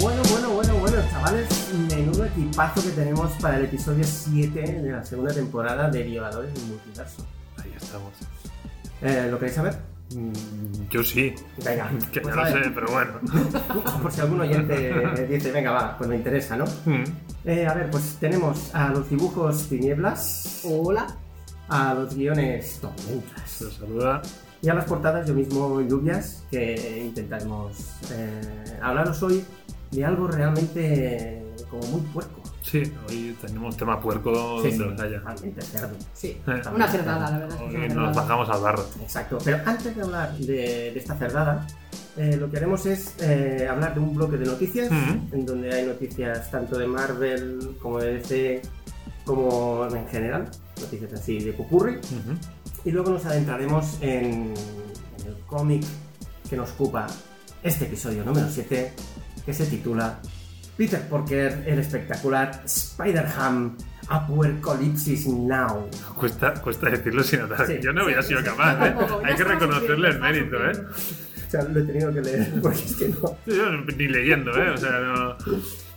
Bueno, bueno, bueno, bueno, chavales, menudo equipazo que tenemos para el episodio 7 de la segunda temporada de Violadores del Multiverso. Ahí estamos. Eh, ¿Lo queréis saber? Mm, Yo sí. Venga, Que pues no lo a ver. sé, pero bueno. Por si algún oyente dice, venga, va, pues me interesa, ¿no? Mm, Eh, a ver, pues tenemos a los dibujos Tinieblas, Hola. a los guiones Tormentas, Se saluda. y a las portadas yo mismo Lluvias, que intentaremos eh, hablaros hoy de algo realmente como muy puerco. Sí, hoy tenemos tema puerco Sí, donde sí, los haya. realmente cerdo. Sí. Eh, Una acertada, la verdad. es que hoy es una nos acertada. bajamos al barro. Exacto, pero antes de hablar de, de esta cerdada, eh, lo que haremos es eh, hablar de un bloque de noticias, Ujú. en donde hay noticias tanto de Marvel como de DC, como en general, noticias así de Pupurri, Ujú. y luego nos adentraremos en, en el cómic que nos ocupa este episodio número 7, que se titula Peter Porker, el espectacular Spider-Ham Apuercolipsis Now. Cuesta, cuesta decirlo sin ataque. Sí, Yo no había sí, sido sí, capaz, ¿eh? tampoco, ya Hay que estamos reconocerle el mérito, sufriendo, ¿eh? estamos O sea, lo he tenido que leer porque es que no. Yo ni leyendo, ¿eh? O sea, no.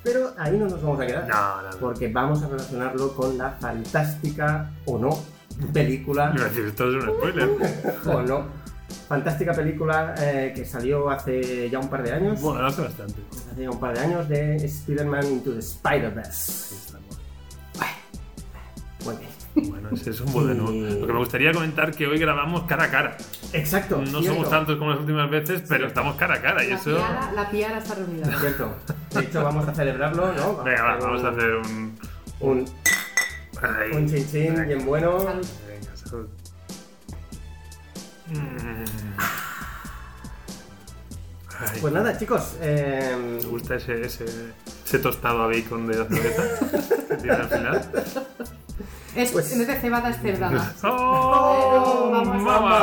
Pero ahí no nos vamos a quedar. No, no. no. Porque vamos a relacionarlo con la fantástica o no película Iba a decir, esto es un spoiler. o no. Fantástica película eh, que salió hace ya un par de años. Bueno, hace bastante. Hace ya un par de años de Spider-Man into the Ahí Spider-Verse. estamos. Muy bien. Bueno, ese es un buen Y- Lo que me gustaría comentar que hoy grabamos cara a cara. Exacto. No cierto, somos tantos como las últimas veces, pero estamos cara a cara y La eso. piara, la piara está reunida. Cierto. De hecho, vamos a celebrarlo, ¿no? Vamos Venga, va, vamos a un- hacer un. un, Ay, un chin chin venga, bien bueno. Salud. venga, salud. Mm. Ay, Pues nada, chicos. eh, ¿Te gusta ese, ese, ese tostado a bacon de cerveza que tiene al final? Es, Pues- En vez de cebada es cerdada. ¡Oh, Pero vamos, mamá!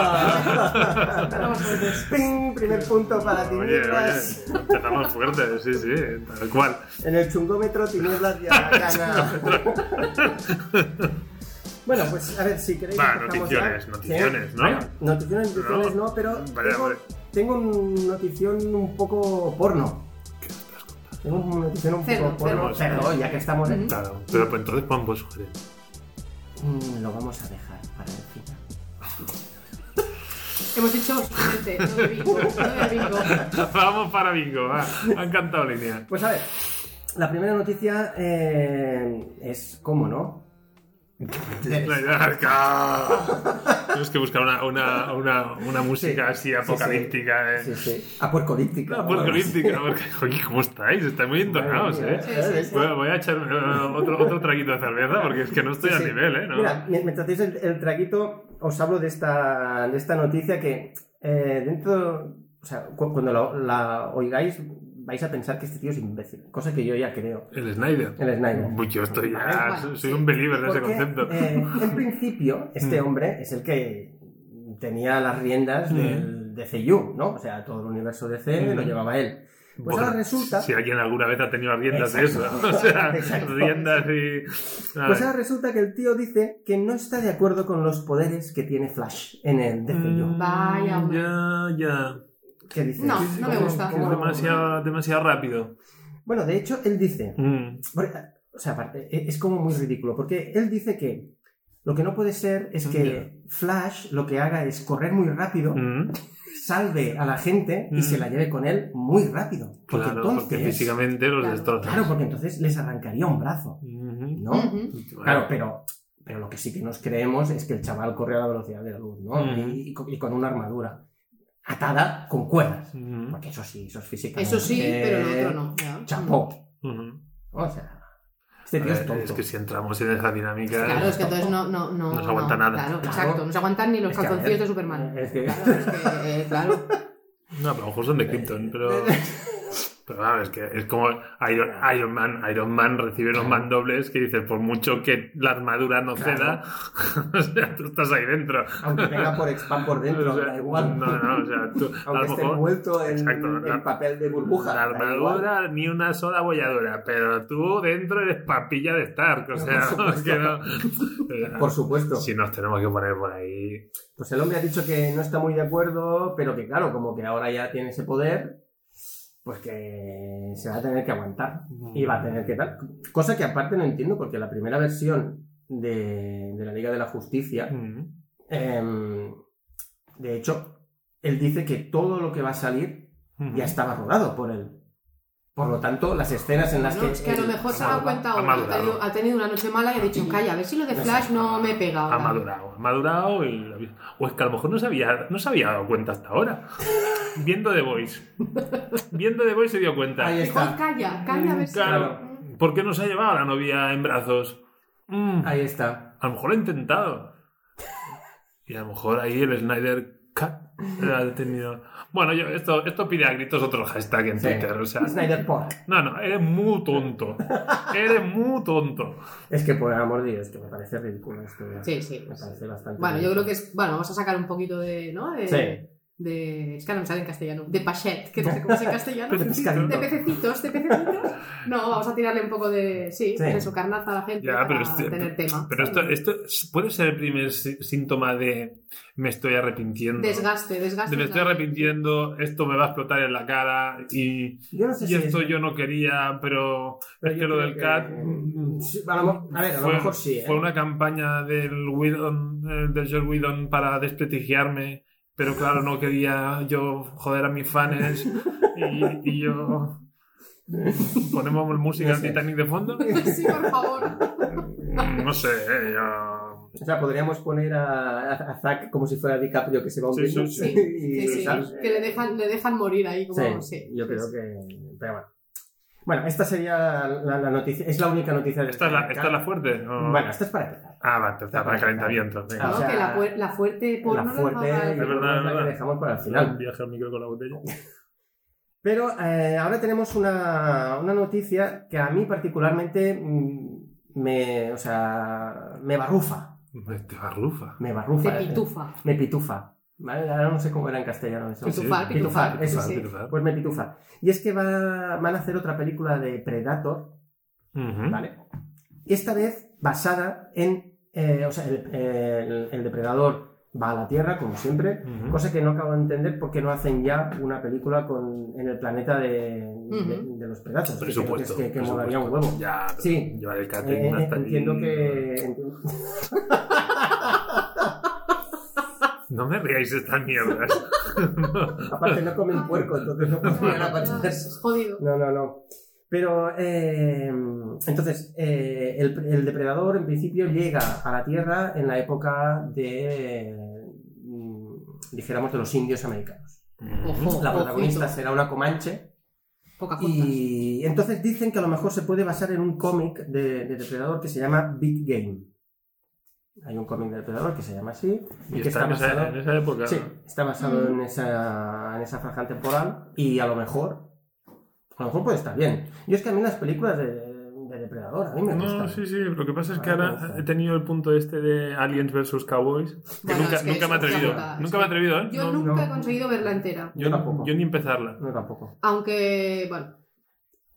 Vamos a ver. ¡Ping! Primer punto para ti. Oye, oye, empezamos fuerte, sí, sí, tal cual. En el chungómetro tinieblas de Aracana. bueno, pues a ver, si queréis. Va, empezamos noticiones, ya. noticiones, Sí. ¿no? Bueno, noticiones, noticiones, no, No. pero. Vale, tengo, vale. tengo un notición un poco porno. Tengo un notición un Cerdo, poco porno. cerdo. Pero ya que estamos en. Claro, pero pues entonces pon vos, joder. Mm, lo vamos a dejar para el final. Hemos dicho siguiente, no de bingo, no de bingo. Vamos para bingo, va. Me ha encantado línea. Pues a ver, la primera noticia eh, es. ¿Cómo no? La idea arca. Tienes que buscar una, una, una, una música Sí, así apocalíptica. Sí, eh. sí. Apocalíptica. Una apocalíptica. porque, joder, ¿Cómo estáis? Estáis muy entornados, Madre ¿eh? mía, Sí, sí, ¿eh? sí. Voy a- voy a echar eh, otro, otro traguito de cerveza porque es que no estoy Sí, al sí. nivel, ¿eh? ¿No? Mira, mi- mientras hacéis el, el traguito, os hablo de esta, de esta noticia que eh, dentro, o sea, cu- cuando la, la oigáis vais a pensar que este tío es imbécil, cosa que yo ya creo. El Snyder. El Snyder. Uy, yo estoy ya. Vale, bueno, soy sí. un believer de ese Porque, concepto. eh, en principio, este Mm. hombre es el que tenía las riendas Mm. del DCU, ¿no? O sea, todo el universo DC lo Mm. llevaba él. Pues Bueno, ahora resulta... Si alguien alguna vez ha tenido riendas de eso. Exacto. O sea, Exacto. riendas y. Vale. Pues ahora resulta que el tío dice que no está de acuerdo con los poderes que tiene Flash en el DCU. Mm, Vaya, hombre. Ya, ya. ¿Qué dices? No, no me Como- gusta. como demasiado, demasiado rápido. Bueno, de hecho, él dice. Mm. porque, o sea, aparte, e- es como muy ridículo, porque él dice que lo que no puede ser es que Flash lo que haga es correr muy rápido, Mm. salve a la gente y Mm. se la lleve con él muy rápido. Porque Claro, entonces. porque físicamente los Claro. destrozas. Claro, porque entonces les arrancaría un brazo, Ujú. ¿no? Ujú. Bueno, Claro, pero. Pero Mm. lo que sí que nos creemos es que el chaval corre a la velocidad de la luz, ¿no? Ujú. Y- y con- y con una armadura. atada con cuerdas. Ujú. Porque eso sí, eso es física. Eso sí, pero lo otro no. Mm. ya. Chapó. Ujú. O sea, este tío es A ver, tonto. que si entramos en esa dinámica. Claro, es que entonces no, no, no, No se aguanta no, nada. Claro, Claro. exacto, no se aguantan ni los Es que, a calzoncillos ver, eh. de Superman. es que- Claro, es que, eh, claro. No, pero a lo mejor son de Krypton, pero. Pero claro, es que es como Iron, Iron Man. Iron Man recibe los mandobles que dices, por mucho que la armadura no ceda, o sea, tú estás ahí dentro. Aunque tenga por expand por dentro, O sea, da igual. No, no, o sea, tú, a lo Aunque esté mejor envuelto en, Exacto, en la- papel de burbuja. la da igual. armadura ni una sola bolladura, pero tú dentro eres papilla de Stark, o No, sea, por supuesto. que no. Por supuesto. Si nos tenemos que poner por ahí. Pues el hombre ha dicho que no está muy de acuerdo, pero que claro, como que ahora ya tiene ese poder, pues que se va a tener que aguantar. Y va a tener que tal. Cosa que aparte no entiendo, porque la primera versión de, de la Liga de la Justicia, Mm. em, de hecho, él dice que todo lo que va a salir Mm. ya estaba rodado por él. Por lo tanto, las escenas en las No, que. eh, es que a él- lo mejor se ha ha dado madurado, cuenta ha ahora. Ha madurado. tenido, ha tenido una noche mala y ha dicho, calla, a ver si lo de No sé. Flash no me pega ahora. Ha madurado, ha madurado y- o es que a lo mejor no se había, no se había dado cuenta hasta ahora. Viendo The Voice. Viendo The Voice se dio cuenta. Ahí Dijo, está. calla, calla, a ver si... Claro. Mm. ¿Por qué no se ha llevado a la novia en brazos? Mm, Ahí está. a lo mejor lo ha intentado. Y a lo mejor ahí el Snyder Cut la ha detenido. Bueno, yo, esto, esto pide a gritos otro hashtag en Sí. Twitter. O sea, Snyder Park. no, no, eres muy tonto. Eres muy tonto. Es que por el amor de Dios, que me parece ridículo esto. ya. Sí, sí. Me parece bastante. Bueno, yo ridículo. creo que es... Bueno, vamos a sacar un poquito de... ¿no? De, Sí. de- es que ahora me sale en castellano. De pachet, que no sé cómo es en castellano. De pescadito. De pececitos, de pececitos. No, vamos a tirarle un poco de... Sí, Sí. de su carnaza a la gente Ya, para pero este- tener tema. Pero esto, esto puede ser el primer sí- síntoma de me estoy arrepintiendo. Desgaste, desgaste. De me estoy arrepintiendo, esto me va a explotar en la cara y, Yo no sé y si. esto es- yo no quería, pero, Pero es yo que lo creo del que- mm, CAT mm, Sí, a, lo, mo- a ver, a lo fue, mejor sí. ¿eh? fue una campaña del Whedon, eh, del George Whedon para desprestigiarme, pero claro, no quería yo joder a mis fans y, y yo... ¿Ponemos música No sé. Titanic de fondo? Sí, por favor. No sé, eh, yo... O sea, podríamos poner a, a, a Zack como si fuera DiCaprio que se va Sí, hundiendo. sí, Sí, y- sí, sí. ¿sabes? Que le dejan, le dejan morir ahí como... Sí, Sí, yo sí, creo sí. que... Pero bueno. Bueno, esta sería la, la noticia... Es la única noticia de ¿Esta es la, esta es la fuerte? ¿o? Bueno, esta es para empezar. Ah, va, está para calentamiento. venga. Ah, No, o sea, que la, fu- la fuerte porno La fuerte la- es verdad, es la verdad. que dejamos para el final. Viaje al micro con la botella. Pero eh, ahora tenemos una, una noticia que a mí particularmente mm, me... O sea, me barrufa. Te Este, barrufa. Me barrufa. de eh. pitufa. Me pitufa. ¿Vale? Ahora no sé cómo era en castellano eso. Pitufar, Pitufar, sí, pitufar. pitufar, eso, sí, sí. Pitufar. Pues me pitufa. Y es que va- van a hacer otra película de Predator, Ujú. ¿vale? Esta vez basada en. eh, o sea, el, el- el depredador va a la Tierra, como siempre, Ujú. cosa que no acabo de entender porque no hacen ya una película con, en el planeta de, de- de los Predators. que creo que Presupuesto. es que, que presupuesto. molaría un huevo. Ya, pero Sí. Llevar el Eh, catering eh, hasta allí. entiendo que. entiendo- No me riáis de estas mierdas. Aparte, no comen puerco, entonces no podrían aparecer. Es jodido. No, no, no. Pero, eh, entonces, eh, el, el depredador en principio llega a la Tierra en la época de, mm, dijéramos, de los indios americanos. Mm. Ojo, La protagonista ojito. será una comanche Poca cosa. y entonces dicen que a lo mejor se puede basar en un cómic de, de depredador que se llama Big Game. Hay un cómic de depredador que se llama así y, Y que está está en basado... esa, en esa época. Sí, está basado Mm. en, esa, en esa franja temporal y a lo mejor a lo mejor puede estar bien. Yo es que a mí las películas de, de Depredador a mí me gustan. No, sí, sí. Lo que pasa es que Ah, me ahora gusta. he tenido el punto este de Aliens vs. Cowboys. Que Bueno, nunca, es que nunca es me he atrevido. otra época, Nunca es me he atrevido, ¿eh? Yo No, nunca he no. consegudo verla entera. Yo tampoco. yo ni empezarla. No tampoco. Aunque, bueno,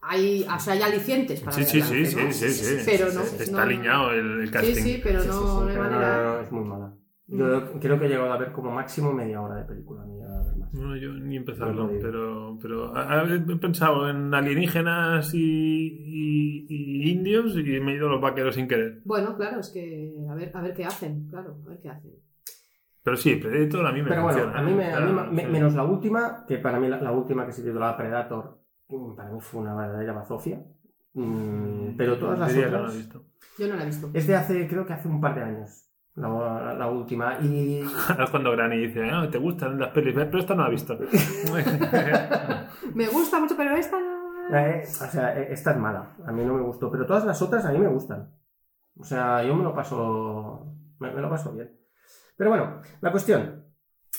hay, o sea, hay alicientes para Sí, sí, verla, sí, ¿no? sí, sí, sí. Pero no, Está no, no. aliñado el, el casting. Sí, sí, pero Sí, sí, no, sí, no hay pero manera. Mm. no, no, es muy mala. Yo creo que he llegado a ver como máximo media hora de película, no he llegado a ver más. No, yo ni empezarlo, No lo digo. pero, pero a- a- he pensado en alienígenas y, y- y indios y me he ido a los vaqueros sin querer. Bueno, claro, es que a ver, a ver qué hacen, claro, a ver qué hacen. Pero sí, Predator a mí me Pero bueno, funciona. a mí, me, a mí Claro, me- sí. menos la última, que para mí la, la última que se titulaba Predator, mm, para mí fue una verdadera bazofia. Mm, Pero todas las Diría que no otras... la he visto. Yo no la he visto. Es de hace, creo que hace un par de años. la, la última. Y Ahora es cuando Granny dice, "Ah, te gustan las pelis, pero esta no la he visto. Me gusta mucho, pero esta no. Eh, o sea, eh, esta es mala. A mí no me gustó. Pero todas las otras a mí me gustan. O sea, yo me lo paso. Me, me lo paso bien. Pero bueno, la cuestión.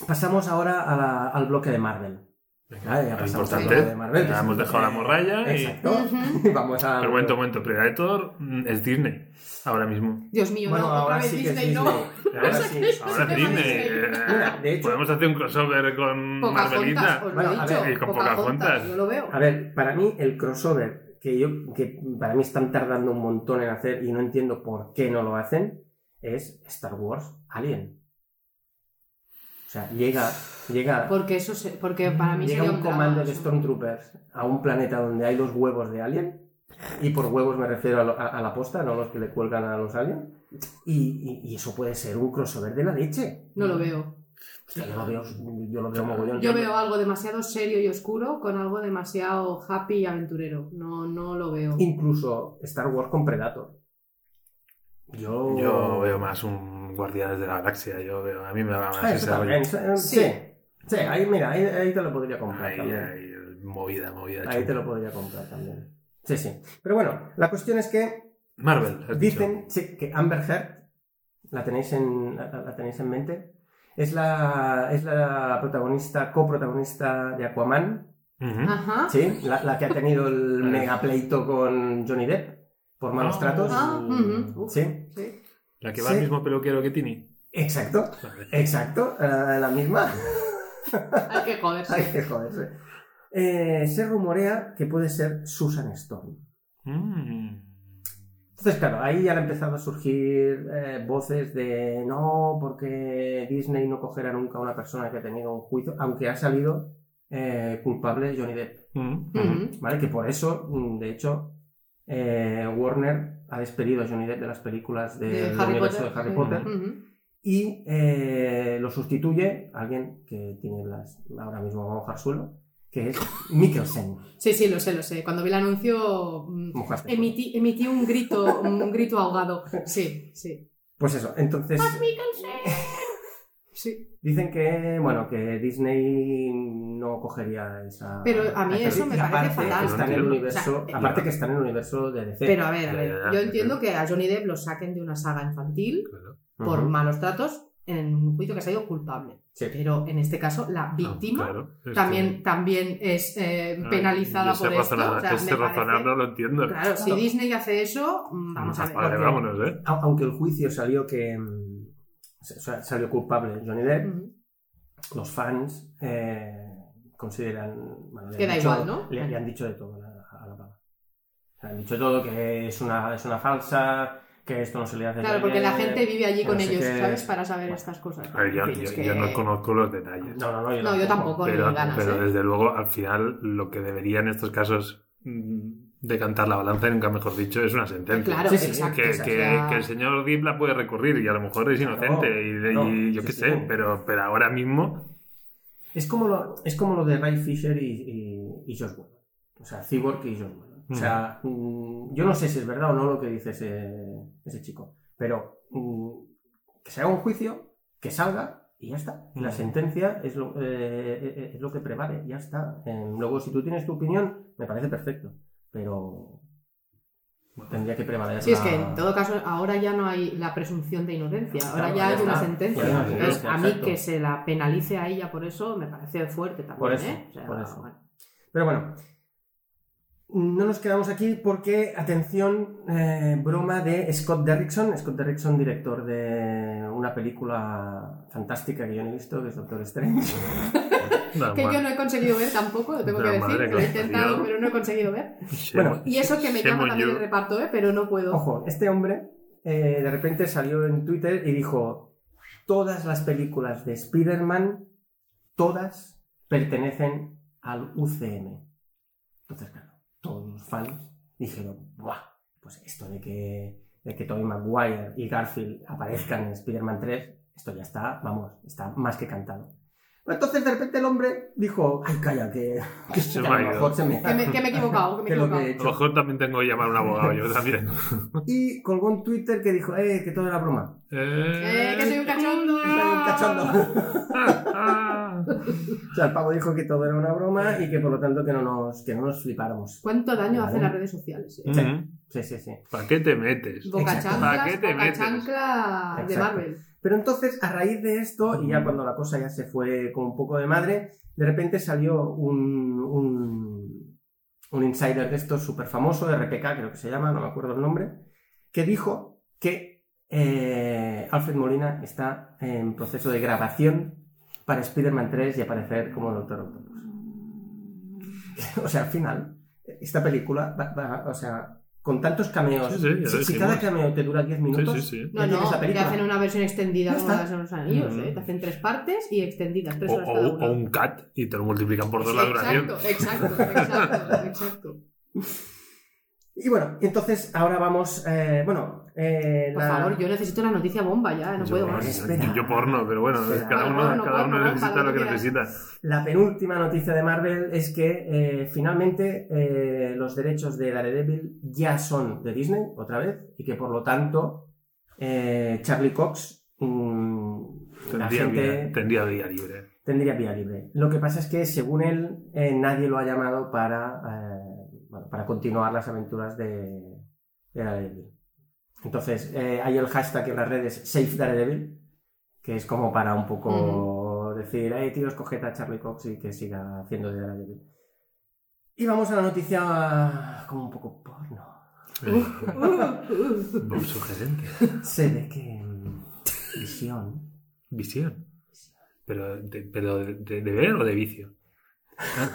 Pasamos ahora a la- al bloque de Marvel. Vale, ya Lo pasamos importante, al bloque de Marvel. ya hemos dejado la morralla y... Exacto. Vamos a. Pero momento, momento, Predator mm, es Disney ahora mismo. Dios mío, Bueno, no, otra ahora vez sí que es Disney, Disney. no. Ahora sí. Ahora es Sí, Disney. Disney. eh, Mira, de hecho- Podemos hacer un crossover con Pocahontas, Marvelita. os Bueno, lo he a dicho. ver, y con Pocahontas. yo lo veo. A ver, para mí el crossover que yo que para mí están tardando un montón en hacer y no entiendo por qué no lo hacen es Star Wars Alien. O sea, llega llega Porque eso se- porque para mí llega sería un drama, comando de eso. Stormtroopers a un planeta donde hay los huevos de Alien y por huevos me refiero a, lo- a- a la posta, no los que le cuelgan a los Alien. Y, y- y eso puede ser un crossover de la leche. No lo veo. Hostia, yo lo veo, yo lo veo mogollón. Yo veo algo demasiado serio y oscuro con algo demasiado happy y aventurero. No, no lo veo. incluso Star Wars con Predator. Yo, Yo veo más un Guardianes de la Galaxia. Yo veo, a mí me va más Ah, eso ese también, rollo. eh, Sí. sí, ahí, mira, ahí, ahí te lo podría comprar Ahí, también. ahí, movida, movida. ahí te chunga. lo podría comprar también. Sí, sí. Pero bueno, la cuestión es que Marvel. has dicen sí, que Amber Heard, la tenéis en, la, la tenéis en mente, es la, es la protagonista, coprotagonista de Aquaman, dicho. Ujú. Ajá. ¿sí? La, la que ha tenido el Ah. mega pleito con Johnny Depp por malos Ah. tratos. Ah, ujú. Uf, Sí, sí. La que va Sí. al mismo peluquero que Tini. exacto. Vale. Exacto, eh, la misma. Hay que joderse. Hay que joderse. Eh, se rumorea que puede ser Susan Storm. Mm. Entonces, claro, ahí ya han empezado a surgir eh, voces de no, porque Disney no cogerá nunca a una persona que ha tenido un juicio, aunque ha salido eh, culpable Johnny Depp. Mm. Ujú. ¿Vale? Que por eso, mm, de hecho, eh, Warner ha despedido a Johnny Depp de las películas de, De del Harry universo Potter. de Harry Sí. Potter Ujú. y eh, lo sustituye alguien que tiene las, ahora mismo vamos al suelo, que es Mikkelsen. Sí, sí, lo sé, lo sé. Cuando vi el anuncio mm, Mojaste. emití, emití un grito, un grito ahogado. Sí, sí. Pues eso, entonces Ah, Sí. dicen que, bueno, que Disney no cogería esa... Pero a mí esa eso me película. Aparte parece que fatal. está en el O sea, universo, eh, aparte que está en el universo de DC. Pero a ver, a Ya, ver. ya, ya. Yo entiendo que a Johnny Depp lo saquen de una saga infantil Claro. Ujú. por malos tratos en un juicio que ha sido culpable. Sí. Pero en este caso, la víctima Ah, claro. Es también, que- también es eh, Ah, penalizada yo sé por esto. razonar- O sea, este me parece- razonar no lo entiendo. Claro, si Claro. Disney hace eso, mm, vamos a ver. Ah, Vale, porque- vámonos, ¿eh? A- Aunque el juicio salió que... mm, sa- salió culpable Johnny Depp, Ujú. los fans eh, consideran... Bueno, le Que han da dicho- igual, ¿no? Le, le han dicho de todo a la, a la pava. Le han dicho todo, que es una, es una falsa, que esto no se le hace... Claro, porque la gente vive allí no con sé ellos, qué. ¿sabes? Para saber estas cosas. A ver, yo, En fin, yo- es que- yo no conozco los detalles. No, no, no, yo, No, yo tampoco, ni pero ganas, pero ¿eh? desde luego, al final, lo que debería en estos casos mm, decantar la balanza, nunca mejor dicho, es una sentencia. Claro, Sí, sí, exacto. que, o sea, que- que el señor Dib la puede recurrir y a lo mejor es inocente No, y, de- no, y yo sí, qué sí. sé, pero, pero ahora mismo Es como lo, es como lo de Ray Fisher y, y, y Josh Whedon. O sea, Cyborg y Josh Whedon. O sea, mm, yo no sé si es verdad o no lo que dice ese, ese chico, pero mm, que se haga un juicio, que salga y ya está. La Mm. sentencia es lo, eh, eh, es lo que prevale, ya está. Em, luego, si tú tienes tu opinión, me parece perfecto, pero tendría que prevalecer. Sí, es que la- en todo caso ahora ya no hay la presunción de inocencia, ahora Claro, ya ya hay una está. sentencia. Ya hay una Entonces, sentencia, a mí exacto. que se la penalice a ella por eso me parece fuerte también. Por eso, ¿eh? O sea, por eso. bueno. Pero bueno, no nos quedamos aquí porque, atención, eh, broma de Scott Derrickson. Scott Derrickson, director de una película fantástica que yo no he visto, que es Doctor Strange. da Que igual. yo no he conseguido ver tampoco, lo tengo La que decir. madre que Lo he los intentado, parió. pero no he conseguido ver. Shame Bueno, on- Y eso que me shame llama on también you. el reparto, ¿eh? pero no puedo. Ojo, este hombre eh, de repente salió en Twitter y dijo: Todas las películas de Spider-Man, todas pertenecen al UCM. Entonces, claro, todos los fans dijeron: ¡Buah! Pues esto de que, de que Tobey Maguire y Garfield aparezcan en Spider-Man 3, esto ya está, vamos, está más que cantado. Pero entonces de repente el hombre dijo, ay, calla, que, que, Se que me a ha lo ido. mejor se me... Que me, que me he equivocado, que me he que lo que equivocado. he A hecho. lo mejor también tengo que llamar a un abogado yo también. Y colgó un Twitter que dijo, eh, que todo era broma. Eh, que soy un cachondo. Y salió un cachondo. Ah, ah. o sea, el pavo dijo que todo era una broma y que por lo tanto que no nos, que no nos flipáramos. ¿Cuánto daño hacen Claro. las redes sociales? eh? Mm. Sí, sí, sí. ¿Para qué te metes? Boca Exacto. ¿Para qué chanclas, te boca metes? chancla de Exacto. Marvel. Pero entonces, a raíz de esto, y ya cuando la cosa ya se fue con un poco de madre, de repente salió un, un, un insider de estos súper famoso, de RPK creo que se llama, no me acuerdo el nombre, que dijo que eh, Alfred Molina está en proceso de grabación para Spider-Man 3 y aparecer como Doctor Octopus. o sea, al final, esta película, va- va- o sea, con tantos cameos, Sí, sí, ya lo si, si dijimos. cada cameo te dura 10 Sí, minutos, sí, sí. No, Ya tienes no, la te película. hacen una versión extendida Ya como está. las de los anillos, ¿eh? Mm. Te hacen tres partes y extendidas, tres O, horas cada o- una. o un cat y te lo multiplican por dos Sí, la duración. Exacto, exacto, exacto, exacto. Y bueno, entonces ahora vamos. eh, bueno, eh, Por la- favor, yo necesito la noticia bomba ya, no Yo- puedo más. yo, yo porno, pero bueno, Espera. cada uno, Porno, cada uno porno, necesita porno, lo que mira. necesita. la penúltima noticia de Marvel es que eh, finalmente eh, los derechos de Daredevil ya son de Disney, otra vez, y que por lo tanto eh, Charlie Cox, mm, la Tendría, gente, vía, tendría vía libre. tendría vía libre. Lo que pasa es que, según él, eh, nadie lo ha llamado para, eh, bueno, para continuar las aventuras de, de Daredevil. Entonces, eh, hay el hashtag en las redes Save Daredevil, que es como para un poco decir, eh, tíos, coged a Charlie Cox y que siga haciendo de Daredevil. Y vamos a la noticia ah, como un poco porno. Uh, uh. Bob Eh, sugerente. Sé de que... mm, Visión. Visión. Pero, de, pero de, de- de ver o de vicio.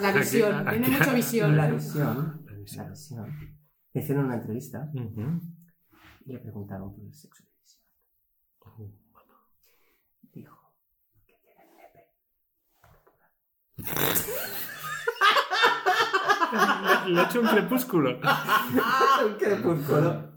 La visión, Aquí- tiene mucha visión. La visión. La La visión. visión. Le hicieron una entrevista Ujú. y le preguntaron por el sexo de visión. Dijo que tiene el nepe. Le- Le ha hecho un crepúsculo. Un crepúsculo.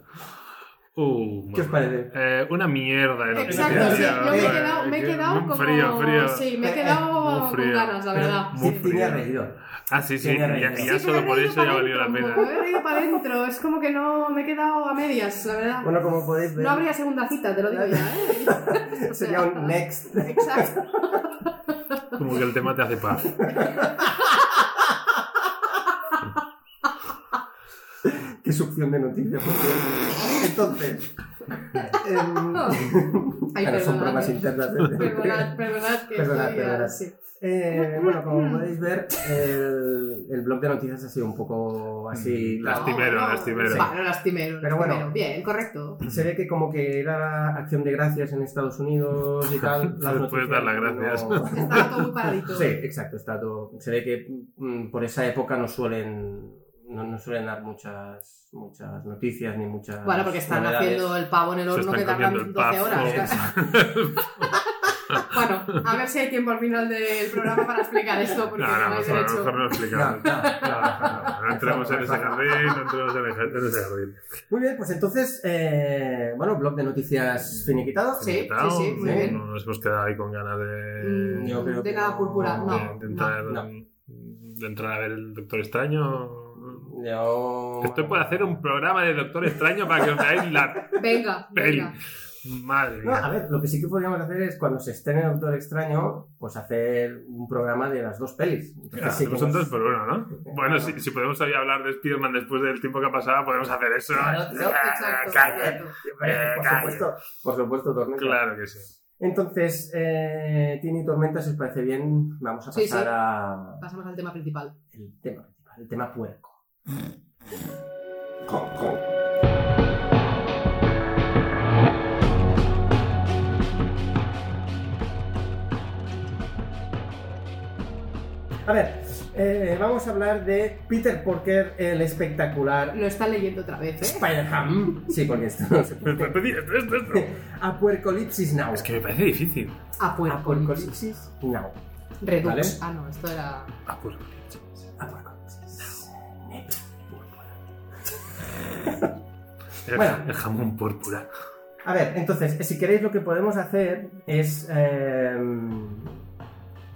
Uh, ¿Qué os madre. parece? Eh, una mierda. de noticia, Exacto, sí, tío, yo me he eh, quedado, me he que- quedado muy como... Frío, frío. Sí, me he Eh, quedado muy con frío. ganas, la verdad. Muy Sí, tenía frío. reído. Ah, sí, sí. Tenía Ya, reído. ya Sí, Sí, pero solo he por reído eso pa' ya valió la dentro, pena. ¿eh? como que Me he reído para adentro, es como que no me he quedado a medias, la verdad. Bueno, como podéis ver, No habría segunda cita, te lo digo ya, ¿eh? O sea, sería un next. Exacto. Como que el tema te hace paz. Qué succión de noticias. por cierto. Entonces. em, Ay, claro, son bromas internas. perdonad, ¿eh? perdonad, perdonad que Perdonad, estoy... perdonad. sí. Eh, bueno, como podéis ver, el, el blog de noticias ha sido un poco así. Mm, Lastimero, lastimero. Bueno, lastimero, Pero bueno. lastimero. Bien, correcto. Se ve que como que era acción de gracias en Estados Unidos y tal. las Puedes noticias dar las gracias. no- Estaba todo muy paradito. Sí, exacto, está todo. Se ve que mm, por esa época no suelen no, no suelen dar muchas muchas noticias ni muchas. Bueno, porque están novedades. haciendo el pavo en el Se horno que están comiendo tardan el 12 pavo. horas. bueno, a ver si hay tiempo al final del programa para explicar esto, porque No, no, no, hay mejor, derecho. mejor no No, explicamos. no, No, no. no entremos en ese jardín, no entremos en el- en ese jardín. Muy bien, pues entonces, eh, bueno, blog de Mm. noticias finiquitado. Sí, Invitado, sí, sí, muy no- bien. no Nos hemos quedado ahí con ganas de, Mm, yo creo de que nada no. púrpura, de- no. de entrar, no. de entrar a ver el Doctor Extraño. Yo- Estoy por hacer un programa de Doctor Extraño para que os veáis la Venga, peli. venga. Madre No, a mía. ver, lo que sí que podríamos hacer es cuando se estrene Doctor Extraño, pues hacer un programa de las dos pelis. Entonces, Ah, sí que pues son nos- dos por uno, ¿no? Bueno, si, si podemos todavía hablar de Spider-Man después del tiempo que ha pasado, podemos hacer eso. Ah, Claro, No, exacto, Calle. por exacto. supuesto, por supuesto, Tormenta. Claro que sí. Entonces, eh, Tini y Tormenta, si os parece bien, vamos a pasar Sí, sí. a Pasamos al tema principal. el tema principal, el tema puerco. A ver, eh, vamos a hablar de Peter Porker, el espectacular Lo están leyendo otra vez, ¿eh? Spider-Ham. Sí, porque esto no se Pero, puede. pero, pero, esto, esto, esto. A Puercolipsis Now. Es que me parece difícil. A A puerco. Puercolipsis Now. Redux. Vale. Ah, no, esto era. Ah, pues, A Puercolipsis. el- Bueno. el jamón púrpura. A ver, entonces, si queréis lo que podemos hacer es eh, em,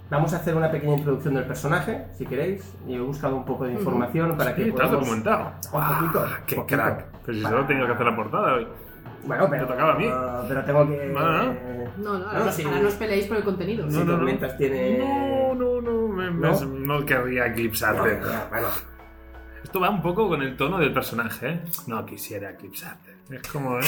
Vamos a hacer una pequeña introducción del personaje, si queréis. Y he buscado un poco de información para que Sí, estás podamos... documentado. Un poquito, Ah, ¡Qué poquito. crack! Pero si Para- solo he tenido que hacer la portada hoy. Bueno, pero... Me tocaba a mí. ah, pero tengo que... Ah, no. eh, No, no, No, ahora, sí. ahora no os peleéis por el contenido. si no, no. Tormentas tiene... No, no, no. me- me- Eh, ¿No? no querría eclipsarte. Bueno, bueno, Esto va un poco con el tono del personaje, ¿eh? No quisiera eclipsarte. Es como, ¿eh?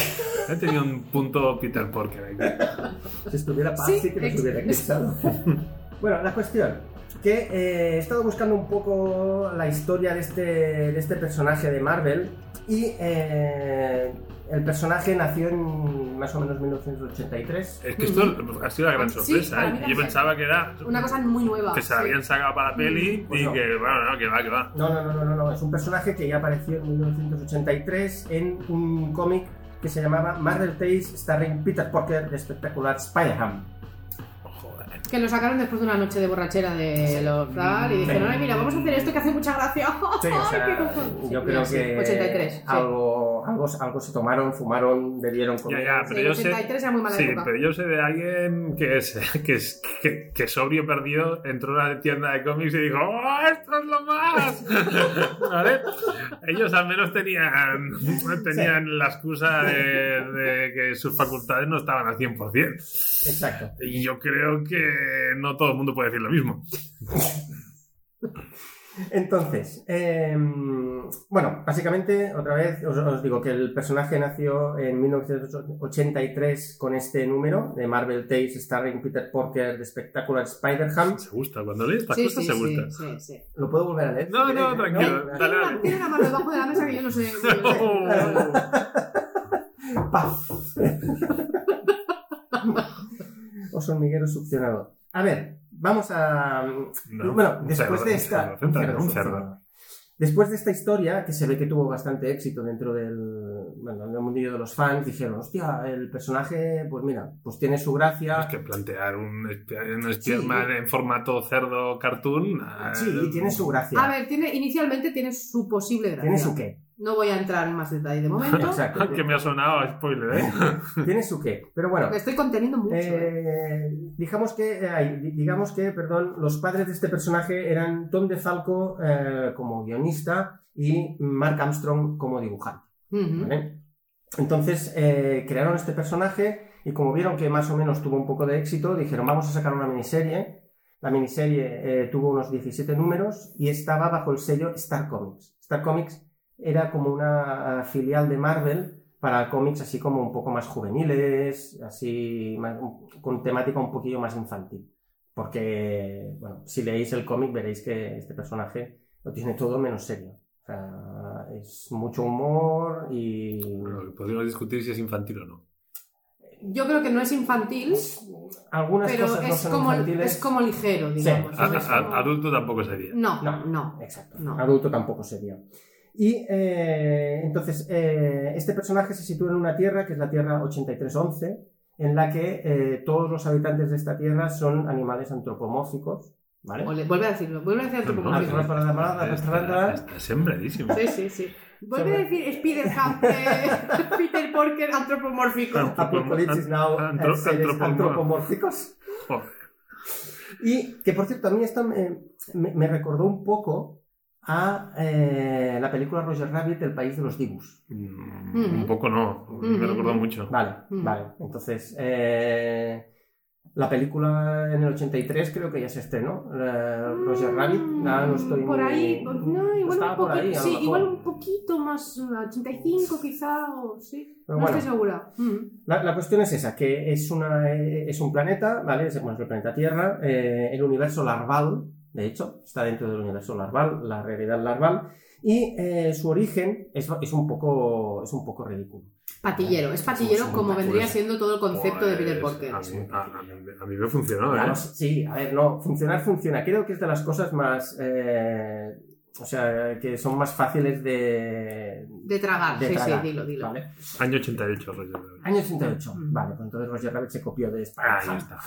He tenido un punto Peter Parker aquí. Si estuviera paz, sí, Sí, que nos ex- hubiera eclipsado. bueno, la cuestión. Que eh, he estado buscando un poco la historia de este, de este personaje de Marvel. Y eh, el personaje nació en más o menos 1983. Es que esto ha sido la gran Sí, sorpresa, para ¿eh? mí también. Yo pensaba que era... Una cosa muy nueva. Que se la sí. habían sacado para la peli Pues y no. que, bueno, no, que va, que va. No, no, no, no, no, no, Es un personaje que ya apareció en 1983 en un cómic que se llamaba Marvel Tales starring Peter Parker de espectacular Spider-Man. Oh, Joder. Que lo sacaron después de una noche de borrachera de Mm. los RAR y dijeron, Sí. ay, mira, vamos a hacer esto que hace mucha gracia. Sí, o sea, Ay, qué cojo- yo Sí, creo sí, que 83. sí. algo, algo, algo se tomaron, fumaron, bebieron, comieron. ya, Sí, pero yo sé- 83 era muy mala Sí, época. pero yo sé de alguien que es que, es, que, que sobrio perdido entró a la tienda de cómics y dijo ¡Oh, esto es lo más! ¿Vale? Ellos al menos tenían, tenían la excusa de, de que sus facultades no estaban al 100%. Exacto. Y yo creo que no todo el mundo puede decir lo mismo. Entonces, eh, bueno, básicamente, otra vez os, os digo que el personaje nació en 1983 con este número de Marvel Tales starring Peter Parker de Spectacular Spider-Ham. Se gusta, cuando lees estas Sí, cosas sí, se sí, gusta. sí, sí. ¿Lo puedo volver a leer? No, no, tranquilo. ¿No? Dale, Tiene dale. Oh. una, tiene una mano debajo de la mesa que yo no sé. ¡Paf! Os hormiguero succionador. A ver, vamos a, No, bueno, un después cerdo, de un esta. cerdo, un cerdo, un sí, cerdo. sí. Después de esta historia, que se ve que tuvo bastante éxito dentro del, bueno, del mundillo de los fans, dijeron, hostia, el personaje, pues mira, pues tiene su gracia. Es que plantear un, espia- un Sí. Spiderman en formato cerdo cartoon. ah, Sí, y tiene su gracia. A ver, tiene, inicialmente tiene su posible gracia. tiene su qué. No voy a entrar en más detalle de momento. Exacto. Ah, Que me ha sonado a spoiler, ¿eh? tiene su qué. Pero bueno. Me estoy conteniendo Pues mucho. ¿eh? eh, digamos que, eh, ay, di- digamos que, perdón, los padres de este personaje eran Tom DeFalco eh, como guionista y Mark Armstrong como dibujante. Ujú. ¿vale? Entonces eh, crearon este personaje y como vieron que más o menos tuvo un poco de éxito, dijeron vamos a sacar una miniserie. La miniserie eh, tuvo unos 17 números y estaba bajo el sello Star Comics. Star Comics era como una ah, filial de Marvel para cómics así como un poco más juveniles, así más- con temática un poquillo más infantil. Porque, bueno, si leéis el cómic veréis que este personaje lo tiene todo menos serio. O sea, es mucho humor y... Bueno, que podríamos discutir si es infantil o no. Yo creo que no es infantil, Pues Algunas pero cosas no es son como, infantiles. es como ligero, digamos. Sí. A- No es a- como- adulto tampoco sería. No, No. no, no. Exacto. No. Adulto tampoco sería. Y eh, entonces, eh, este personaje se sitúa en una tierra, que es la Tierra 8311, en la que eh, todos los habitantes de esta tierra son animales antropomórficos, ¿vale? Ole, vuelve a decirlo, vuelve a decir Ah, antropomórfico. perdón, perdón, perdón, perdón, Está, perdón. está sembradísimo. Sí, sí, sí. Vuelve a decir Spider-Ham, eh, Peter Parker antropomórfico. Claro. Apocalipsis Now, Antro- eh, seres antropomor- antropomórficos. Joder. Y que por cierto, a mí esta me, me- me recordó un poco a eh, la película Roger Rabbit, El País de los Dibus. Mm, Mm. Un poco no. Me Mm. recuerdo mucho. Vale, Mm. vale. Entonces, eh, la película en el 83 creo que ya se estrenó. eh, Roger Rabbit, nada, no estoy Mm, por muy- ahí, por- no, igual estaba un, por poquito, ahí, a lo sí, mejor. igual un poquito más, una 85 quizá, o sí, Pero no bueno. estoy segura. Mm. La, la cuestión es esa, que es, una, eh, es un planeta, ¿vale? Es, bueno, es el planeta Tierra, eh, el universo larval, de hecho, está dentro del universo larval, la realidad larval, y eh, su origen es, es, un poco, es un poco ridículo. Patillero, es Sí, patillero sí, como pues, vendría siendo todo el concepto de Peter Pues, Parker. A mí, a- a mí- a mí me funcionó, Claro, ¿eh? sí, a ver, no, funcionar funciona. Creo que es de las cosas más... eh, o sea, que son más fáciles de... De tragar, de sí, tragar, sí, dilo, dilo. ¿vale? Año 88, Roger. Rabbit. Año 88. Mm. Vale, pues entonces Roger Rabbit se copió de esta. Ah, ya está.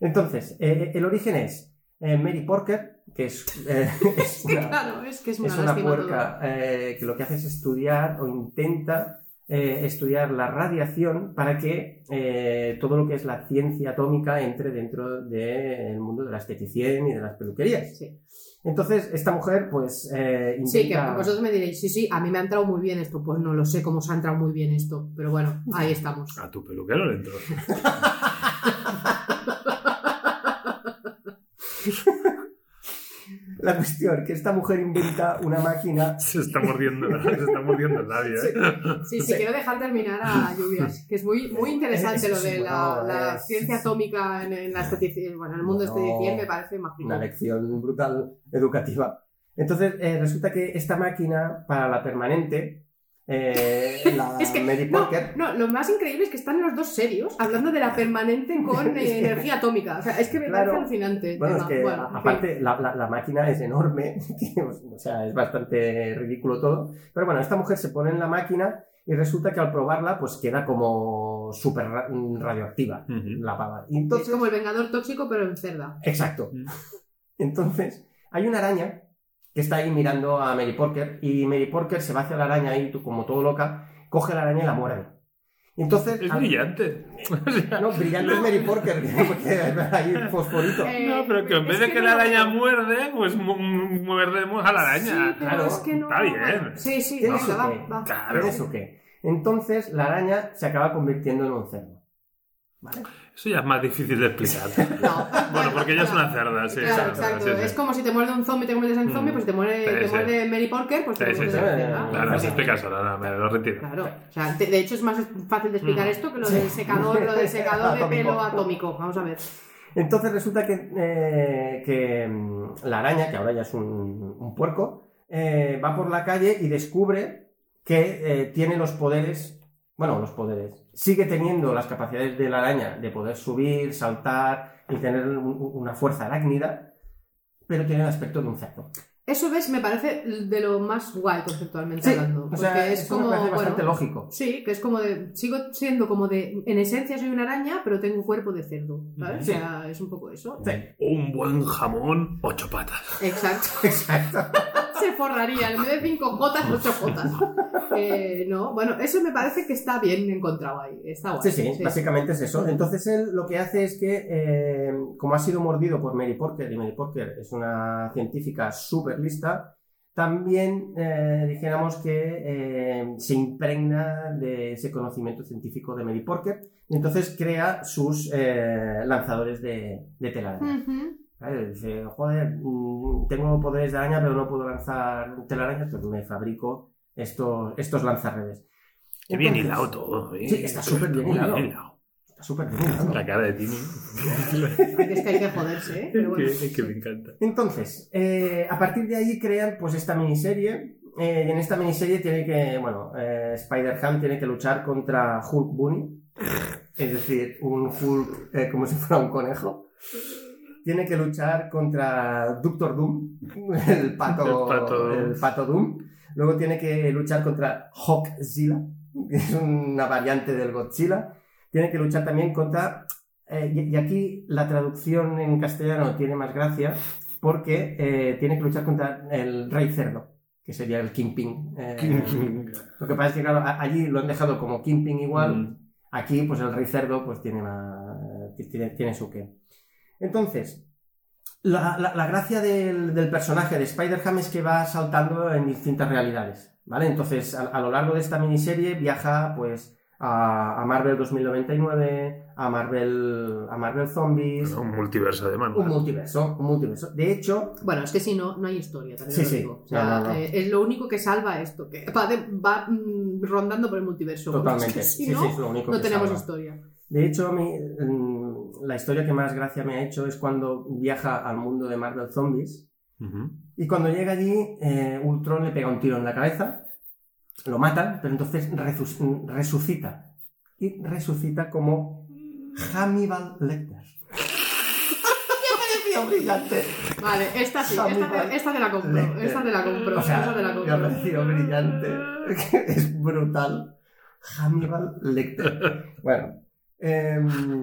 Entonces, eh, el origen es eh, Mary Porker, que es, eh, es Sí, una, claro, es que es una, es una lástima todo. puerca eh, que lo que hace es estudiar o intenta eh, estudiar la radiación para que eh, todo lo que es la ciencia atómica entre dentro del mundo de la esteticien y de las peluquerías. Sí. Entonces, esta mujer, pues, eh, Sí, que intenta- vosotros me diréis, sí, sí, a mí me ha entrado muy bien esto. Pues no lo sé cómo se ha entrado muy bien esto, pero bueno, ahí estamos. A tu peluquero le entró. La cuestión, que esta mujer inventa una máquina Se está mordiendo, la- se está mordiendo el labio, ¿eh? Sí, sí, Sí. quiero dejar terminar a Lluvias, que es muy, muy interesante Eh, lo de sí, la, bueno, la es- ciencia atómica en, en la estetici- bueno, en el mundo Bueno. esteticien me parece magnífico. una lección brutal educativa. Entonces, eh, resulta que esta máquina para la permanente, eh, la Es que, Mary no, Parker, no, lo más increíble es que están los dos serios hablando de la permanente con eh, energía atómica. O sea, es que me Claro. parece alucinante. el bueno, es tema. que Bueno, a- en fin. aparte la, la- la máquina es enorme, que, o sea, es bastante ridículo todo. Pero bueno, esta mujer se pone en la máquina y resulta que al probarla, pues queda como súper ra- radioactiva Ujú. la pava. Y entonces, es como el vengador tóxico, pero en cerda. Exacto. Mm. Entonces, hay una araña que está ahí mirando a Mary Porker y Mary Porker se va hacia la araña ahí, tú- como todo loca, coge la araña y la muerde. Entonces, Es al- brillante. O sea, No, brillante es Mary Porker, porque hay fosforito. Eh, No, pero que en es vez de que que la no- araña muerde, pues mu- mu- muerdemos a la Sí, araña. pero claro, es que no. está bien. Sí, sí, Tiene venga, su va, qué. va. Claro. ¿Tienes o qué? Entonces, la araña se acaba convirtiendo en un cerdo. ¿Vale? Eso ya es más difícil de explicar. No. Bueno, porque ella es una cerda, sí. Claro, exacto, exacto. sí, sí. Es como si te muerde un zombie, te conviertes en Mm. zombie, pues si te muerde, Sí, te sí. muerde Mary Porker, pues te Sí, sí, conviertes sí. en Claro, cerda. no se Porque- explica eso, nada, me lo retiro. Claro, o sea, te- de hecho es más fácil de explicar Mm. esto que lo del secador, lo del secador de pelo atómico. Vamos a ver. Entonces resulta que, eh, que, mm, la araña, que ahora ya es un, un puerco, eh, va por la calle y descubre que eh, tiene los poderes, bueno, los poderes, sigue teniendo las capacidades de la araña de poder subir, saltar y tener un- un- una fuerza arácnida, pero tiene el aspecto de un cerdo. Eso ves, me parece de lo más guay conceptualmente hablando. o Porque sea, es eso me como. parece bastante bueno, lógico. sí, que es como de. Sigo siendo como de. En esencia soy una araña, pero tengo cuerpo de cerdo. ¿Sabes? Sí. O sea, es un poco eso. Sí, Un buen jamón, ocho patas. Exacto. exacto. se forraría. En vez de 5 jotas, 8 jotas. Eh, no, bueno, eso me parece que está bien encontrado ahí. Está guay. Sí, Ah, sí, básicamente es eso. Entonces él lo que hace es que, eh, como ha sido mordido por Mary Porker, y Mary Porker es una científica súper lista, también eh, dijéramos que eh, se impregna de ese conocimiento científico de Mary Porker, y entonces crea sus eh, lanzadores de, de telaraña. Ujú. Claro, Dice, joder, mm, tengo poderes de araña, pero no puedo lanzar telarañas, pues me fabrico estos, estos lanzarredes. Qué bien Entonces, hilado todo. ¿eh? Sí, está súper bien muy hilado. Está súper bien, ¿no? La cara de Tini. Ay, Es que hay que joderse, ¿eh? Pero que, bueno. es que me encanta. Entonces, eh, a partir de ahí crean pues esta miniserie. eh, y en esta miniserie tiene que, bueno, eh, Spider-Ham tiene que luchar contra Hulk Bunny. Es decir, un Hulk eh, como si fuera un conejo. Tiene que luchar contra Doctor Doom, el pato, El pato. el pato Doom. Luego tiene que luchar contra Hawkzilla, que es una variante del Godzilla. Tiene que luchar también contra... eh, y y aquí la traducción en castellano tiene más gracia porque eh, tiene que luchar contra el rey cerdo, que sería el Kingpin. eh. lo que pasa es que, claro, a- allí lo han dejado como Kingpin igual, Mm. aquí pues el rey cerdo pues tiene, una- tiene, tiene su qué. Entonces, la, la- la gracia del, del personaje de Spider-Ham es que va saltando en distintas realidades, ¿vale? Entonces, a, a lo largo de esta miniserie viaja pues a, a Marvel 2099, a Marvel, a Marvel Zombies, Bueno, un multiverso de manga. un multiverso, un multiverso. De hecho, Bueno, es que si no, no hay historia. También Sí, lo sí. digo. O sea, No, no, no. eh, es lo único que salva esto, que va, de- va, mm, rondando por el multiverso. Es totalmente. que si Sí, no, sí, es lo único no que tenemos salva. historia. De hecho, a mí, mm, la historia que más gracia me ha hecho es cuando viaja al mundo de Marvel Zombies. Ujú. Y cuando llega allí, eh, Ultron le pega un tiro en la cabeza, lo matan, pero entonces resu- resucita. Y resucita como Hannibal Lecter. ¡Qué pareció brillante! Vale, esta sí, esta Hannibal te, esta te la compro. Lecter. Esta te la compro. O sea, esa te la me ha compro. parecido brillante. es brutal. Hannibal Lecter. Bueno, em,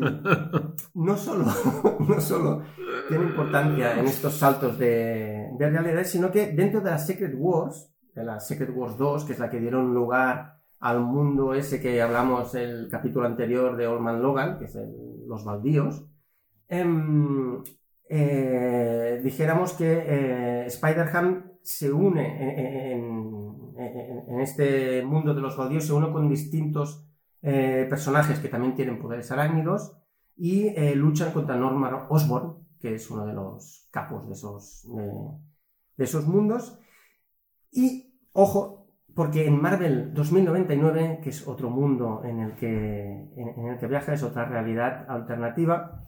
no solo, no solo tiene importancia en estos saltos de, de realidad, sino que dentro de la Secret Wars, de la Secret Wars 2, que es la que dieron lugar al mundo ese que hablamos el capítulo anterior de Olman Logan, que es el- los baldíos, em, eh, dijéramos que eh, Spider-Ham se une en, en- en- en este mundo de los baldíos, se une con distintos eh, personajes que también tienen poderes arácnidos y eh, luchan contra Norman Osborn, que es uno de los capos de esos, de- de esos mundos. Y, ojo, porque en Marvel 2099, que es otro mundo en el que, en, en el que viaja, es otra realidad alternativa,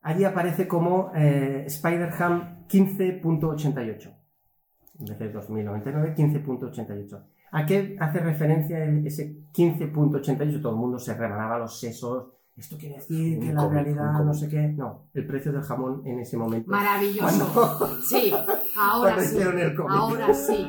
allí aparece como eh, Spider-Ham 15.88. En vez de 2099, 15.88. ¿A qué hace referencia el- ese 15.88? Todo el mundo se rebanaba los sesos. Esto quiere decir Un que la cómic, un realidad, cómic. no sé qué. No, el precio del jamón en ese momento. Maravilloso. Sí, ahora Cuando sí. hicieron el cómic. Ahora sí.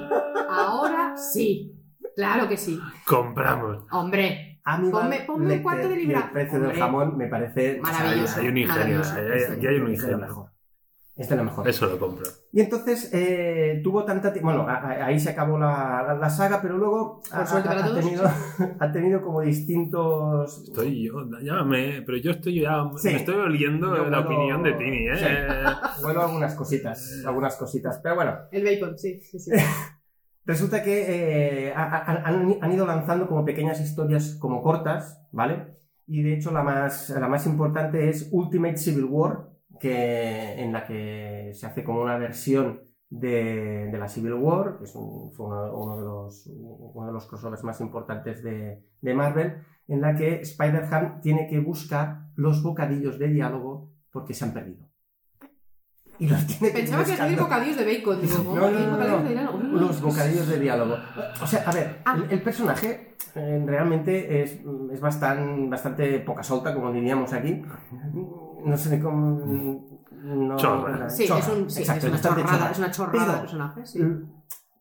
Ahora sí. Claro que sí. Compramos. Hombre. Aníbal Ponme- ponme Lecter cuarto de y libra. El precio del Hombre. jamón me parece Maravilloso. Hay un ingenio, Maravilloso. hay- hay- aquí Este hay un es lo ingenio. mejor. Este es lo mejor. Eso lo compro. Y entonces eh, tuvo tanta. ti- Bueno, a- a- ahí se acabó la, la- la saga, pero luego Por suerte para ha, todos. tenido, ha tenido como distintos. Estoy yo, llámame, pero yo estoy ya, Sí. me estoy oliendo Yo la puedo- opinión de Tini, ¿eh? Sí. Bueno, algunas cositas, algunas cositas. Pero bueno, El bacon, sí. sí, sí. Resulta que eh, ha- ha- han, han ido lanzando como pequeñas historias como cortas, ¿vale? Y de hecho la más, la más importante es Ultimate Civil War, que, en la que se hace como una versión de, de la Civil War, que es un- fue uno, uno de los, uno de los crossovers más importantes de, de Marvel, en la que Spider-Ham tiene que buscar los bocadillos de diálogo porque se han perdido. Y los tiene que ir Pensaba que era decir buscando. bocadillos de bacon. Digo, ¿cómo? No, no, no, ¿Bocadillos no. de grano? Mm. Los bocadillos de diálogo. O sea, a ver, Ah. el, el personaje eh, realmente es, es bastan- bastante poca solta, como diríamos aquí. No sé cómo. No, Chorra. Sí, chorra, es, un, sí, exacto, es una bastante chorrada, chorra. Mm. es una chorrada de Pero- personaje. sí.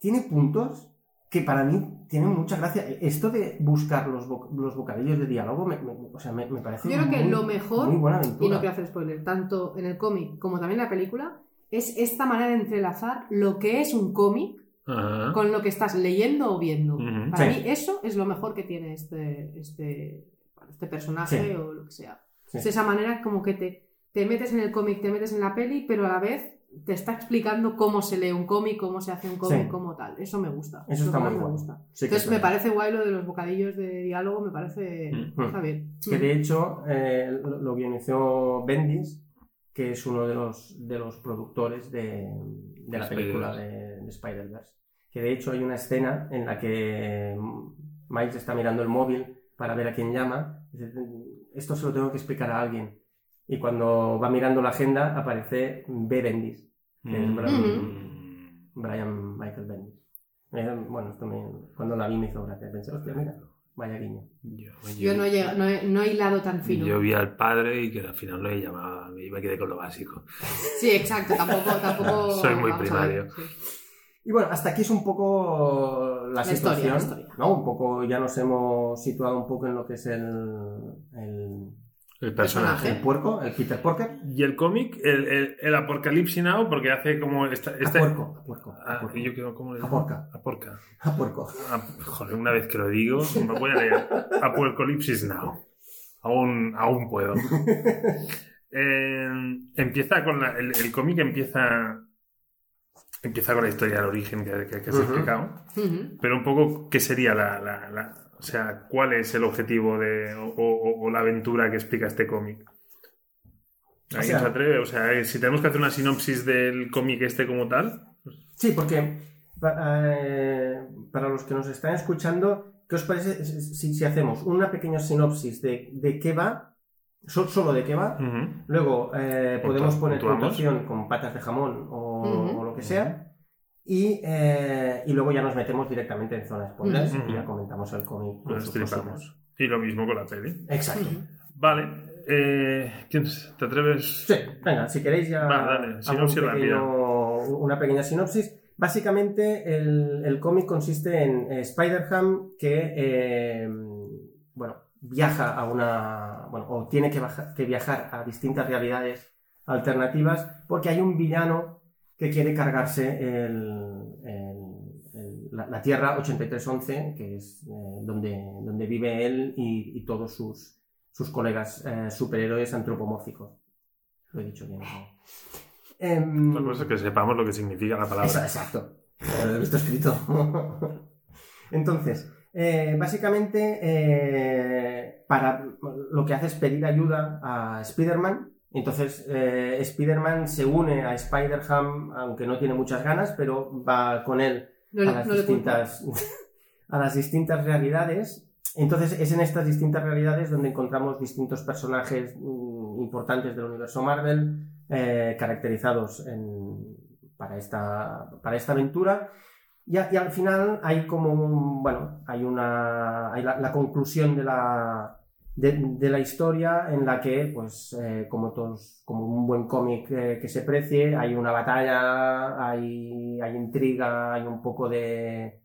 Tiene puntos que para mí tienen mucha gracia. Esto de buscar los, bo- los bocadillos de diálogo, me, me- o sea, me, me parece. Yo creo que muy- lo mejor, Muy buena y no aventura. quiero hacer spoiler, tanto en el cómic como también en la película, es esta manera de entrelazar lo que es un cómic Ajá. con lo que estás leyendo o viendo. Ujú. Para Mm. Sí. mí eso es lo mejor que tiene este, este, bueno, este personaje Sí. o lo que sea. Sí. Es esa manera como que te, te metes en el cómic, te metes en la peli, pero a la vez te está explicando cómo se lee un cómic, cómo se hace un cómic, Sí. cómo tal. Eso me gusta. Eso está lo muy que más me guapo. gusta. Sí que Entonces es me verdad. parece guay lo de los bocadillos de diálogo, me parece... Mm. Está bien. que de hecho eh, lo lo guionizó Bendis, que es uno de los, de los productores de, de la Spider-Verse. película de, de Spider-Verse. Que de hecho hay una escena en la que mm, Miles está mirando el móvil para ver a quién llama. Dice, Esto se lo tengo que explicar a alguien. Y cuando va mirando la agenda aparece B. Bendis, Mm. Ujú. Brian Michael Bendis. Eh, bueno, esto me- cuando la vi me hizo gracia. Pensé, hostia, mira, vaya guiño. Yo, Yo no he, llega- no he- no he hilado tan fino. yo vi al padre y que al final lo llamaba, y me quedé con lo básico. Sí, exacto, tampoco... tampoco Soy muy vamos a ver, primario. sí. Y bueno, hasta aquí es un poco la, La situación, historia, la historia. ¿no? Un poco, ya nos hemos situado un poco en lo que es el, el, El Personaje. personaje. el puerco, el Peter Porker. Y el cómic, el, el, el Apocalipsis Now, porque hace como. Esta, esta- A puerco, a puerco, a Este- Ah, puerco. yo creo como. A porca. Aporca. A puerco. Ah, joder, una vez que lo digo, me voy a leer. Apocalipsis Now. Aún, aún puedo. Eh, empieza con la- el, el cómic empieza. Empieza con la historia del origen que, que- que has Ujú. explicado. Ujú. Pero un poco, ¿qué sería la. la- la- o sea, ¿cuál es el objetivo de, o, o- o la aventura que explica este cómic? O ¿Alguien sea- se atreve? O sea, eh, si tenemos que hacer una sinopsis del cómic este como tal. Sí, porque pa- eh, para los que nos están escuchando, ¿qué os parece si, si hacemos una pequeña sinopsis de, de qué va, so- solo de qué va? Ujú. Luego eh, podemos Puntu- poner puntuamos. puntuación con patas de jamón o, Ujú. o lo que sea. Y, eh, y luego ya nos metemos directamente en zonas spoilers Ujú. y ya comentamos el cómic. con Nos sus destripamos. cositas. Y lo mismo con la peli. Exacto. Ujú. Vale. eh, ¿Quién se- te atreves? Sí, venga, si queréis ya Va, dale, hago sinopsis un pequeño- una pequeña sinopsis. Básicamente el, el cómic consiste en eh, Spider-Ham que, eh, bueno, viaja a una, bueno, o tiene que, baja- que viajar a distintas realidades alternativas porque hay un villano que quiere cargarse el, el- el- la, la Tierra 8311, que es eh, donde, donde vive él y, y todos sus, sus colegas eh, superhéroes antropomórficos. Lo he dicho bien. ¿no? Em, Otra cosa es que sepamos lo que significa la palabra. eso, exacto. Lo he visto escrito. Entonces, eh, básicamente, eh, para lo que hace es pedir ayuda a Spider-Man. Entonces, eh, Spider-Man se une a Spider-Ham, aunque no tiene muchas ganas, pero va con él No, a le- las, no le culpo. distintas, a las distintas realidades. Entonces es en estas distintas realidades donde encontramos distintos personajes mm, importantes del universo Marvel eh, caracterizados en- para, esta, para esta aventura. Y, a- y al final hay como, un- bueno, hay una, hay la, la conclusión de la, de, de la historia en la que, pues, eh, como todos, como un buen cómic eh, que se precie, hay una batalla, hay, hay intriga, hay un poco de,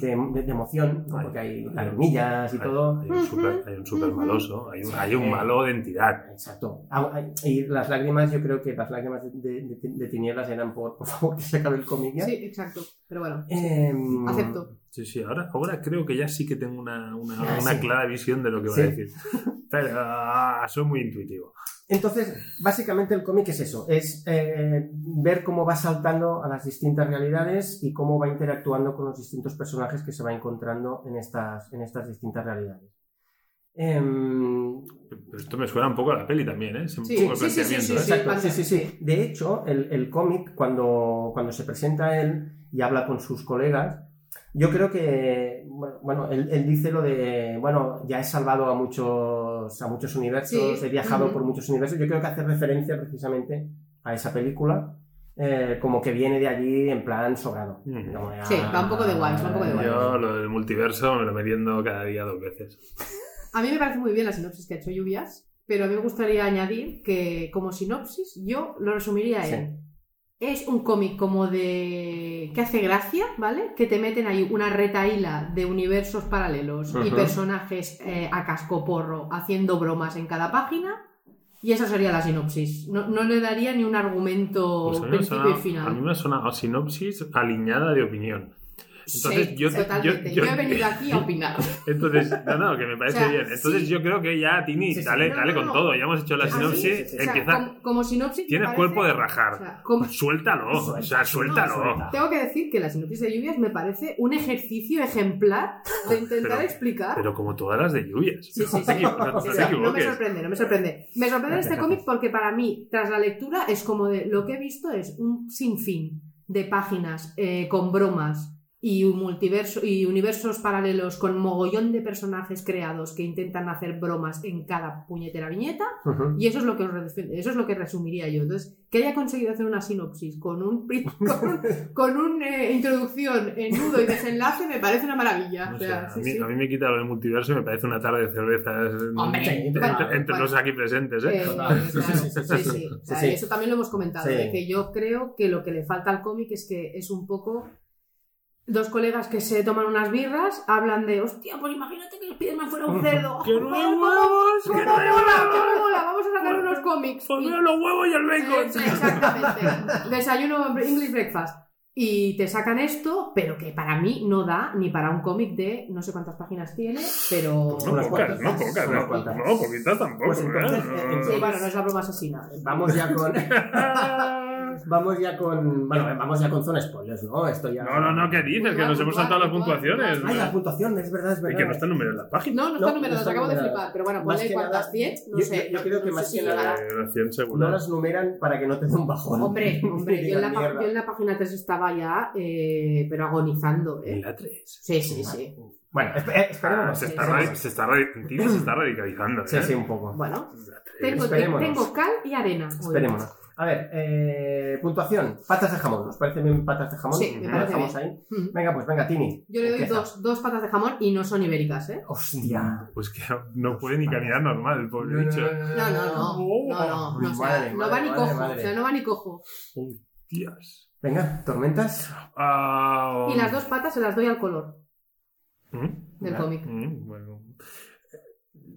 de, de- de emoción, ¿no? Hay- porque hay hay- lagrumillas y Hay- todo. Hay un super, hay un super maloso, hay un, hay un malo de entidad. Exacto. Ah, ah, Y las lágrimas, yo creo que las lágrimas de, de- de- de tinieblas eran por, por favor que se acabe el cómic ya. Sí, exacto. Pero bueno, Em, acepto. Sí, sí, ahora, ahora creo que ya sí que tengo una, una, Ah, una sí. clara visión de lo que va Sí. a decir. Pero ah, soy muy intuitivo. Entonces, básicamente el cómic es eso, es eh, ver cómo va saltando a las distintas realidades y cómo va interactuando con los distintos personajes que se va encontrando en estas, en estas distintas realidades. Em, Pero esto me suena un poco a la peli también, ¿eh? Es un Sí, poco el sí, sí, sí, planteamiento, sí, ¿eh? sí. Exacto, sí, pasa. sí, sí. De hecho, el, el cómic, cuando, cuando se presenta él y habla con sus colegas, yo creo que, bueno, bueno, él, él dice lo de, bueno, ya he salvado a muchos, a muchos universos, Sí, he viajado ujú. por muchos universos. Yo creo que hace referencia precisamente a esa película, eh, como que viene de allí en plan sobrado. Ujú. No era- Sí, va un poco de guay, va un poco de guay. Yo lo del multiverso me lo meriendo cada día dos veces. A mí me parece muy bien la sinopsis que ha hecho Lluvias, pero a mí me gustaría añadir que como sinopsis yo lo resumiría en... Sí. Es un cómic como de... que hace gracia, ¿vale? Que te meten ahí una retaíla de universos paralelos y Ujú. personajes eh, a cascoporro haciendo bromas en cada página. Y esa sería la sinopsis. No, no le daría ni un argumento Pues a mí me principio y suena- a mí final. me suena a sinopsis alineada de opinión. Entonces, Sí, yo- yo- totalmente. yo- Yo he venido aquí a opinar. Entonces, no, no, que me parece O sea, bien. Entonces sí. yo creo que ya, Tini, Sí, sí. dale, No, dale no, con no. todo. Ya hemos hecho Ah, la sí, sinopsis, sí, sí, sí. O sea, empieza. como, como sinopsis me Tienes parece- cuerpo de o rajar. Pues sea, como- Suéltalo, o sea, suéltalo. No, suelta. Tengo que decir que la sinopsis de lluvias me parece un ejercicio ejemplar de intentar Pero- explicar. Pero como todas las de lluvias. Sí, sí, No te sí. equivo- no Sí, te sí, no me equivoques. sorprende, no me sorprende. Me sorprende Gracias, este cómic porque para mí, tras la lectura, es como de lo que he visto es un sinfín de páginas eh, con bromas y un multiverso y universos paralelos con mogollón de personajes creados que intentan hacer bromas en cada puñetera viñeta. Ujú. Y eso es lo que os redu- eso es lo que resumiría yo. Entonces, que haya conseguido hacer una sinopsis con un pri- con, un- con una introducción en nudo y desenlace me parece una maravilla. No O sé, sea, a, sí, mí, sí. a mí me quita lo del multiverso y me parece una tarde de cervezas en- Hombre, entre, bueno, entre bueno. los aquí presentes. ¿eh? Eh, total. claro, Sí, sí, sí, sí, sí, sí. O sea, sí. Eso también lo hemos comentado, Sí. de que yo creo que lo que le falta al cómic es que es un poco dos colegas que se toman unas birras, hablan de, hostia, pues imagínate que Spiderman fuera un cerdo. ¡Que no hay ¡Cómo huevos! ¡Que no hay mola, cómo huevos! mola! Vamos a sacar unos cómics. Y- ¡Ponme los huevos y el bacon! Exactamente. Desayuno English Breakfast. Y te sacan esto, pero que para mí no da ni para un cómic de no sé cuántas páginas tiene, pero. No Unas pocas, no cuantitas, pocas, ¿eh? unas no, cuantas. no, poquitas tampoco. Pues entonces, ¿eh? eh, No, Sí, bueno, no es la broma asesina. Vamos ya con... Vamos ya con... Bueno, vamos ya con zona spoilers, ¿no? Esto ya... No, no, no, ¿qué dices? Que nos hemos saltado las puntuaciones. Ay, la puntuación, es verdad, es Y verdad. que no está número en la página. No, no No, está numerado, no está acabo de numerado. flipar. Pero bueno, Más ponle que cuántas nada, 10, no yo- sé. yo- yo creo no que sé más si que nada- llegará. Eh, la 100 No seguro. las numeran para que no te dé un bajón. Hombre, hombre, yo en, la, Diga, pa- mierda. yo en la página 3 estaba ya, eh, pero agonizando, En ¿eh? la 3. Sí, sí, sí. Bueno, esp- eh, esperemos. Ah, se, sí, está esperemos. radi- se, está radi- Argentina se está radicalizando. ¿eh? Sí, sí, un poco. Bueno, La tres. tengo, Esperémonos. tengo cal y arena. hoy. Esperémonos. A ver, eh, puntuación. Patas de jamón. ¿Os parece bien patas de jamón? Sí, me Lo parece dejamos ahí. Mm. Venga, pues venga, Tini. Yo le doy empieza. dos, dos patas de jamón y no son ibéricas, ¿eh? Hostia. Pues que no puede ni caminar normal, el pobre bicho. No, no, Ah, no. No, no. no, o sea, Madre, no madre, va ni madre, cojo. madre. O sea, no va ni cojo. Tías. Venga, tormentas. Ah, Y las dos patas se las doy al color ¿Mm? del Vale. cómic. Mm, bueno.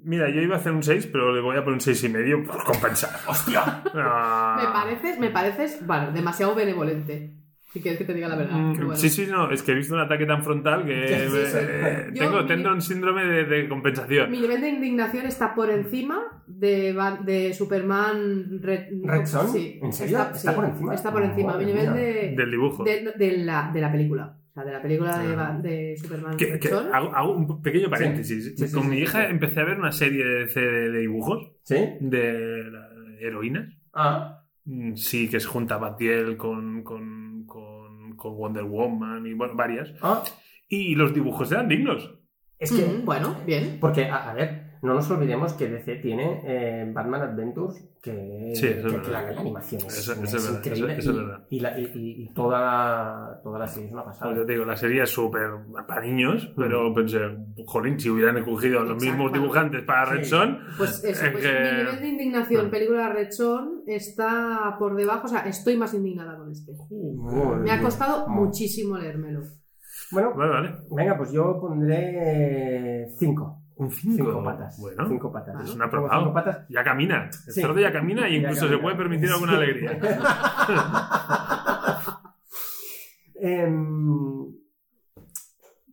Mira, yo iba a hacer un 6, pero le voy a poner un 6 y medio por compensar. Ah. ¡Hostia! Ah. Me pareces, me pareces, vale, demasiado benevolente. Si quieres que te diga la verdad. Mm, pero bueno. Sí, sí, no, es que he visto un ataque tan frontal que Sí, sí, sí. eh, Yo, tengo, mi- tengo un síndrome de, de compensación. Mi nivel de indignación está por encima de, Ba- de Superman Red, ¿Red Son? Sí. ¿En serio? ¿Está por encima? Oh, Está por encima. Madre Mi nivel mía. de, Del dibujo. de, de la, de la película. O sea, de la película de, Ah. Ba- de Superman Que- Red que Son. hago, hago un pequeño paréntesis. Sí, sí, Con sí, mi sí, hija sí. empecé a ver una serie de, de- de dibujos ¿Sí? de la- heroínas. Ah, Mm, Sí, que se junta Batiel con, con, con, con Wonder Woman y bueno, varias. ah. Y los dibujos eran dignos. Es que. Mm, bueno, bien. Porque, a, a ver, no nos olvidemos que DC tiene eh, Batman Adventures, que, Sí, eso es que- verdad. que la, la animación es, Eso- eso es es verdad, increíble. eso- eso es y- verdad. y, la, y, y- y toda, la, toda la serie es una pasada. Como yo te digo, la serie es súper para niños, pero pensé, jolín, si hubieran escogido a los Exacto. mismos dibujantes para Sí. Red Son, Pues eso, Es pues que- mi nivel de indignación, película Red Son, está por debajo. O sea, estoy más indignada con este. Muy Me ha bien. costado muchísimo leérmelo. Bueno, Vale, vale. venga, pues yo pondré cinco. Un Cinco 5. patas. Bueno, cinco patas. es un Pongo aprobado. Cinco patas. ya camina. El Sí. cerdo ya camina y Ya incluso se camina. puede permitir alguna Sí. alegría. Em,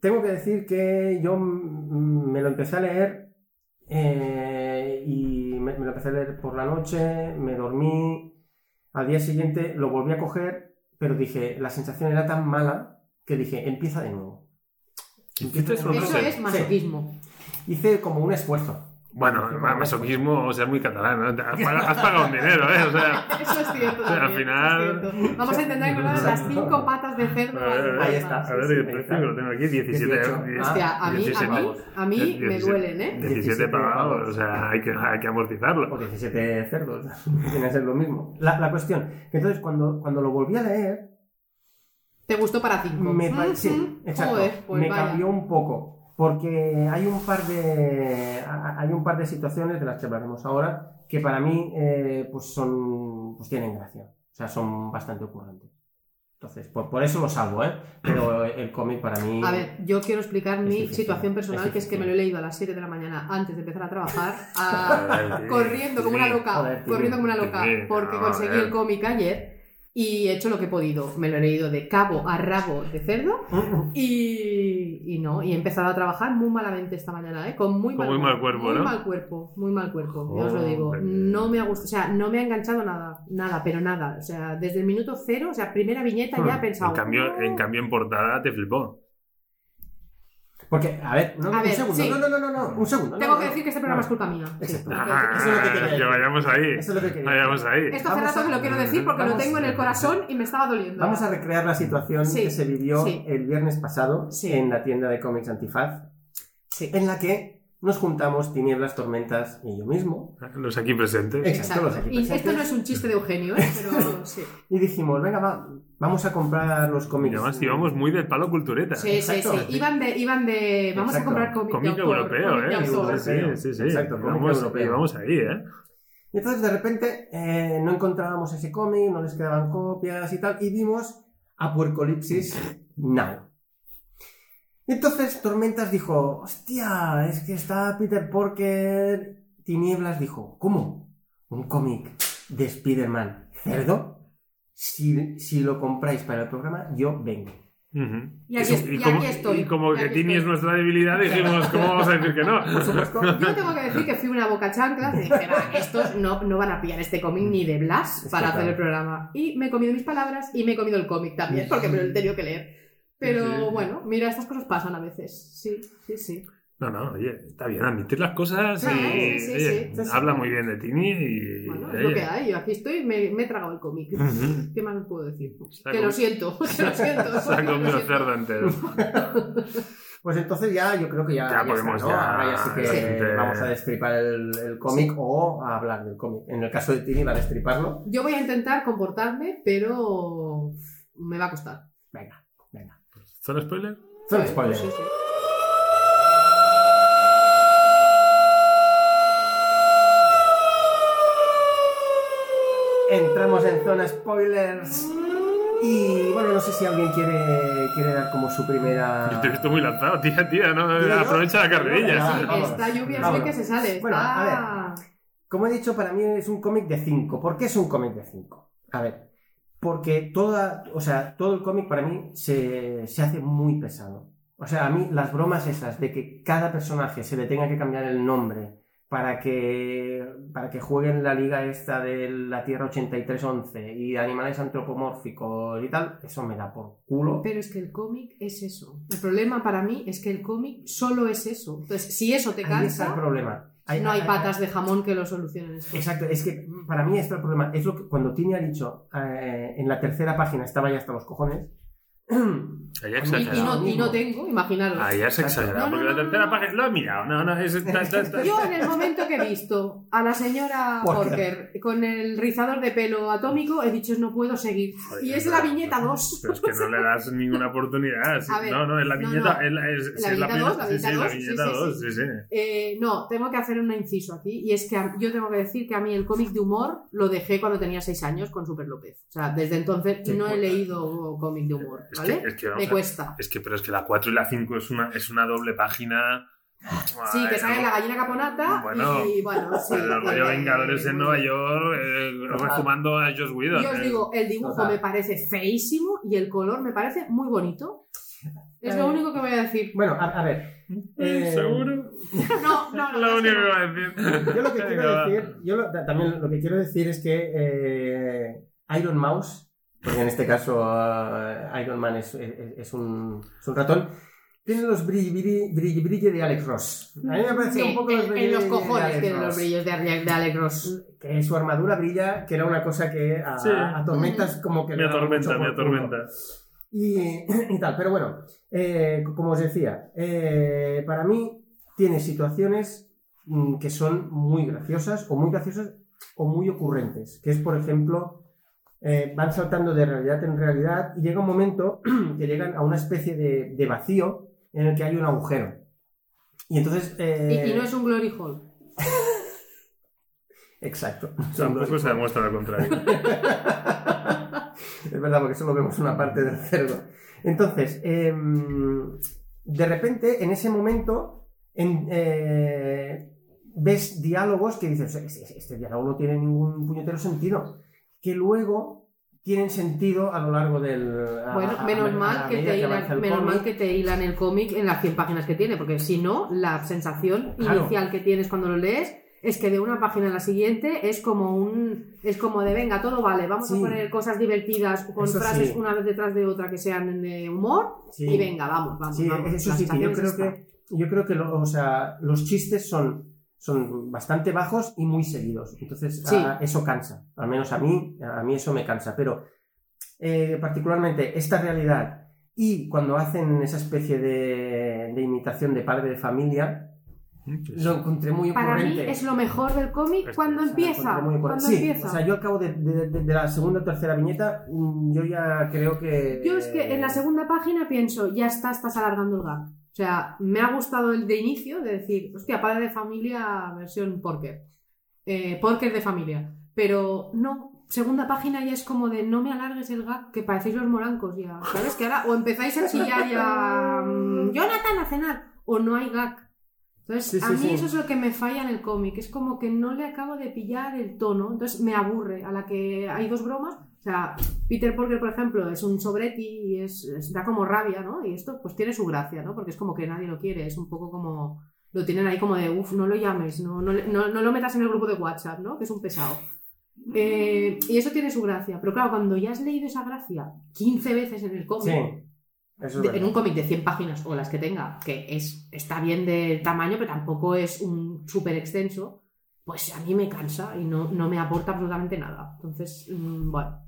tengo que decir que yo mm, me lo empecé a leer eh, y me, me lo empecé a leer por la noche, me dormí, al día siguiente lo volví a coger, pero dije, la sensación era tan mala que dije, empieza de nuevo. Hiciste Empieza de No, no Eso nuevo. sé. es masoquismo. Hice como un esfuerzo. Bueno, Hice como un masoquismo, o sea, es muy catalán. ¿no? Has pagado- has pagado un dinero, ¿eh? O sea, Eso es cierto. O sea, al también, final- eso es cierto. Vamos a intentar encontrar las cinco patas de cerdo. A ver, ahí está. a ver, Sí, sí, el ahí precio está. que lo tengo aquí, 17 18. euros. Hostia, a mí, a 17 mí, ¿eh? pavos. a mí me 17. duelen, ¿eh? 17 pavos, o sea, hay que, hay que amortizarlo. o 17 cerdos, viene a ser lo mismo. La, la cuestión, que entonces cuando, cuando lo volví a leer, Te gustó para cinco. Me Mm, pa- sí, mm, exacto. Joder, pues me vaya. cambió un poco. Porque hay un par de. ha- hay un par de situaciones de las que hablaremos ahora que para mí eh, pues son. pues tienen gracia. O sea, son bastante ocurrentes. Entonces, por, por eso lo salvo, ¿eh? Pero el cómic para mí. A ver, yo quiero explicar mi difícil, situación personal, es que es que me difícil. lo he leído a las 7 de la mañana antes de empezar a trabajar, a- Joder, corriendo como una sí. loca, Joder, tío. corriendo como una loca, Sí, porque no, conseguí joder. el cómic ayer y he hecho lo que he podido. Me lo he leído de cabo a rabo de cerdo y, y no, y he empezado a trabajar muy malamente esta mañana, ¿eh? con muy Con mal, muy mal cuerpo, muy ¿no? mal cuerpo, muy mal cuerpo, ya os lo digo. Joder. No me ha gustado, o sea, no me ha enganchado nada, nada, pero nada. O sea, desde el minuto cero, o sea, primera viñeta ya he pensado. Hmm. En cambio, "No". en cambio, en portada te flipó. Porque, a ver, no, no, A ver, un segundo. sí. No, no, no, no, no, un segundo. no, Tengo no, que no. decir que este programa es No. culpa mía. sí. Exacto. Eso es lo que quería Ah, que decir. vayamos ahí. Eso es lo que quería Vayamos decir. ahí. Esto hace Vamos rato a- que lo quiero decir porque lo vamos- tengo en el corazón y me estaba doliendo. Vamos a recrear la situación Sí, que se vivió sí. el viernes pasado Sí. en la tienda de cómics Antifaz, Sí. en la que nos juntamos Tinieblas, Tormentas y yo mismo. Los aquí presentes. Exacto, los aquí Y esto presentes. no es un chiste de Eugenio, ¿eh? pero sí. Y dijimos, venga, va, vamos a comprar los Y cómics. además íbamos muy del palo cultureta. Sí, sí, sí. Exacto. Iban de. Iban de vamos Exacto. a comprar cómic, Cómic de autor, europeo, cómic de ¿eh? autor. Sí, sí, sí, sí. Exacto, cómic Vamos- europeo. y vamos ahí, ¿eh? Y entonces de repente eh, no encontrábamos ese cómic, no les quedaban copias y tal, y vimos Apuercolipsis Now. Y entonces Tormentas dijo, hostia, es que está Peter Porker. Tinieblas dijo, ¿cómo? ¿Un cómic de Spider-Man cerdo? Si, si lo compráis para el programa, yo vengo. Ujú. Y aquí, y como, aquí estoy. y como y que aquí Tini es estoy. nuestra debilidad, dijimos, ¿cómo vamos a decir que no? Por supuesto, Yo tengo que decir que fui una boca chancla y dije, va, estos no, no van a pillar este cómic ni de Blas para Exacto. hacer el programa. Y me he comido mis palabras y me he comido el cómic también, porque me lo he tenido que leer. Sí, sí. Pero bueno, mira, estas cosas pasan a veces. Sí, sí, sí. No, no, oye, está bien admitir las cosas Claro, y sí, sí, oye, sí. habla muy bien de Tini y Bueno, es oye. lo que hay. Yo aquí estoy, me, me he tragado el cómic. Ujú. ¿Qué más puedo decir? Se ha que comido- lo siento, que lo siento. se ha comido Lo siento. cerdo entero. Pues entonces ya yo creo que ya, Ya ya está, podemos ¿no? ya, Ahora ya sí que sí. vamos a destripar el, el cómic o a hablar del cómic. En el caso de Tini va a destriparlo. Yo voy a intentar comportarme, pero me va a costar. Venga, venga. ¿Son spoiler? Son spoilers. Sí, sí. Entramos en zona spoilers. Y bueno, no sé si alguien quiere, quiere dar como su primera. Yo te he visto muy lanzado, tía, tía, no, Digo yo. aprovecha la carrerilla. Ah, Sí, vámonos. esta lluvia es Vámonos. que se sale. Ah. Bueno, está- a Como he dicho, para mí es un cómic de 5. ¿Por qué es un cómic de 5? A ver, porque toda, o sea, todo el cómic para mí se, se hace muy pesado. O sea, a mí las bromas esas de que cada personaje se le tenga que cambiar el nombre para que, para que jueguen la liga esta de la Tierra 8311 y animales antropomórficos y tal, eso me da por culo. Pero es que el cómic es eso. El problema para mí es que el cómic solo es eso. Entonces, si eso te Ahí está el cansa, problema. Ahí- no hay ahí- patas de jamón que lo solucionen. esto. Exacto, es que para mí está el problema. Es lo que cuando Tini ha dicho eh, en la tercera página estaba ya hasta los cojones. Ahí ha A mí- Y, y exagerado. no, uh. y no tengo, imaginaros. Ahí has exagerado. No, no, Porque la no, tercera no. página. Lo he mirado. No, no, es. ta- ta- ta- Yo en el momento que he visto a la señora Porker. Porker con el rizador de pelo atómico, he dicho no puedo seguir. Joder, Y no, es la no, viñeta no. 2. Pero es que no le das ninguna oportunidad. sí. A ver, no, no, es la no, viñeta. no. es la- es- La sí, es viñeta primera- dos, la sí, sí, viñeta la dos, sí, viñeta sí, sí. 2, sí, sí. Eh, no, tengo que hacer un inciso aquí. Y es que a- yo tengo que decir que a mí el cómic de humor lo dejé cuando tenía 6 años con Super López. O sea, desde entonces Sí, no he pues, leído cómic de humor, Es ¿vale? que, es que vamos a- Me cuesta. Es que, pero es que la 4 y la 5 es una, es una doble página. Sí, que Ay, sale no. la gallina caponata Bueno, y bueno, sí. Pero rollo eh, Vengadores en Nueva York, eh, refumando a Josh Whedon. Yo os eh. digo, el dibujo Total. me parece feísimo y el color me parece muy bonito. Es lo Eh. único que voy a decir. Bueno, a, a ver. Eh, eh, Seguro. No, no, no. Lo es que único que no. Yo iba a decir. lo que Venga, va. quiero decir, yo lo- ta- también lo que quiero decir es que eh, Iron Mouse, porque en este caso eh, Iron Man es, es- es un, es un ratón, tiene los brilli brilli, brilli- brilli de Alex Ross. A mí me parece Sí, un poco los en, brilli en los brilli de cojones Alex tienen Ross. los brillos de, Ariel- de Alex Ross. que su armadura brilla, que era una cosa que a, Sí. a tormentas como que... Me le daba atormenta, mucho me por culo. atormenta. Y, y tal, pero bueno, eh, como os decía, eh, para mí tiene situaciones mm, que son muy graciosas o muy graciosas o muy ocurrentes, que es por ejemplo, eh, van saltando de realidad en realidad y llega un momento que llegan a una especie de, de vacío en el que hay un agujero. Y entonces... Y, eh, y no es un glory hall. Exacto. Tampoco se demuestra lo contrario. es verdad, porque solo vemos una parte del cerdo. Entonces, em, de repente, en ese momento, en, eh, ves diálogos que dices, "Es- es- este diálogo no tiene ningún puñetero sentido, que luego tienen sentido a lo largo del... a- Bueno, a- menos, a- a mal, que medida te avanza hilan, el menos cómic. mal que te hilan el cómic en las 100 páginas que tiene, porque si no, la sensación Claro. inicial que tienes cuando lo lees es que de una página a la siguiente es como un es como de venga todo vale vamos Sí. a poner cosas divertidas con Eso frases sí. una vez detrás de otra que sean de humor Sí. y venga vamos vamos, Sí, vamos. eso La sí, que yo sensación creo es esta. que, yo creo que lo- o sea, los chistes son, son bastante bajos y muy seguidos. Entonces, Sí. ah, eso cansa. Al menos a mí, a mí eso me cansa. Pero eh, particularmente esta realidad y cuando hacen esa especie de, de imitación de padre de familia, lo encontré muy para mí ocurrente. es lo mejor del cómic Este, cuando o O sea, lo empieza encontré pues muy ocurrente. cuando sí, empieza O sea, yo al cabo de, de- de- de la segunda o tercera viñeta, mm, yo ya creo que. Yo es que en Eh, la segunda página pienso, ya está, estás alargando el gag. O sea, me ha gustado el de inicio, de decir, hostia, padre de familia, versión porker. Eh, porker de familia. Pero no, segunda página ya es como de no me alargues el gag, que parecéis los morancos ya. ¿Sabes? Que ahora o empezáis a chillar ya, mm, Jonathan a cenar, o no hay gag. Sí, Entonces, a sí, mí sí. eso es lo que me falla en el cómic. Es como que no le acabo de pillar el tono. Entonces, me aburre. A la que hay dos bromas, o sea, Peter Parker, por ejemplo, es un sobreti y es, es- da como rabia, ¿no? Y esto pues tiene su gracia, ¿no? Porque es como que nadie lo quiere, es un poco como... Lo tienen ahí como de, uff, no lo llames, no, no, le- no- no lo metas en el grupo de WhatsApp, ¿no? Que es un pesado. Eh, y eso tiene su gracia, pero claro, cuando ya has leído esa gracia 15 veces en el cómic, Sí. Eso es de- verdad. en un cómic de 100 páginas o las que tenga, que es, está bien de tamaño, pero tampoco es un súper extenso, pues a mí me cansa y no, no me aporta absolutamente nada. Entonces, mm, bueno.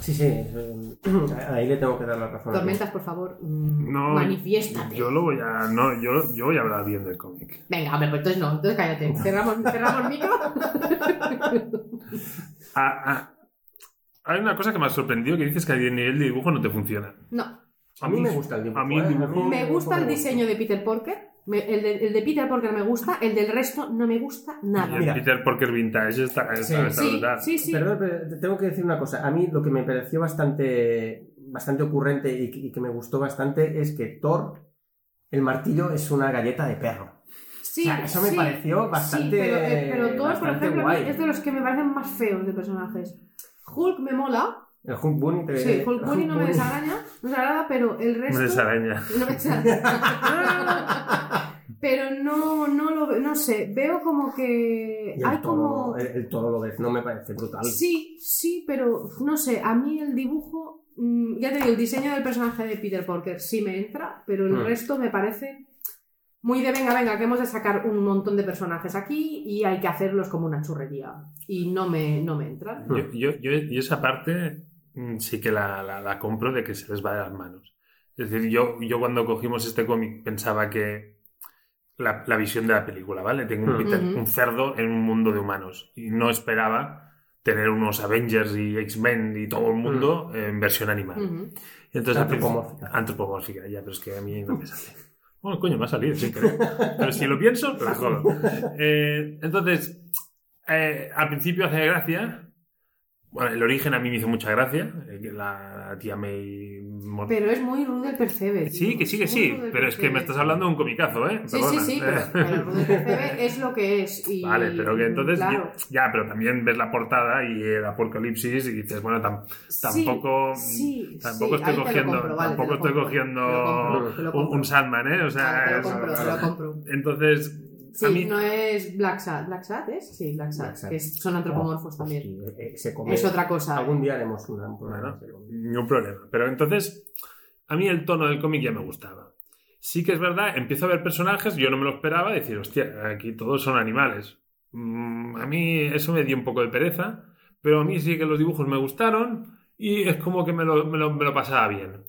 Sí, sí, eh, ahí le tengo que dar la razón. Tormentas, por favor, mm, No, manifiéstate. Yo lo voy a. No, yo, yo voy a hablar bien del cómic. Venga, hombre, pues entonces no, entonces cállate. Cerramos, cerramos micro. Ah, ah, hay una cosa que me ha sorprendido que dices que a nivel de dibujo no te funciona. No, A mí me gusta el dibujo. A mí el ¿eh? dibujo. A mí me gusta el me diseño de Peter Porker. me- el, de, el de Peter Porker me gusta, el del resto no me gusta Y el nada. Mira. Peter Porker Vintage está, está, está Sí, brutal. sí, sí. Perdón, pero te tengo que decir una cosa. A mí lo que me pareció bastante, bastante ocurrente y, que- y que me gustó bastante es que Thor, el martillo, es una galleta de perro. Sí, O sea, eso me sí, pareció sí, bastante- pero, eh, pero todos, por bastante ejemplo, a mí guay. es de los que me parecen más feos de personajes. Hulk me mola. El Hulk Bunny te... Sí, Hulk Bunny no me Bunny. desagrada, no desagrada, pero el No resto. les araña. No me desagrada. Pero no, no lo ve- no sé, veo como que Y el hay toro, como. El, el toro lo ves, no me parece brutal. Sí, sí, pero no sé, a mí el dibujo, mm, ya te digo, el diseño del personaje de Peter Parker sí me entra, pero el Hmm. Mm. resto me parece muy de venga, venga, que hemos de sacar un montón de personajes aquí y hay que hacerlos como una churrería. Y no me, no me entran. Yo, yo- yo- yo esa parte mm, sí que la, la- la compro de que se les va de las manos. Es decir, yo, yo cuando cogimos este cómic pensaba que la, la visión de la película, ¿vale? Tengo un, Mm. Peter- Ujú. un cerdo en un mundo de humanos y no esperaba tener unos Avengers y X-Men y todo el mundo en versión animal. Ujú. Y Entonces, al principio- Antropomórfica. Antropomórfica, ya, pero es que a mí no me sale. Bueno, coño, me ha salido sin querer. Pero si lo pienso, la jodo. Eh, entonces, eh, al principio hace gracia. Bueno, el origen a mí me hizo mucha gracia. eh, que la tía May. mor- Pero es muy rude el percebe. Sí, tío, que sí, que es sí. muy Rude el Pero es que Percebe. me estás hablando de un comicazo, ¿eh? Sí, sí, Perdona. sí, pero, pero el rude el percebe es lo que es. y- Vale, pero que entonces. claro. yo- ya, pero también ves la portada y el apocalipsis y dices, bueno, tam- Sí, tampoco. sí, tampoco sí, estoy ahí te lo cogiendo- compro, vale, te tampoco lo estoy compro, cogiendo te lo compro, te lo un, compro. un Sandman, ¿eh? O sea, Vale, te lo es- compro, te lo compro. Entonces, Sí, a mí, no es Black Sat. ¿Black Sat es? Sí, Black Sat. Black Sat. que es- son antropomorfos también. Sí, eh, se come- Es otra cosa. Algún día haremos una. un programa. Bueno, ningún problema. Pero entonces, a mí el tono del cómic ya me gustaba. Sí que es verdad, empiezo a ver personajes, yo no me lo esperaba, decir, hostia, aquí todos son animales. Mm, a mí eso me dio un poco de pereza, pero a mí sí que los dibujos me gustaron y es como que me lo, me lo- me lo pasaba bien.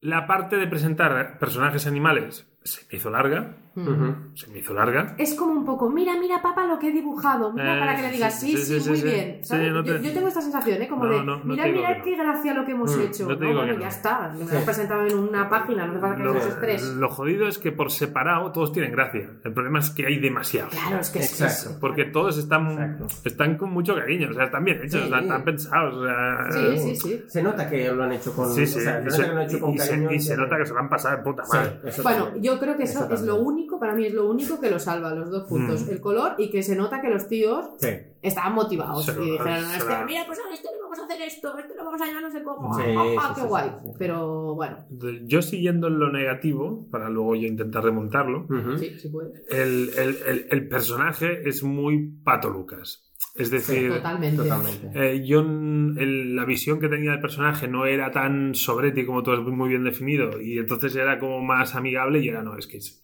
La parte de presentar personajes animales se me hizo larga, Mm. Ujú. se me hizo larga, Es como un poco, mira, mira, papá, lo que he dibujado. Mira, Eh, para que le digas, sí, sí, muy sí. bien. Sí, ¿sabes? no yo, te- yo tengo esta sensación, ¿eh? Como No, de, no, no te mira, digo mira que no. qué gracia lo que hemos Mm, hecho. no te digo bueno, que ya no. está. Lo Sí. has presentado en una página, no hace falta que Lo, nos estrés. lo jodido es que por separado todos tienen gracia. El problema es que hay demasiado. Claro, es que es- Exacto, es- Porque todos están, Exacto. están con mucho cariño, o sea, están bien hechos, Sí. están, están pensados. o sea, Sí, sí, sí. Se nota que lo han hecho con. Sí, sí. o sea, se Y nota que lo han se- hecho con y se- cariño y se nota que se lo han pasado de puta Sí, madre. eso Bueno, también. yo creo que eso, Eso es lo también. único, para mí es lo único que lo salva, los dos puntos. Mm. El color y que se nota que los tíos Sí. estaban motivados Se lo- y dijeron, se este, lo- mira, pues a esto le vamos a hacer esto, esto lo vamos a llevar no sé cómo, Sí, ah, ah, ah, sí, qué sí, guay. sí, sí. Pero bueno, Yo siguiendo en lo negativo, para luego yo intentar remontarlo, Ujú. sí, sí puede. el, el- el- el personaje es muy Pato Lucas. Es decir, Totalmente. Totalmente. Eh, yo n- el- la visión que tenía del personaje no era tan sobrete y como todo es muy bien definido y entonces era como más amigable y era no, es que es-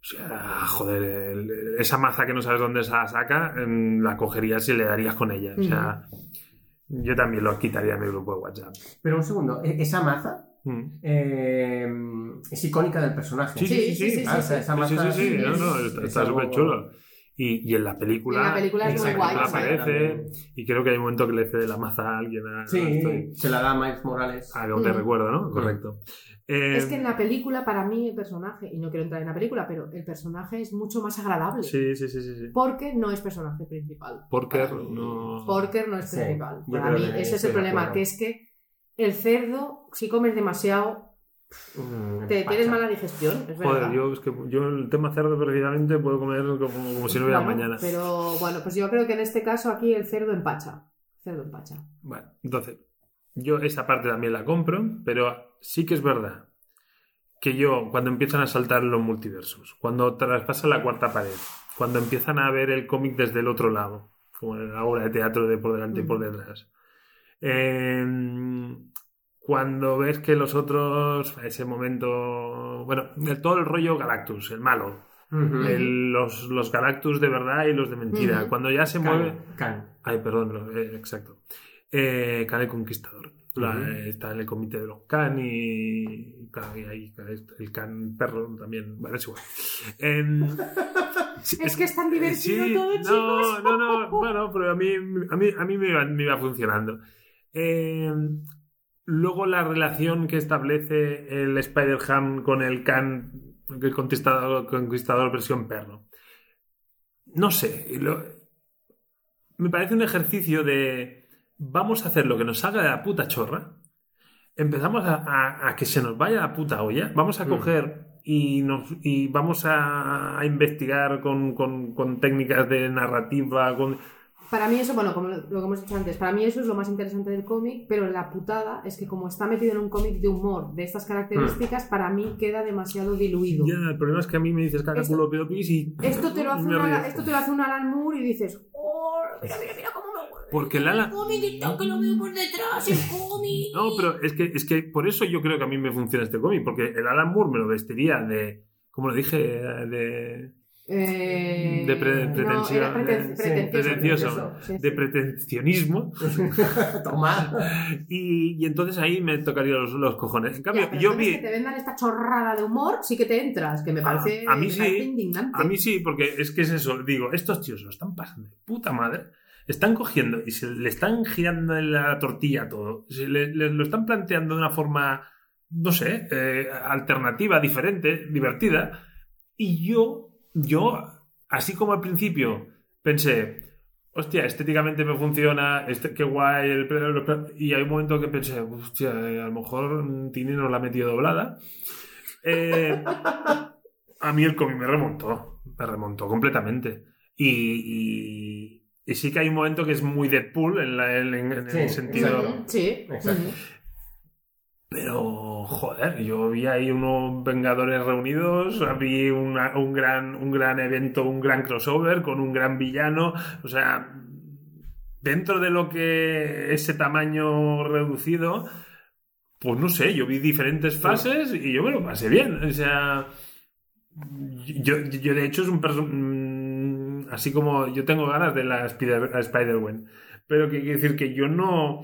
o sea, joder, el- esa maza que no sabes dónde se la saca, em, la cogerías y le darías con ella. O sea, yo también lo quitaría de mi grupo de WhatsApp. Pero un segundo, e- esa maza Mm. eh, es icónica del personaje. Sí, sí, sí, sí, sí, Ah, o sea, esa Sí, maza sí, sí, es- no, no, está- es está algo- súper chulo. Y, y en la película, En la película es en muy la guay, película sí. aparece y creo que hay un momento que le cede la maza a alguien. a- Sí, se la da a Miles Morales. Ah, no te Mm. recuerdo, ¿no? Mm. Correcto. Es Eh, que en la película, para mí, el personaje, y no quiero entrar en la película, pero el personaje es mucho más agradable. Sí, sí, sí, sí. sí. Porque no es personaje principal. Porker Para mí- no. Porker no es Sí, principal. yo Para creo mí, que ese es estoy el de problema, acuerdo. que es que el cerdo, si comes demasiado, Mm, te pacha. tienes mala digestión. Es verdad. Joder, yo, es que yo el tema cerdo precisamente puedo comer como, como Pues si no hubiera Bueno, mañana. Pero bueno, pues yo creo que en este caso aquí el cerdo empacha. Cerdo empacha. Bueno, entonces, yo esa parte también la compro, pero sí que es verdad que yo, cuando empiezan a saltar los multiversos, cuando traspasan la cuarta pared, cuando empiezan a ver el cómic desde el otro lado, como en la obra de teatro de por delante y por Ujú. detrás, eh, cuando ves que los otros, a ese momento, bueno, el- todo el rollo Galactus, el malo, Ujú. el- los, los Galactus de verdad y los de mentira, Ujú. cuando ya se mueve... Can, Can. Ay, perdón, no, eh, exacto. Eh, Khan el Conquistador. La- Ujú. eh, Está en el comité de los Khan y, y claro, y ahí el Khan perro también. Vale, es igual. Em, sí, eh, Es que es tan divertido sí, todo, no, chicos. No, no, bueno, pero a mí, a mí, a mí me, iba, me iba funcionando. Em, luego la relación que establece el Spider-Ham con el Khan, el conquistador, conquistador versión perro. No sé, lo- me parece un ejercicio de vamos a hacer lo que nos salga de la puta chorra, empezamos a, a- a que se nos vaya la puta olla, vamos a Mm. coger y, nos, y vamos a, a investigar con, con- con técnicas de narrativa, con... Para mí eso, bueno, como lo, lo que hemos dicho antes, para mí eso es lo más interesante del cómic, pero la putada es que como está metido en un cómic de humor de estas características, para mí queda demasiado diluido. Hmm. Ya, el problema es que a mí me dices caraculo piopis y. Esto te lo hace, me una- río. esto te lo hace un Alan Moore y dices, "Oh, mira, mira, mira cómo me mueve". Porque Lala. Comiquito que lo veo por detrás, el cómic. No, pero es que, es que por eso yo creo que a mí me funciona este cómic, porque el Alan Moore me lo vestiría de. Como lo dije, de. Eh, De pre- no, pretensión- era preten- eh, sí, pretencioso. pretencioso. Sí, sí. de pretencionismo. Toma. Y, y entonces ahí me tocaría los, los cojones. En cambio, Ya, pero yo entonces vi. que te vendan esta chorrada de humor, sí que te entras, que me Ah, parece, a mí me sí. parece indignante. A mí sí, porque es que es eso. Digo, estos tíos lo están pasando de puta madre. Están cogiendo y se le están girando en la tortilla todo. Se le, le- lo están planteando de una forma, no sé, eh, alternativa, diferente, divertida. Y yo, yo, así como al principio pensé, hostia, estéticamente me funciona, este, qué guay, el, pre- los pre- y hay un momento que pensé, hostia, eh, a lo mejor mm, Tini no la ha metido doblada. Eh, a mí el cómic me remontó, me remontó completamente. Y, y- y sí que hay un momento que es muy Deadpool en, la- en- en- en Sí, el Sí, sentido... exacto. sí. Exacto. Ujú. Pero, joder, yo vi ahí unos Vengadores reunidos, vi una- un, gran, un gran evento, un gran crossover con un gran villano. O sea, dentro de lo que ese tamaño reducido, pues no sé, yo vi diferentes fases y yo me lo pasé bien. O sea, yo, yo de hecho es un personaje. Así como yo tengo ganas de la Spider- Spider-Man. Pero que quiere decir que yo no.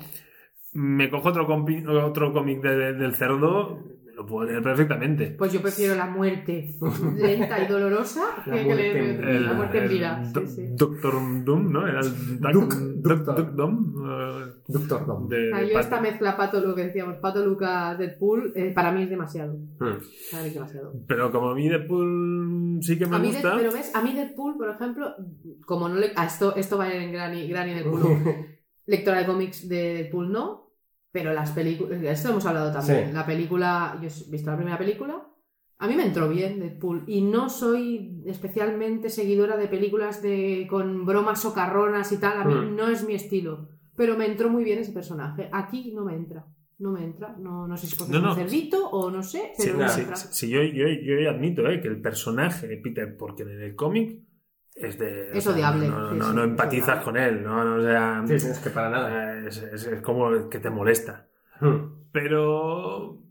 Me cojo otro, compi- otro cómic de- de- del cerdo, lo puedo leer perfectamente. Pues yo prefiero la muerte lenta y dolorosa que La muerte en vida. la muerte en el vida. Do- Ah, Sí, sí. Doctor Doom, ¿no? Era el Doc- Duc- Doc- Doctor. Doc Doom. eh, Doctor Dom. de- Ah, de yo esta Pat- mezcla Pato lo que decíamos, Pato Lucas Deadpool, eh, para mí es demasiado. Hmm. Para mí es demasiado. Pero como a mí Deadpool sí que me A mí gusta. Dead- pero ves, a mí Deadpool, por ejemplo, como no le. ah, esto, esto va a ir en Granny, Granny Deadpool. no. Lectora de cómics de Deadpool no, pero las películas. Esto hemos hablado también. Sí. La película. Yo he visto la primera película. A mí me entró bien Deadpool. Y no soy especialmente seguidora de películas de con bromas socarronas y tal. A mí Mm. no es mi estilo. Pero me entró muy bien ese personaje. Aquí no me entra. No me entra. No, no sé si porque No, es no. un cerdito o no sé, Sí, pero no me sí, entra. sí, sí, yo, yo, yo admito eh, que el personaje de Peter Porker en el cómic es de. Es o sea, odiable, No, no, sí, no- sí, no es empatizas odiable. con él, no, no, o sea, Sí, sí, es que para nada. es, es- es como que te molesta. Hmm. Pero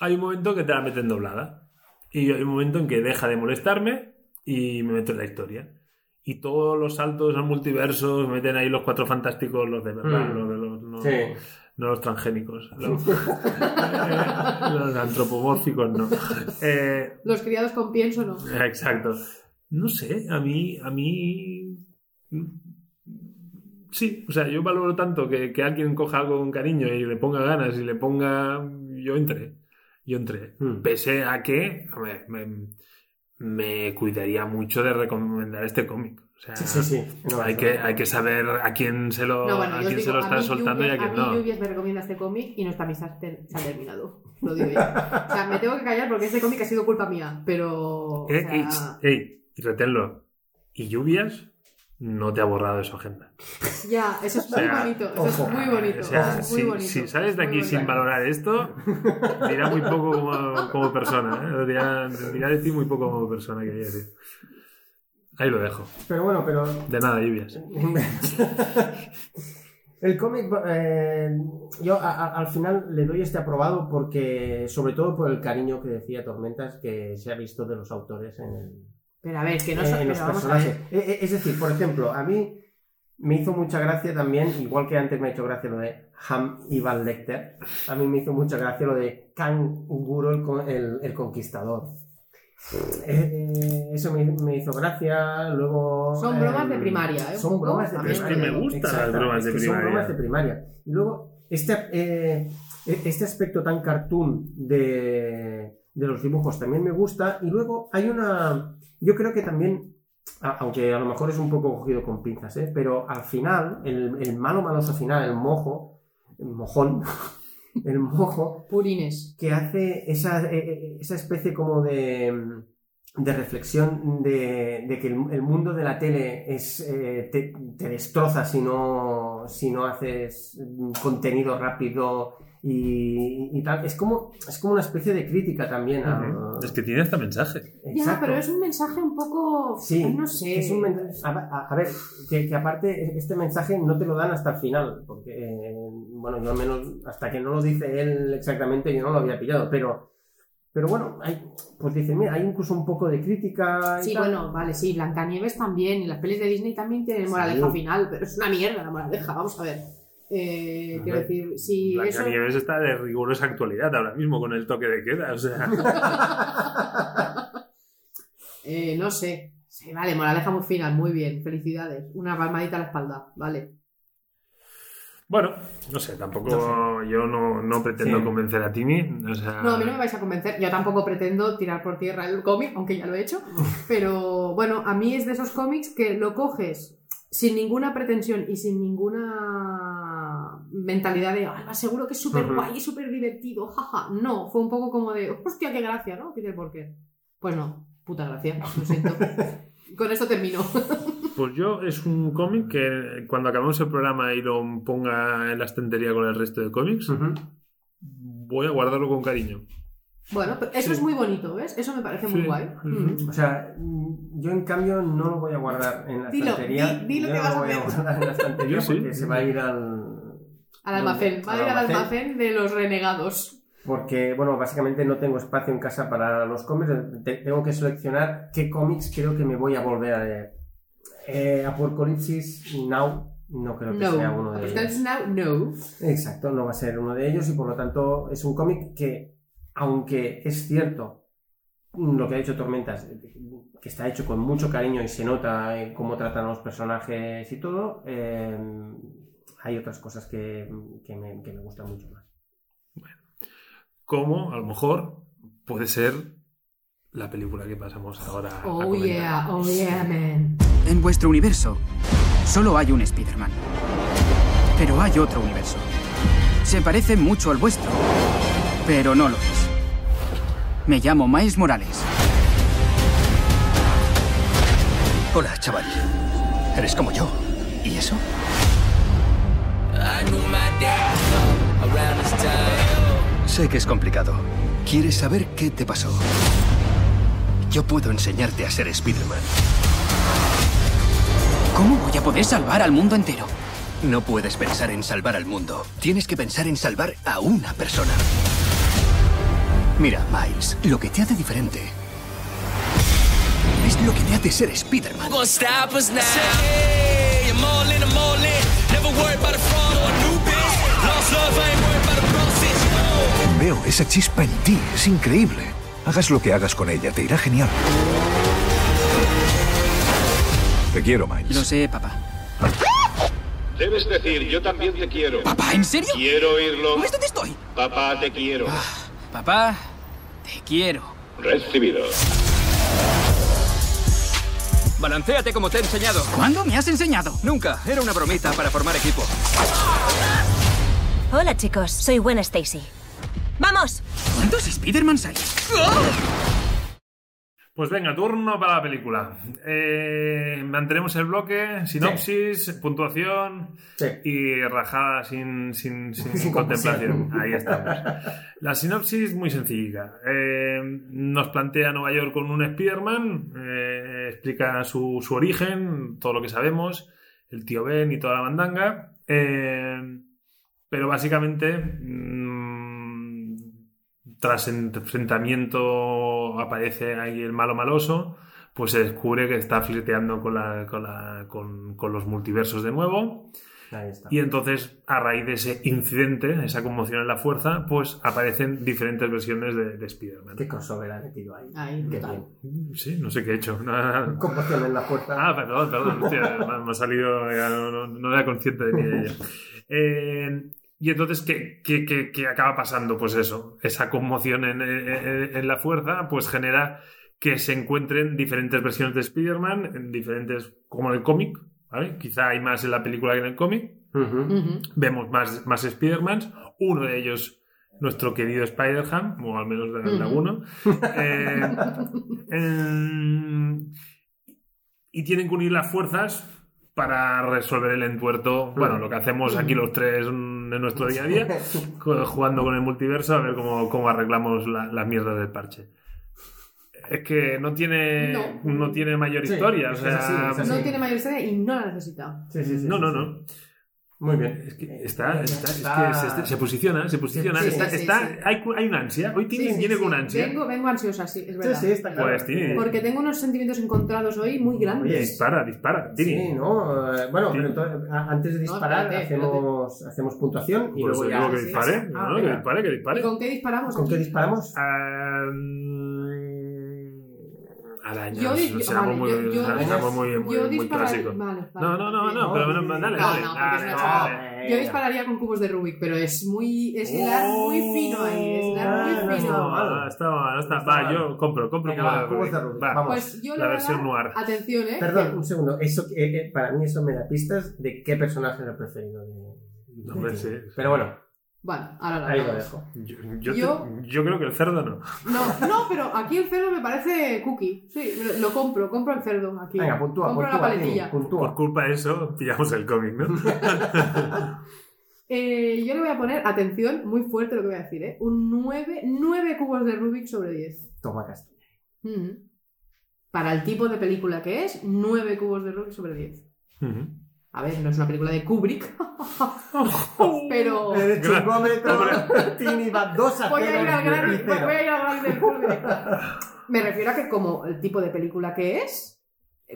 hay un momento que te la meten doblada. Y hay un momento en que deja de molestarme y me meto en la historia. Y todos los saltos al multiverso, me meten ahí los cuatro fantásticos, los de verdad, Mm. los de los. no- Sí. no los transgénicos. Los, eh, los antropomórficos no. Eh, Los criados con pienso no. exacto. No sé, a mí. A mí. Sí, o sea, yo valoro tanto que, que alguien coja algo con cariño y le ponga ganas y le ponga. Yo entré. Yo entré. Hmm. Pese a que a ver, me, me cuidaría mucho de recomendar este cómic. O sea, Sí, sí, sí. No, hay, no. que, hay que saber a quién se lo, No, bueno, a yo os quién se digo, lo a están mí soltando y a Lluvias- quién a no. mí Lluvias me recomienda este cómic y nuestra amistad te- se ha terminado. Lo digo yo. O sea, me tengo que callar porque este cómic ha sido culpa mía, pero... o Eh, sea, eh, ch, ey, y reténlo. Y lluvias no te ha borrado de su agenda. ya, eso es O sea, muy bonito. Eso ojo. es muy bonito. O sea, eso es muy si, bonito, si sales de muy aquí sin bonito. valorar esto, dirá muy poco como, como persona. ¿eh? Dirá, dirá de ti muy poco como persona, quería decir. Ahí lo dejo. Pero bueno, pero. De nada, lluvias. El cómic, eh, yo a- a- al final le doy este aprobado porque, sobre todo por el cariño que decía Tormentas, que se ha visto de los autores en, el- Pero a ver, que no... Eh, en so- pero los vamos a personajes. ver. Eh, eh, Es decir, por ejemplo, a mí me hizo mucha gracia también, igual que antes me ha hecho gracia lo de Ham y Van Lecter, a mí me hizo mucha gracia lo de Kanguro el, con- el- el Conquistador. Eh, eh, eso me, me hizo gracia, luego... Son eh, bromas de primaria, ¿eh? Un Son poco, bromas de también primaria. te digo. Es que me gustan las Exacto, bromas es de que son primaria. bromas de primaria. Y luego, este, eh, este aspecto tan cartoon de, de los dibujos también me gusta. Y luego hay una. Yo creo que también. a- Aunque a lo mejor es un poco cogido con pinzas, ¿eh? pero al final, el, el malo maloso final, el mojo, el mojón, el mojo, Purines. e, que hace esa, eh, eh, esa especie como de, mm, de reflexión de, de que el, el mundo de la tele es, eh, te, te destroza si no, si no haces mm, contenido rápido y, y tal. Es como, es como una especie de crítica también a... Ujú. Es que tiene este mensaje. Ya, Exacto. pero es un mensaje un poco. Sí, no sé. es un men- a, a- a ver, que, que aparte este mensaje no te lo dan hasta el final, porque, eh, bueno, yo al menos hasta que no lo dice él exactamente yo no lo había pillado, pero, pero bueno, hay, pues dicen, mira, hay incluso un poco de crítica. y Sí, tal. bueno, vale, sí, Blancanieves también, y las pelis de Disney también tienen Sí. moraleja final, pero es una mierda la moraleja, vamos a ver. Eh, A quiero ver, decir, si eso. Blancanieves está de rigurosa actualidad ahora mismo con el toque de queda. O sea, eh, no sé. Sí, vale, moraleja muy final, muy bien, felicidades. Una palmadita a la espalda, vale. bueno, no sé, tampoco yo no, no pretendo Sí. convencer a Timmy. O sea, No, a mí Ah. no me vais a convencer, yo tampoco pretendo tirar por tierra el cómic, aunque ya lo he hecho, pero bueno, a mí es de esos cómics que lo coges sin ninguna pretensión y sin ninguna mentalidad de, ah, seguro que es súper guay y súper divertido, jaja. No, fue un poco como de, hostia, qué gracia, ¿no? Peter Parker. Pues no, puta gracia, lo siento. Con esto termino. Pues yo es un cómic que cuando acabemos el programa y lo ponga en la estantería con el resto de cómics, Ujú. voy a guardarlo con cariño. Bueno, pero eso es muy bonito, ¿ves? Eso me parece muy Sí. guay. Mm. O sea, mm, yo en cambio no lo voy a guardar en la Dilo, estantería. di- di lo Yo que no vas a voy a hacer. guardar en la estantería Yo sí. porque se va a ir al... Al almacén, va a ir al Al almacén de los renegados. Porque, bueno, básicamente no tengo espacio en casa para los cómics. Te- tengo que seleccionar qué cómics creo que me voy a volver a leer. Eh, Apocalipsis Now no creo que sea No, uno de ellos. Apocalypse Now, no. Exacto, no va a ser uno de ellos y por lo tanto es un cómic que, aunque es cierto lo que ha hecho Tormentas, que está hecho con mucho cariño y se nota en cómo tratan a los personajes y todo, eh, hay otras cosas que, que me, que me gustan mucho más. Como a lo mejor puede ser la película que pasamos ahora. a Oh comentar. yeah, oh yeah, man. En vuestro universo solo hay un Spider-Man. Pero hay otro universo. Se parece mucho al vuestro, pero no lo es. Me llamo Miles Morales. Hola, chaval. Eres como yo. ¿Y eso? Sé que es complicado. ¿Quieres saber qué te pasó? Yo puedo enseñarte a ser Spider-Man. ¿Cómo voy a poder salvar al mundo entero? No puedes pensar en salvar al mundo. Tienes que pensar en salvar a una persona. Mira, Miles, lo que te hace diferente es lo que te hace ser Spider-Man. gonna stop us now. Say, I'm all in, I'm all in. Never worried about a fraud or a new bitch. Lost love, I ain't worried about a process. Veo esa chispa en ti, es increíble. Hagas lo que hagas con ella, te irá genial. Te quiero, Miles. Lo sé, papá. Debes decir, yo también te quiero. ¿Papá, en serio? Quiero oírlo. ¿Ves dónde estoy? Papá, te quiero. Papá, te quiero. Recibido. Balanceate como te he enseñado. ¿Cuándo me has enseñado? Nunca, era una bromita para formar equipo. Hola chicos, soy buena Stacy. ¡Vamos! ¿Cuántos Spider-Mans hay? Pues venga, turno para la película. Eh, mantenemos el bloque, sinopsis, puntuación Sí. y rajada sin, sin, sin Sin contemplación. compasión. Ahí estamos. La sinopsis muy sencilla. Eh, nos plantea Nueva York con un Spider-Man, eh, explica su, su origen, todo lo que sabemos, el tío Ben y toda la mandanga. Eh, pero básicamente, mm, tras enfrentamiento aparece ahí el malo maloso, pues se descubre que está flirteando con, la- con la- con- con los multiversos de nuevo. Ahí está. Y entonces, a raíz de ese incidente, esa conmoción en la fuerza, pues aparecen diferentes versiones de, de Spider-Man. ¿Qué crossover ha metido ahí? Ay, Qué total. bien. Sí, no sé qué he hecho. Nada, nada. Composición en la fuerza. Ah, perdón, perdón, hostia, me- me ha salido, ya no, no- no era consciente de mí de ello. Eh, y entonces, ¿qué, qué, qué- qué acaba pasando? Pues eso, esa conmoción en, en- en la fuerza, pues genera que se encuentren diferentes versiones de Spider-Man, en diferentes, como en el cómic, ¿vale? Quizá hay más en la película que en el cómic, Ujú. Ujú. vemos más, más Spider-Mans. Uno de ellos nuestro querido Spider-Ham, o al menos de, de Ujú. alguno. Eh, em, y tienen que unir las fuerzas para resolver el entuerto. Bueno, lo que hacemos aquí los tres mm, en nuestro día a día, co- jugando con el multiverso, a ver cómo, cómo arreglamos la- las mierdas del parche. Es que no tiene, no. No. tiene mayor Sí, historia. o es sea, así, es así. No tiene mayor historia y no la necesita. Sí, sí, sí. no, sí, no, sí. no. Muy bien. Eh, Es que está, está, es que se, está- se Sí, posiciona, se posiciona. Eh, Sí, está, sí, está- sí. Hay, cu- hay una ansia. Hoy tiene, Sí, sí, viene sí. con una ansia. Vengo, vengo ansiosa, sí, es verdad. sí, está claro. Pues, tío. Porque tengo unos sentimientos encontrados hoy muy Oye, grandes. Dispara, dispara. Tini. Sí, ¿no. Eh, Bueno, Sí. pero entonces, a- antes de disparar, espérate, hacemos, hacemos puntuación y Por eso luego ya. digo Pues que sí, dispare. sí. no, Ah, no, que venga. dispare, que ¿Y dispare. con qué disparamos? ¿Con qué aquí? disparamos? Ah, Arañas. Yo dis- o sea, algo vale, muy, yo- yo- algo muy, muy, yo muy disparar- clásico. vale, vale. no, no, no, no, No, pero no, bueno, dale, no, dale. no, porque dale, es dale. una chorrada. Yo dispararía con cubos de Rubik, pero es muy. Es Oh. hilar muy fino ahí, es hilar Ah, no muy está fino. mal. Ah, está mal, no está- No está Va, mal. yo compro, compro. Venga, como va, la juegos de Rubik, vamos. Pues yo La la, versión verdad- noir. Atención, eh. Perdón, que- un segundo. Eso, eh, eh, para mí eso me da pistas de qué personaje era el preferido. De... Hombre, sí. Pero bueno, Bueno, ahora la ahí lo vemos. dejo. Yo, yo te- Yo- yo creo que el cerdo no. No, no, pero aquí el cerdo me parece cookie. Sí, me lo, lo compro, compro el cerdo aquí. Venga, puntúa, compro la puntúa, Tini, paletilla. Por puntúa. culpa de eso, pillamos el cómic, ¿no? Eh, yo le voy a poner, atención, muy fuerte lo que voy a decir, ¿eh? Un 9, 9 cubos de Rubik sobre 10. Toma Castilla. Mm. Para el tipo de película que es, 9 cubos de Rubik sobre 10. A ver, no es una película de Kubrick, pero Eres Gra- chingómetro, Tini va dos a voy a ir cero, al gran, y cero. voy a ir al gran del Kubrick. Me refiero a que como el tipo de película que es,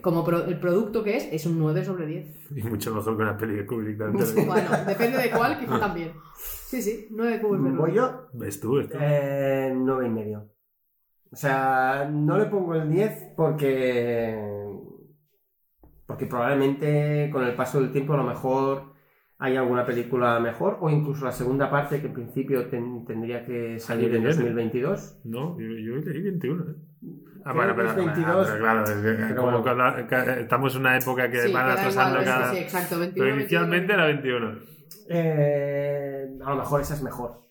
como pro- el producto que es, es un 9 sobre 10. Y mucho mejor que una peli de Kubrick. tanto. Bueno, depende de cuál, quizá también. Sí, sí, 9 cubos de Rubik. Voy yo, ¿Ves tú? ves tú? eh, nueve y medio. O sea, no le pongo el 10 porque. Porque probablemente con el paso del tiempo a lo mejor hay alguna película mejor o incluso la segunda parte que en principio ten- tendría que salir en viene. 2022. No, yo, yo leí 21. ¿eh? Ah, Creo bueno, que pero, es 22. pero claro, es que, Pero como bueno. que habla- que estamos en una época que Sí, van que da atrasando igual, cada. sí, sí, exacto, 21, pero inicialmente 22. era 21. Eh, a lo mejor esa es mejor.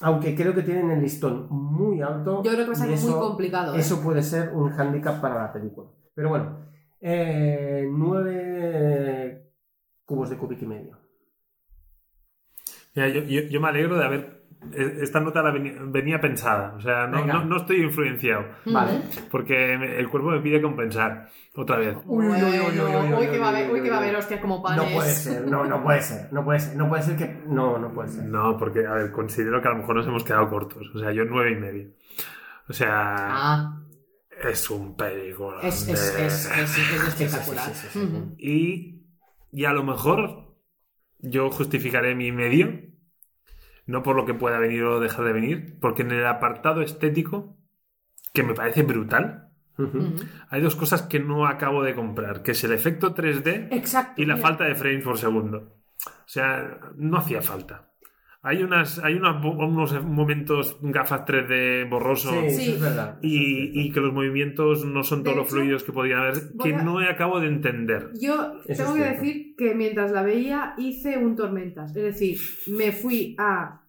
Aunque creo que tienen el listón muy alto. Yo creo que va a ser y muy eso- complicado. ¿eh? Eso puede ser un hándicap para la película. Pero bueno, eh, nueve cubos de cubic y medio. Mira, yo, yo, yo me alegro de haber. eh, Esta nota la venía, venía pensada. O sea, no, Venga. no, no estoy influenciado. Mm. Vale. Porque me- el cuerpo me pide compensar. Otra vez. Uy, uy, uy, uy, uy, uy, Bueno, uy, uy, que va a haber- uy, uy, que va a haber uy. hostias como No panes. puede ser, no, no puede ser, no puede ser, no puede ser que. No, no puede ser. No, porque, a ver, considero que a lo mejor nos hemos quedado cortos. O sea, yo nueve y medio. O sea, Ah, es un película. es, es, es, es, es espectacular. Sí, sí, sí, sí, sí. Ujú. Y, y a lo mejor yo justificaré mi medio, no por lo que pueda venir o dejar de venir, porque en el apartado estético, que me parece brutal, Ujú. Ujú. hay dos cosas que no acabo de comprar, que es el efecto 3D Exacto. y la mira. falta de frames por segundo. O sea, no hacía falta. Hay, unas, hay unas- unos momentos gafas 3D borrosos Sí, Sí. eso es verdad. y, y que los movimientos no son De todos los hecho, fluidos que podrían haber, voy que a- no acabo de entender. Yo Eso es tengo que cierto. decir que mientras la veía hice un tormentas. Es decir, me fui a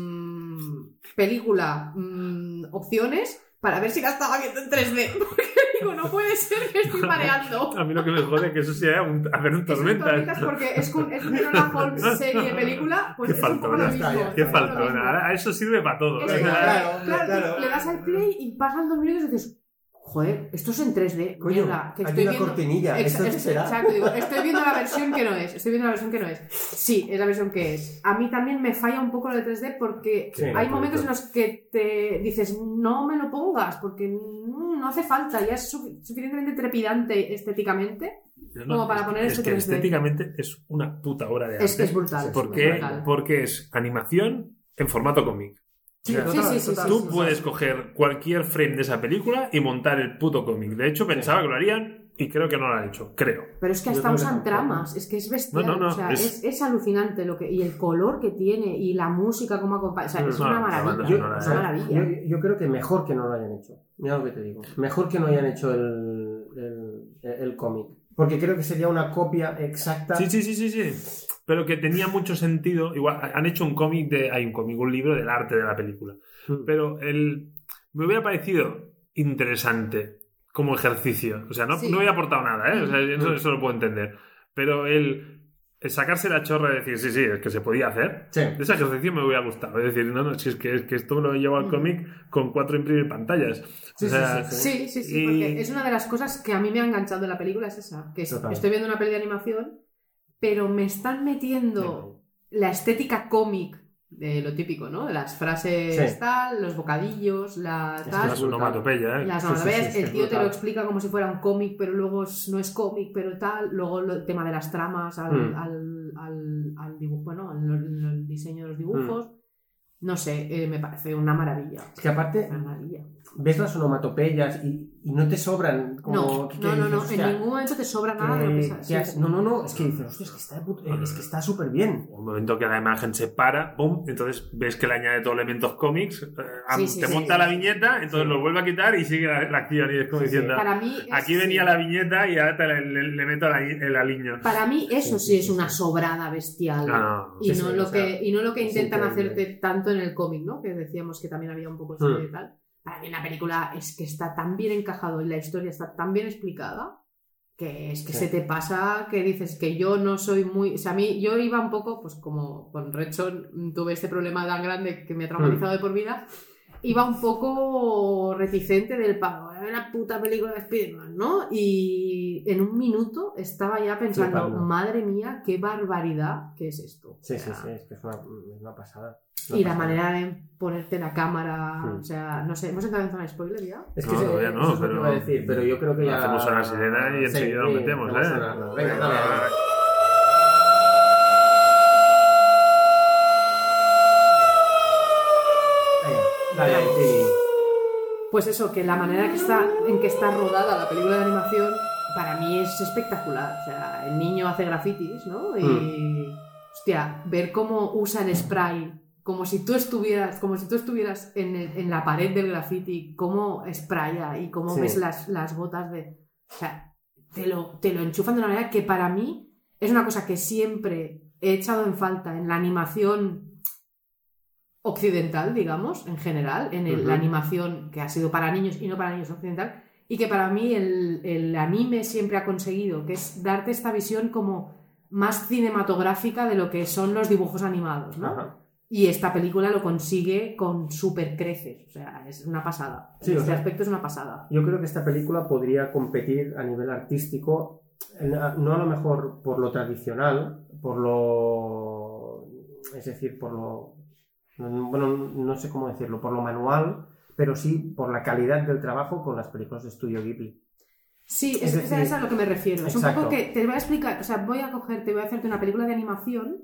mm, película mm, opciones para ver si la estaba viendo en 3D. Porque digo, no puede ser que estoy mareando. A mí lo que me jode es que eso sea un, a ver un Es un tormentas tormenta. porque es, un, es una Enola Holmes serie película, pues Qué es un poco faltona. lo mismo. Ya está, ya Qué es un poco lo mismo. faltona. Ahora, eso sirve para todo. Es O sea, como, Claro, claro, claro. le das al play y pasan dos minutos y dices, joder, esto es en 3D. Coño, mierda, que hay estoy una viendo- cortinilla, Ex- esto ex- qué será. Exacto, digo, estoy viendo la versión que no es. Estoy viendo la versión que no es. Sí, es la versión que es. A mí también me falla un poco lo de 3D porque Sí, hay momentos en los que te dices, no me lo pongas porque mm, no hace falta, ya es sufi- suficientemente trepidante estéticamente. no, como para es que- poner es ese que 3D. estéticamente es una puta obra de arte. Es, es brutal. ¿Por es qué? brutal. Porque es animación en formato cómic. Sí, Total, sí, sí, sí, total. Tú puedes coger cualquier frame de esa película y montar el puto cómic. De hecho, pensaba que lo harían y creo que no lo han hecho. Creo. Pero es que Yo hasta creo que usan tampoco. tramas, es que es bestial. No, no, no, o sea, es- es... es alucinante lo que, y el color que tiene y la música como acompaña. O sea, es No, no, una maravilla. no, Yo, no, no, o es sea, una no. yo, maravilla. yo creo que mejor que no lo hayan hecho. Mira lo que te digo. Mejor que no hayan hecho el, el, el- el cómic. Porque creo que sería una copia exacta. Sí, sí, sí, sí, sí. pero que tenía mucho sentido. Igual, han hecho un cómic de. Hay un cómic, un libro del arte de la película. Hmm. Pero el. Me hubiera parecido interesante como ejercicio. O sea, no, Sí. no hubiera aportado nada, ¿eh? O Mm. sea, eso, eso lo puedo entender. Pero el. el sacarse la chorra y decir, sí, sí, es que se podía hacer. Sí. Ese ejercicio me hubiera gustado. Es decir, no, no, si es que, es que esto me lo llevo al cómic con cuatro imprimir pantallas. Sí, O sea, sí, Sí, sí, sí, Y- porque es una de las cosas que a mí me ha enganchado de la película, es esa. Que es- Total. estoy viendo una peli de animación, pero me están metiendo la estética cómic, de lo típico, ¿no? Las frases Sí. tal, los bocadillos, la que tal. Es una onomatopeya, ¿eh? Las Sí, sí, novelas, sí, sí, el tío te brutal. lo explica como si fuera un cómic, pero luego es- no es cómic, pero tal. Luego lo- el tema de las tramas al, Mm. al, al, al dibujo, bueno, al, al diseño de los dibujos. Mm. No sé, eh, me parece una maravilla. Es que aparte Una maravilla. ves las onomatopeyas y, y no te sobran como... No, que- que no, no, no, dices, en "Hostia, ningún momento te sobra que- nada de lo que que sabes. Sí, has- sí. No, no, no, es que dices, "Hostia, es que está de put- eh, es Ah. que está súper bien. un momento que la imagen se para, boom, entonces ves que le añade todos elementos cómics, eh, am- Sí, sí, te sí. monta la viñeta, entonces lo vuelve a quitar y sigue la, la acción y es como Sí, sí. diciendo, Para mí es- aquí venía sí. la viñeta y ahora te le, le- le meto la- el aliño. Para mí eso sí es una sobrada bestial. No, no, y, sí, no sí, o lo sea, que, y no lo que es intentan increíble. hacerte tanto en el cómic, ¿no? Que decíamos que también había un poco eso Mm. de tal. Para mí la película es que está tan bien encajado y la historia está tan bien explicada que es que Sí. se te pasa que dices que yo no soy muy... O sea, a mí yo iba un poco, pues como con Redson mm, tuve este problema tan grande que me ha traumatizado Hmm. de por vida, iba un poco reticente del pago. Era una puta película de Spider-Man, ¿no? Y en un minuto estaba ya pensando, Flipando. madre mía, qué barbaridad que es esto. Sí, O sí, sea, sí, es que es una, es una pasada. Ah. y Una la pasada. manera de ponerte la cámara, Hmm. o sea, no sé, hemos entrado en zona spoiler ya. Es que No, sí, todavía no, eso es lo que pero- iba a decir, pero yo creo que ya... Hacemos sonar sirena y Sí, enseguida nos sí, metemos, hacemos ¿eh? sonarla. Venga, dale, dale. Venga, dale, ahí, sí. Pues eso, que la manera que está, en que está rodada la película de animación, para mí es espectacular. O sea, el niño hace grafitis, ¿no? Y, Hmm. hostia, ver cómo usa el spray, como si tú estuvieras, como si tú estuvieras en, el- en la pared del graffiti, cómo spraya y cómo Sí. ves las, las botas de... O sea, te lo, te lo enchufan de una manera que para mí es una cosa que siempre he echado en falta en la animación occidental, digamos, en general, en el- la Ujú. animación que ha sido para niños y no para niños occidental, y que para mí el, el anime siempre ha conseguido, que es darte esta visión como más cinematográfica de lo que son los dibujos animados, ¿no? Ajá. Y esta película lo consigue con super creces, o sea, es una pasada. Sí, en o este sea- aspecto es una pasada. Yo creo que esta película podría competir a nivel artístico, en- no a lo mejor por lo tradicional, por lo. es decir, por lo. bueno, no sé cómo decirlo, por lo manual, pero sí por la calidad del trabajo con las películas de estudio Ghibli. Sí, Es es, es- decir- es a lo que me refiero. Es un Exacto. poco que te voy a explicar, o sea, voy a coger, te voy a hacerte una película de animación,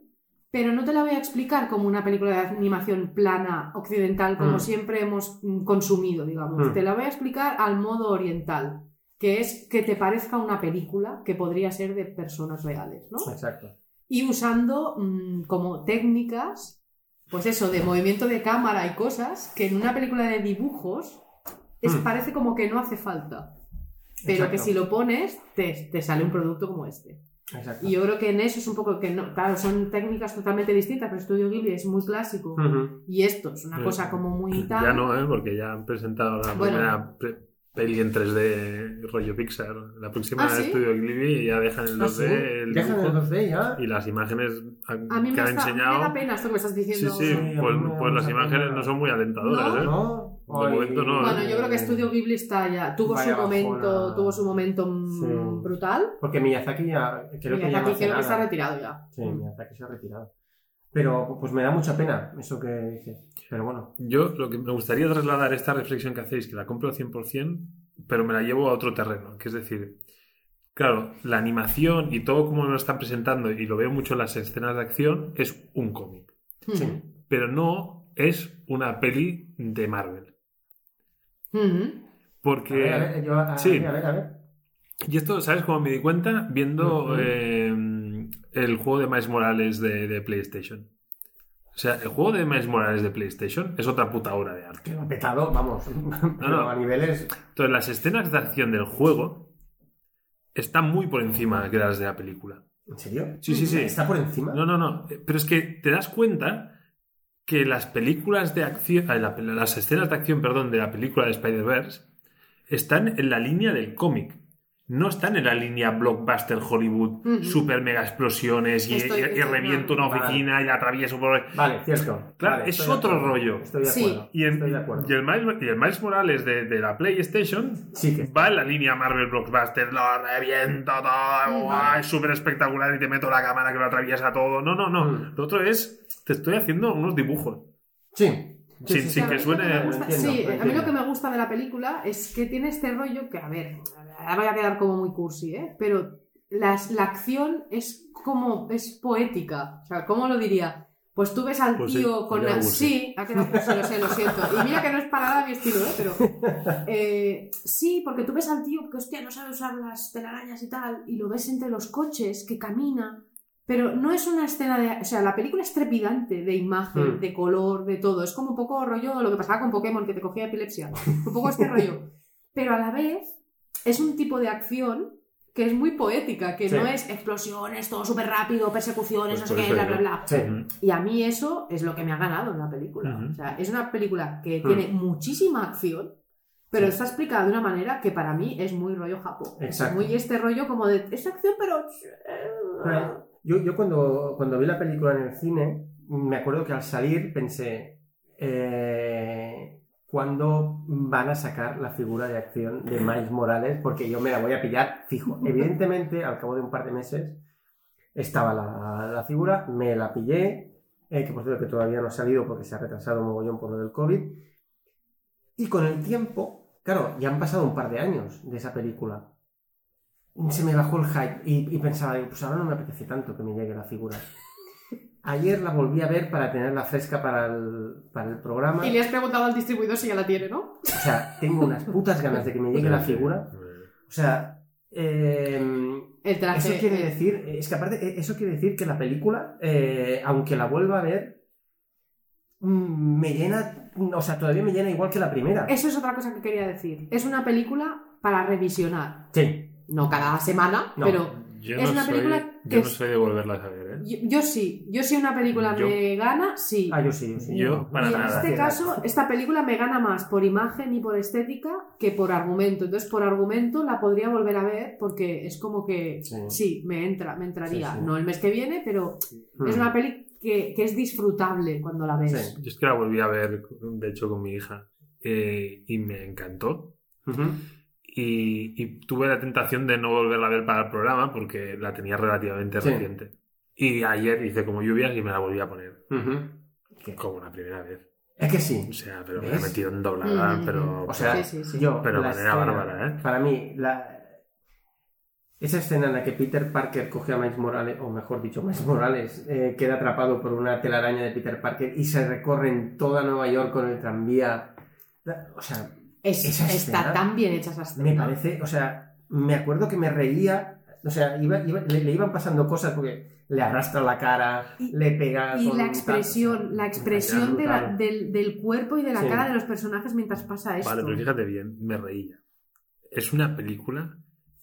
pero no te la voy a explicar como una película de animación plana occidental, como Mm. siempre hemos mm, consumido, digamos. Mm. Te la voy a explicar al modo oriental, que es que te parezca una película que podría ser de personas reales, ¿no? Exacto. y usando mm, como técnicas, pues eso, de movimiento de cámara y cosas, que en una película de dibujos es, Hmm. Mm. parece como que no hace falta. Pero que Exacto. si lo pones, te, te sale un producto como este. Exacto. Y yo creo que en eso es un poco que no. Claro, son técnicas totalmente distintas, pero Studio Ghibli es muy clásico. Ujú. Y esto es una Sí. cosa como muy tal. Hmm. Eh, Ya no, ¿eh? porque ya han presentado la Ah. Bueno. primera pre- peli en 3D rollo Pixar, la próxima ¿Ah, de sí? Estudio Ghibli y ya dejan el 2D, Ah, Pues sí. el Dejan el dibujo 2D ya. y las imágenes a- A mí que me, han está- me enseñado. da pena esto que me estás Sí, diciendo. sí, Sí, a pues, mí me da pues las mucha imágenes pena. no son muy alentadoras, ¿eh? ¿No? De momento no, ¿eh? Bueno, yo creo que Studio Ghibli está ya. Tuvo Vaya su momento, bajona. tuvo su momento mm, Sí. brutal. Porque Miyazaki ya. Creo que Mira, ya no aquí hace creo que está nada. retirado ya. Mm. Sí, Mm. Miyazaki se ha retirado. Pero pues me da mucha pena eso que dices. Pero bueno. Yo lo que me gustaría trasladar esta reflexión que hacéis, que la compro 100%, pero me la llevo a otro terreno, que es decir, claro, la animación y todo como lo están presentando, y lo veo mucho en las escenas de acción, es un cómic, Mm. Sí. pero no es una peli de Marvel. Mm. Porque... A ver, a ver, yo- a- Sí. a ver, a ver. Y esto, ¿sabes cómo me di cuenta? Viendo Ujú. eh, el juego de Miles Morales de, de PlayStation. O sea, el juego de Miles Morales de PlayStation es otra puta obra de arte. Que lo ha petado, vamos. pero no. a niveles. Entonces, las escenas de acción del juego están muy por encima de las de la película. ¿En serio? Sí, sí, sí. ¿Está por encima? No, no, no. Eh, Pero es que te das cuenta que las películas de acción, ay, la- las escenas de acción, perdón, de la película de Spider-Verse están en la línea del cómic. No están en la línea blockbuster Hollywood, Ujú. super mega explosiones y, y- Estoy- y estoy reviento una de acuerdo. oficina y la atravieso por ahí. Vale, cierto. Claro, Vale, es estoy de otro acuerdo. rollo. Estoy de Sí. acuerdo. Y el, Estoy de acuerdo. y el Miles, y el Miles Morales de, de la PlayStation Sí que- va en la línea Marvel Blockbuster, lo reviento todo, guau, es súper espectacular y te meto la cámara que lo atraviesa todo. No, no, no. Mm. Lo otro es, te estoy haciendo unos dibujos. Sí. Sin- sí, sin sí. que suene- Lo A mí lo me gusta- entiendo, sí, lo a mí entiendo. lo que me gusta de la película es que tiene este rollo que, a ver, ahora voy a quedar como muy cursi, ¿eh? Pero las- la acción es como, es poética. O sea, ¿cómo lo diría? Pues tú ves al Pues sí, tío con ha quedado la... cursi. Sí, ha quedado cursi, lo sé, lo siento. Y mira que no es para nada mi estilo, ¿eh? Pero... eh, sí, porque tú ves al tío que, hostia, no sabe usar las telarañas y tal, y lo ves entre los coches, que camina... Pero no es una escena de... O sea, la película es trepidante de imagen, Hmm. Mm. de color, de todo. Es como un poco rollo lo que pasaba con Pokémon, que te cogía epilepsia. Un poco este rollo. Pero a la vez es un tipo de acción que es muy poética, que Sí. no es explosiones, todo súper rápido, persecuciones, Pues no por sé qué, eso bla, bla, digo. bla. Sí. Y a mí eso es lo que me ha ganado en la película. Ujú. Hmm. O sea, es una película que tiene muchísima acción, pero está explicada de una manera que para mí es muy rollo japo. Exacto. Muy este rollo como de, es acción, pero... eh, Pero Yo, yo cuando, cuando vi la película en el cine, me acuerdo que al salir pensé, eh, ¿cuándo van a sacar la figura de acción de Miles Morales? Porque yo me la voy a pillar fijo. Evidentemente, al cabo de un par de meses, estaba la, la figura, me la pillé, eh, que por cierto que todavía no ha salido porque se ha retrasado un mogollón por lo del COVID. Y con el tiempo, claro, ya han pasado un par de años de esa película se me bajó el hype y, y pensaba, digo, pues ahora no me apetece tanto que me llegue la figura. Ayer la volví a ver para tenerla fresca para el, para el programa. Y le has preguntado al distribuidor si ya la tiene, ¿no? O sea, tengo unas putas ganas de que me llegue la figura. O sea, eh, El traje... eso quiere eh, decir, es que aparte, eh, eso quiere decir que la película, eh, aunque la vuelva a ver, mm, me llena, o sea, todavía me llena igual que la primera. Eso es otra cosa que quería decir. Es una película para revisionar. Sí, No cada semana, No. pero Yo Es no una soy- película yo que no es- soy de volverlas a ver, ¿eh? yo, yo sí. Yo sí una película Yo- me gana, sí. ah, yo sí, yo sí. Yo, para y en nada. este caso, esta película me gana más por imagen y por estética que por argumento. Entonces, por argumento la podría volver a ver porque es como que Sí. sí, me entra, me entraría. Sí, sí. No el mes que viene, pero Mm. es una peli que, que es disfrutable cuando la ves. Sí. Yo es que la volví a ver, de hecho, con mi hija eh, y me encantó. Ujú. Y, y tuve la tentación de no volverla a ver para el programa porque la tenía relativamente Sí. reciente. Y ayer hice como lluvias y me la volví a poner Ujú. Que- como la primera vez. Es que sí, O sea, pero me ¿Ves? la metieron doblada, Mm, pero... O sea, Sí, sí, sí. yo. Pero la manera bárbara, ¿eh? Para mí, la. Esa escena en la que Peter Parker coge a Miles Morales, o mejor dicho, Miles Morales, eh, queda atrapado por una telaraña de Peter Parker y se recorre en toda Nueva York con el tranvía. La- O sea, Es- Esa está escena tan bien hecha esa me escena. parece, o sea, me acuerdo que me reía, o sea, iba- iba- le, le iban pasando cosas porque le arrastra la cara, Y- le pega. Y con la un tal- o expresión, sea, la expresión de la- brutal. del, del cuerpo y de la Sí. cara de los personajes mientras pasa esto. Vale, pero fíjate bien, me reía. Es una película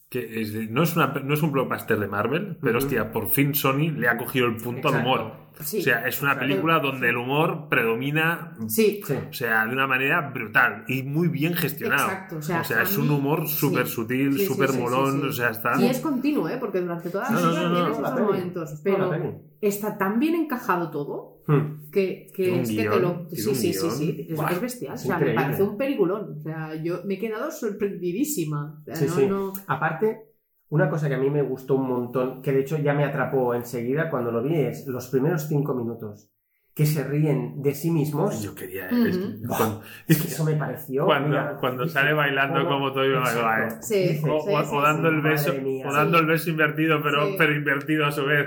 que es de- no, es una, no es un blockbuster de Marvel, pero Ujú. hostia, por fin Sony le ha cogido el punto al Exacto. humor. Sí. O sea, es una Exacto. película donde el humor predomina, Sí. Sí. o sea, de una manera brutal y muy bien gestionado. Exacto, o sea, a es un mí- humor súper sí. sutil, Sí, sí, súper sí, sí, molón, sí. o sea, está... Y es continuo, ¿eh? Porque durante toda la No, no, película no, no, tienes no, la esos peli. momentos. No, la Pero peli. está tan bien encajado todo Hmm. que, que Tiene es un que te guión, lo. tiene Sí, un sí, sí, guión. sí. Es, Buah, es bestial. O sea, me increíble. parece un peliculón. O sea, yo me he quedado sorprendidísima. O sea, Sí, no, sí. no- Aparte, una cosa que a mí me gustó un montón, que de hecho ya me atrapó enseguida cuando lo vi, es los primeros cinco minutos que se ríen de sí mismos. Yo quería... Ujú. es que- Buah, cuando- es que eso me pareció. Cuando- mira, cuando dije, sale bailando ¿cómo? como todo, yo me Exacto. acuerdo, eh. Sí, sí, o, o- sí, o dando el madre beso, mía. o dando Sí. el beso invertido, pero, Sí. pero invertido a su vez.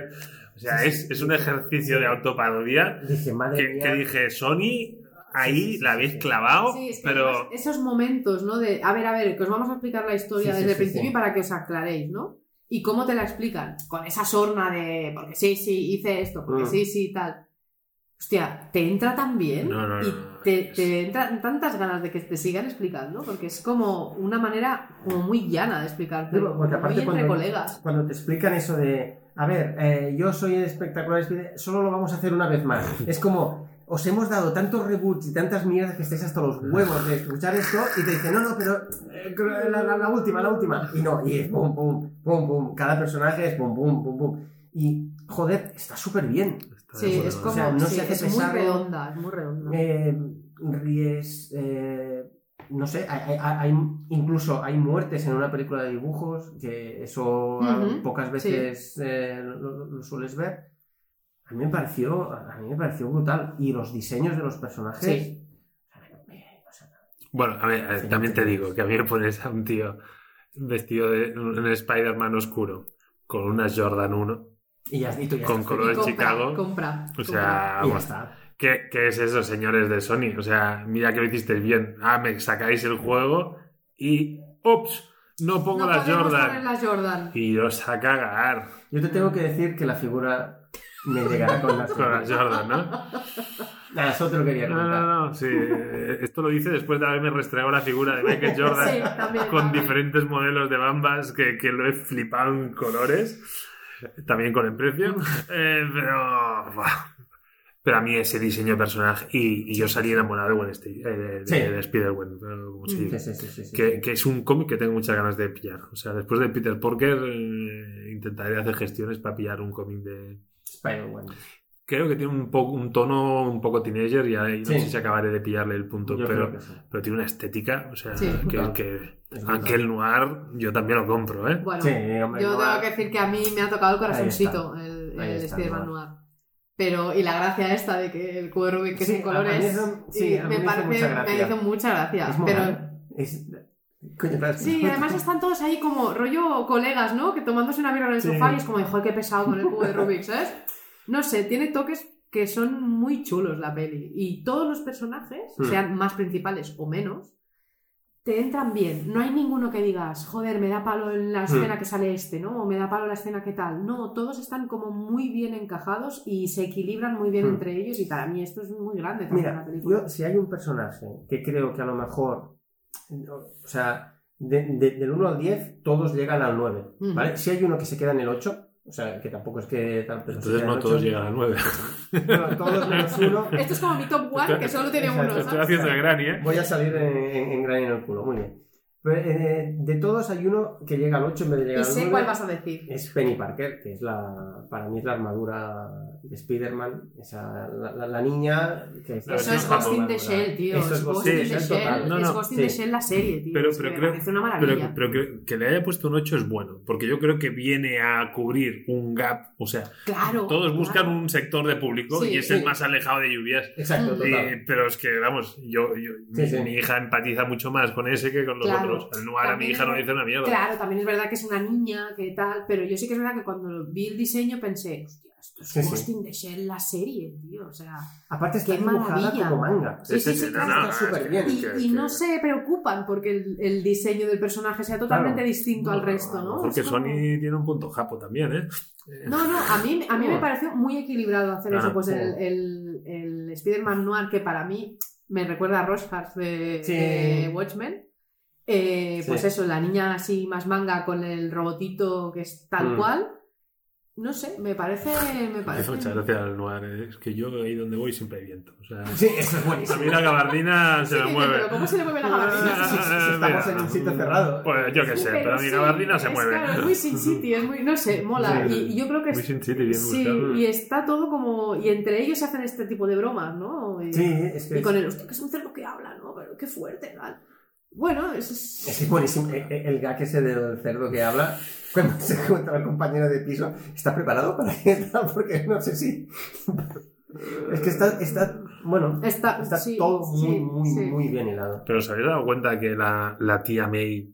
O sea, Sí, es, es un ejercicio de autoparodia Dije, madre que, mía. que dije, Sony, ahí Sí, sí, sí, la habéis sí. clavado, Sí, es que además pero... esos momentos, ¿no? De, a ver, a ver, que os vamos a explicar la historia Sí, sí, desde el sí, principio sí. para que os aclaréis, ¿no? ¿Y cómo te la explican? Con esa sorna de, porque sí, sí, hice esto, porque Mm. sí, sí, tal. Hostia, te entra tan bien No, no, no, y no, te, es- te entran tantas ganas de que te sigan explicando, porque es como una manera como muy llana de explicarte, Digo, Porque aparte muy entre cuando, colegas. cuando te explican eso de a ver, eh, yo soy el espectacular Spider-Man, solo lo vamos a hacer una vez más. Es como, os hemos dado tantos reboots y tantas mierdas que estáis hasta los huevos de escuchar esto y te dicen, no, no, pero eh, la, la- la última, la última. Y no, y es pum, pum, pum, pum. Cada personaje es pum, pum, pum, pum. Y, joder, está súper bien. Sí, es como. O sea, no sí, se hace es pesado. muy redonda, es muy redonda. Eh, ríes, eh, no sé, hay, hay- hay- incluso hay muertes en una película de dibujos, que eso ah, Ujú, pocas veces eh, lo, lo sueles ver. A mí, me pareció, a mí me pareció brutal. Y los diseños de los personajes. Sí. Bueno, a ver, a ver, también te digo que a mí me pones a un tío vestido de un Spider-Man oscuro con una Jordan 1. Y ya, y tú ya Con estás color- Lo de compra, Chicago. Compra. O sea, compra. feliz. Y ya vamos, está. ¿qué, qué es eso, señores de Sony? O sea, mira que lo hicisteis bien. Ah, me sacáis el juego y... ¡Ups! No pongo no las podemos Jordan. poner las Jordan. Y os a cagar Yo te tengo que decir que la figura me llegará con las con las Jordan, ¿no? Nada, eso te lo quería No, comentar. no, no. Sí, eh, esto lo hice después de haberme restregado la figura de Michael Jordan Sí, también, con también. diferentes modelos de bambas que, que lo he flipado en colores. También con el precio. Eh, pero. buah. Pero a mí ese diseño de personaje. Y, y yo salí enamorado de, Gwen Sta- eh, de, de- Sí. de Spider-Man. eh, como se dice. Sí, sí, sí, sí, sí. Que, que es un cómic que tengo muchas ganas de pillar. O sea, después de Peter Porker, eh, intentaré hacer gestiones para pillar un cómic de, Spider-Man. Creo que tiene un, poco, un tono un poco teenager y ahí no Sí. sé si acabaré de pillarle el punto, Yo creo pero, que sí. pero tiene una estética, o sea, Sí. que, Brutal. que Es brutal. aunque el noir yo también lo compro, ¿eh? Bueno, Sí, hombre, yo no tengo va- que decir que a mí me ha tocado el corazoncito Ahí el, Ahí el está, Spider-Man Noir. Noir. Pero, y la gracia esta de que el cuero que es Sí, en a mí colores. eso- sí, y a mí me me hizo parece, mucha me gracia. hizo mucha gracia. Es moral. pero, Es- Coño, claro, sí, y además están todos ahí como rollo colegas, ¿no? Que tomándose una birra en el Sí. sofá y es como, hijo, qué pesado con el cubo de Rubik, ¿sabes? No sé, tiene toques que son muy chulos la peli. Y todos los personajes, Hmm. sean más principales o menos, te entran bien. No hay ninguno que digas, joder, me da palo en Hmm. la escena que sale este, ¿no? O me da palo en la escena que tal. No, todos están como muy bien encajados y se equilibran muy bien Hmm. entre ellos. Y para mí esto es muy grande también en la Mira, película. yo, si hay un personaje que creo que a lo mejor, no, o sea, de- de- del 1 al 10, todos llegan al 9, Ujú. ¿vale? Si hay uno que se queda en el 8, o sea, que tampoco es que tal, pero se queda Entonces en no pues el todos 8, llegan a 9. no, todos menos uno. Esto es como mi top one, que solo tiene uno, Exacto, Estoy ¿sabes? haciendo el granny, ¿eh? Voy a salir en, en, en gran en el culo, muy bien. Pero, eh, de todos hay uno que llega al 8 en vez de llegar Y al 9. sé cuál vas a decir. es Penny Parker, que es la, para mí es la armadura de Spider-Man, esa, la, la- la niña que La Eso versión ¿eh? es Ghost in the japonesa. Shell, tío. Eso es Ghost in in sí, the Shell total. Shell. No, es no, Ghost in the sí. Shell la serie, tío. Pero, es pero que creo, me parece una pero, maravilla. pero que, que le haya puesto un 8 es bueno, porque yo creo que viene a cubrir un gap, o sea, claro. todos buscan claro. un sector de público Sí, y es el Oh, sí. más alejado de lluvias. Exacto, Mm. total. Eh, pero es que, vamos, yo, yo- Sí, mi, sí. mi hija empatiza mucho más con ese que con los Claro. otros. El noir a mi También hija no es- le dice una mierda. Claro, también es verdad que es una niña, que tal. Pero yo sí que es verdad que cuando vi el diseño pensé, hostia, esto es Sí, sí. Ghost in the Shell la serie, tío. O sea. Aparte está Qué dibujada maravilla. como manga. Sí, sí, sí, no, claro, no, está es que- superbién. es Y, que- y no es que- se preocupan porque el, el diseño del personaje sea totalmente Claro. distinto al resto, a lo ¿no? mejor Es que como- Sony tiene un punto japo también, ¿eh? No, no, a mí, a mí me pareció muy equilibrado hacer Ah, eso. Pues el, sí. el, el Spider-Man Noir, que para mí me recuerda a Rorschach de, Sí. de Watchmen. Eh, Sí. Pues eso, la niña así más manga con el robotito que es tal Mm. cual. No sé, me parece. Me Me hace parece muchas gracias al noir. ¿eh? Es que yo ahí donde voy siempre hay viento. O sea, Sí, eso es a buenísimo. mí la gabardina se Sí, me que- mueve. Ah, pero ¿cómo se le mueve la gabardina? Sí, sí, sí, sí, estamos en un sitio cerrado. Pues yo qué Sí, sé, pero, mi sí, gabardina se es, mueve. claro, es muy Sin City, es muy. No sé, mola. Sí. Y, y yo creo que Muy es- Sin City, bien Sí, buscado. y está todo como. Y entre ellos se hacen este tipo de bromas, ¿no? Y- Sí, es que Y es, con el, hostia, que es un cerdo que habla, ¿no? Pero qué fuerte, tal. Bueno, es... es- es que es buenísimo. E- e- El, gag ese del cerdo que habla cuando se encuentra el compañero de piso. ¿Está preparado para qué tal? Porque no sé si... Es que está... está bueno, Está, está Eh, sí, todo muy, sí, muy, sí. muy bien hilado. Pero os habéis dado cuenta que la, la tía May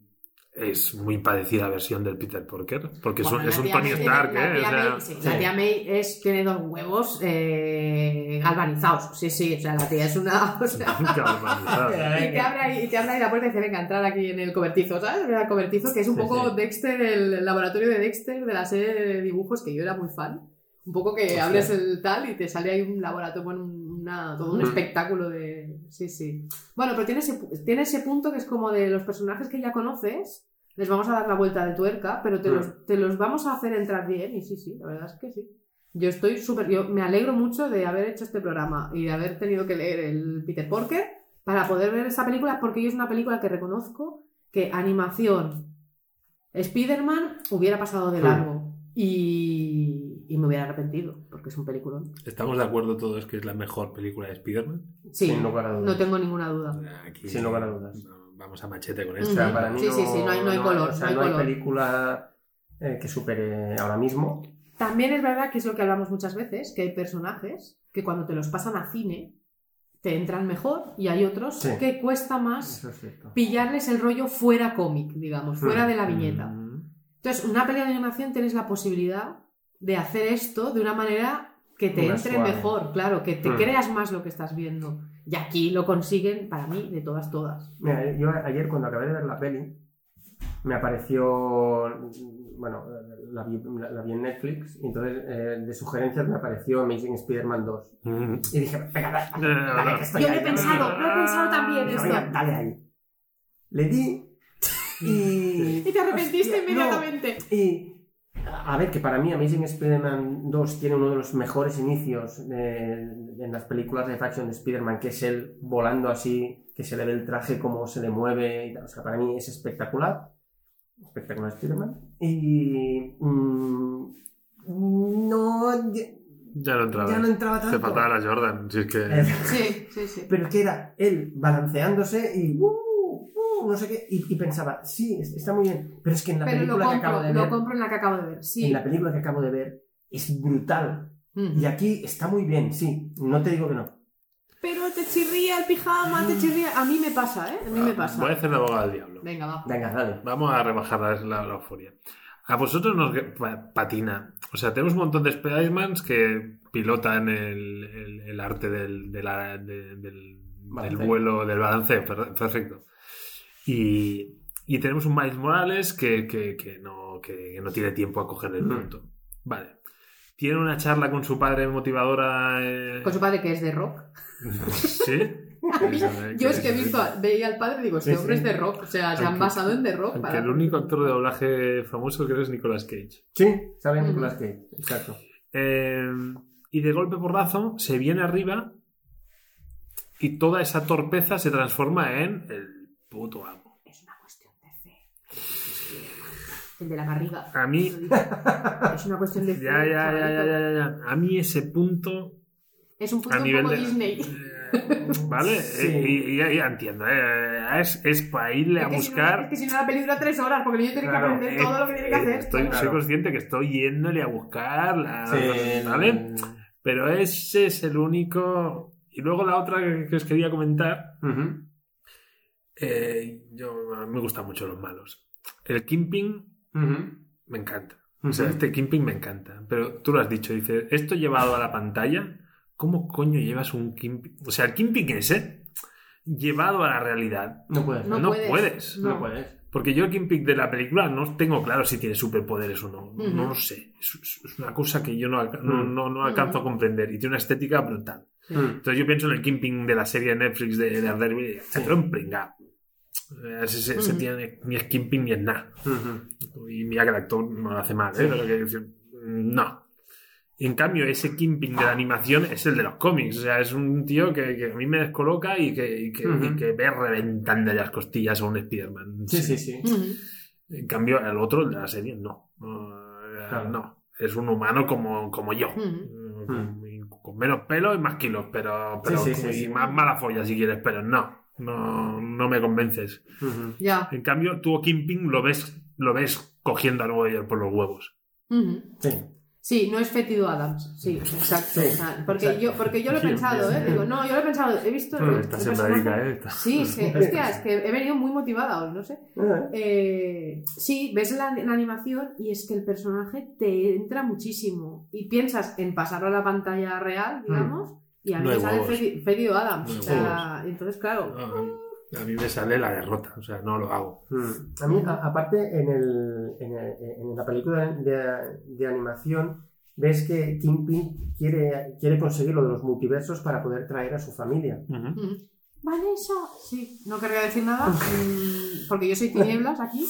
es muy parecida a la versión del Peter Porker, porque es un, Bueno, es la un tía Tony May- Stark, la ¿eh? tía O sea, May- sí, La tía May es, tiene dos huevos eh, galvanizados. Sí, sí, o sea, la tía es una. o sea, galvanizada. y, te abre ahí, y te abre ahí la puerta y dice: Venga, entrar aquí en el cobertizo, ¿sabes? En el cobertizo, que es un Sí, poco sí. Dexter, el laboratorio de Dexter, de la serie de dibujos que yo era muy fan. Un poco que Hostia. abres el tal y te sale ahí un laboratorio, bueno, una, todo un Mm. espectáculo de. Sí, sí. Bueno, pero tiene ese, pu- tiene ese punto que es como de los personajes que ya conoces, les vamos a dar la vuelta de tuerca, pero te, Mm. los, te los vamos a hacer entrar bien. Y sí, sí, la verdad es que sí. Yo estoy súper. Yo me alegro mucho de haber hecho este programa y de haber tenido que leer el Peter Porker para poder ver esa película, porque yo es una película que reconozco que animación Spider-Man hubiera pasado de Mm. largo y, y me hubiera arrepentido, porque es un peliculón. Estamos de acuerdo todos que es la mejor película de Spider-Man. Sí, Sin lugar a dudas. no tengo ninguna duda. Aquí- Sin lugar a dudas. No, Vamos a machete con O esto. sea, para mí Sí, sí, sí, no hay- no hay color, o sea, no hay color. película eh, que supere ahora mismo. También es verdad que es lo que hablamos muchas veces, que hay personajes que cuando te los pasan a cine te entran mejor y hay otros Sí. que cuesta más Eso es cierto. pillarles el rollo fuera cómic, digamos, fuera Mm. de la viñeta. Mm. Entonces, una pelea de animación tienes la posibilidad de hacer esto de una manera que te Más entre suave. mejor, claro, que te Mm. creas más lo que estás viendo. Y aquí lo consiguen, para mí, de todas, todas. Mira, yo ayer cuando acabé de ver la peli, me apareció, bueno, la vi, la- la vi en Netflix, y entonces eh, de sugerencias me apareció Amazing Spider-Man 2. Mm. Y dije, venga, dale, dale, que estoy Yo lo ahí, he dale, pensado, lo he pensado también dale, esto. venga, dale ahí. Le di y... Y te Hostia, arrepentiste no. inmediatamente. Y a ver, que para mí Amazing Spider-Man 2 tiene uno de los mejores inicios de- en las películas de action de Spider-Man, que es él volando así, que se le ve el traje, cómo se le mueve. y tal. O sea, para mí es espectacular. Espectacular Spider-Man. Y. mm, no. Ya, Ya no entraba. ya no entraba tanto. Te faltaba la Jordan. Si es que. Eh, Sí, sí, sí. pero que era él balanceándose y. uh, uh, no sé qué. Y, y pensaba, sí, es- está muy bien. Pero es que en la Pero lo película que acabo compro, de lo ver. compro en la que acabo de ver, sí. En la película que acabo de ver es brutal. Mm. Y aquí está muy bien, sí. No te digo que no. Pero te chirría el pijama, te chirría. A mí me pasa, ¿eh? A mí me pasa. Voy a hacer la abogada del diablo. Venga, va. Venga, dale. Vamos a rebajar la, la- la euforia. A vosotros nos ge- pa- patina. O sea, tenemos un montón de Spider-Mans que pilotan el, el- el arte del, de la- de- del, Balance. del vuelo, del balance. per- Perfecto. Y, y tenemos un Miles Morales que, que- que no, que, no tiene tiempo a coger el Mm. punto. Vale. Tiene una charla con su padre motivadora. eh, Con su padre que es de rock. Sí. Yo es que he visto, a- veía al padre y digo, este Sí, sí. hombre es de rock. O sea, se han Aunque- basado en de rock. Aunque para- el único actor de doblaje famoso creo que es Nicolas Cage. Sí, saben Ujú. Nicolas Cage. Exacto. Eh, y de golpe porrazo se viene arriba y toda esa torpeza se transforma en el puto amo. Es una cuestión de fe. El de la barriga. A mí, Es una cuestión de fe. ya, ya, ya, ya, chavalito. ya, ya, ya. A mí ese punto. Es un punto A un nivel poco de. Disney. ¿Vale? Sí. Eh, Y ya, ya entiendo. eh, Es, es para irle a Es que si no- buscar. es que si no la peli dura tres horas, porque el niño tiene Claro, que aprender eh, todo lo que tiene que eh, hacer. estoy- Soy Claro. consciente que estoy yéndole a buscar. la- Sí, ¿Vale? Pero ese es el único. Y luego la otra que- que os quería comentar Ujú. Eh, yo, a mí me gustan mucho los malos. El Kimping Ujú. me encanta. O sea, Ujú. este Kimping me encanta. Pero tú lo has dicho, dice, esto llevado a la pantalla, ¿cómo coño llevas un Kimping? O sea, el Kimping ese, llevado a la realidad. No puedes. No, No, puedes. puedes. no no. puedes. Porque yo el Kimping de la película no tengo claro si tiene superpoderes o no. Ujú. No lo sé. Es, es- es una cosa que yo no, alca- no, Mm. no- no alcanzo a comprender. Y tiene una estética brutal. Mm. Entonces yo pienso en el Kimping de la serie de Netflix de Daredevil y se lo han pringado. Eh, Ese, ese- ese Ujú. tío ni- ni es Kimping ni es nada. Ujú. Y mira que el actor no lo hace mal, ¿eh? Pero que decir, no. En cambio, ese Kimping de la animación es el de los cómics. O sea, es un tío que, que a mí me descoloca y que, y que, Ujú. y que ve reventando las costillas a un Spider-Man. Sí, sí, sí. Ujú. En cambio, el otro, el de la serie, no. No, eh, Claro. Mm. no. Es un humano como, como yo. Ujú. Eh, Con, y con menos pelo y más kilos, pero, pero Sí, sí, sí, y sí. más mala folla si quieres, pero no. No, no me convences. Ujú. Ya. En cambio, tú o Kimping lo ves, lo ves cogiendo a Nueva York por los huevos. Ujú. Sí. Sí, no es Fetido Adams, sí, Sí, exacto. o sea, porque, exacto. Yo, porque yo lo he Sí, pensado, sí, ¿eh? sí. Digo, no, yo lo he pensado, he visto... Mm, el- Está el siendo personaje. dedica, ¿eh? Está- Sí, sí, hostia, es que he venido muy motivada hoy, no sé. Eh, Eh, sí, ves la, la animación y es que el personaje te entra muchísimo y piensas en pasarlo a la pantalla Mm. real, digamos, y a mí No me hay sale huevos. Feti- Fetido Adams. No hay o sea, entonces, claro, No, Ah, A mí me sale la derrota, o sea, no lo hago. mm. A mí, a- aparte, en, el, en, el- en la película de, de animación, ves que Kingpin quiere, quiere conseguir lo de los multiversos para poder traer a su familia. Vanessa, sí, no querría decir nada, mm, porque yo soy tinieblas aquí,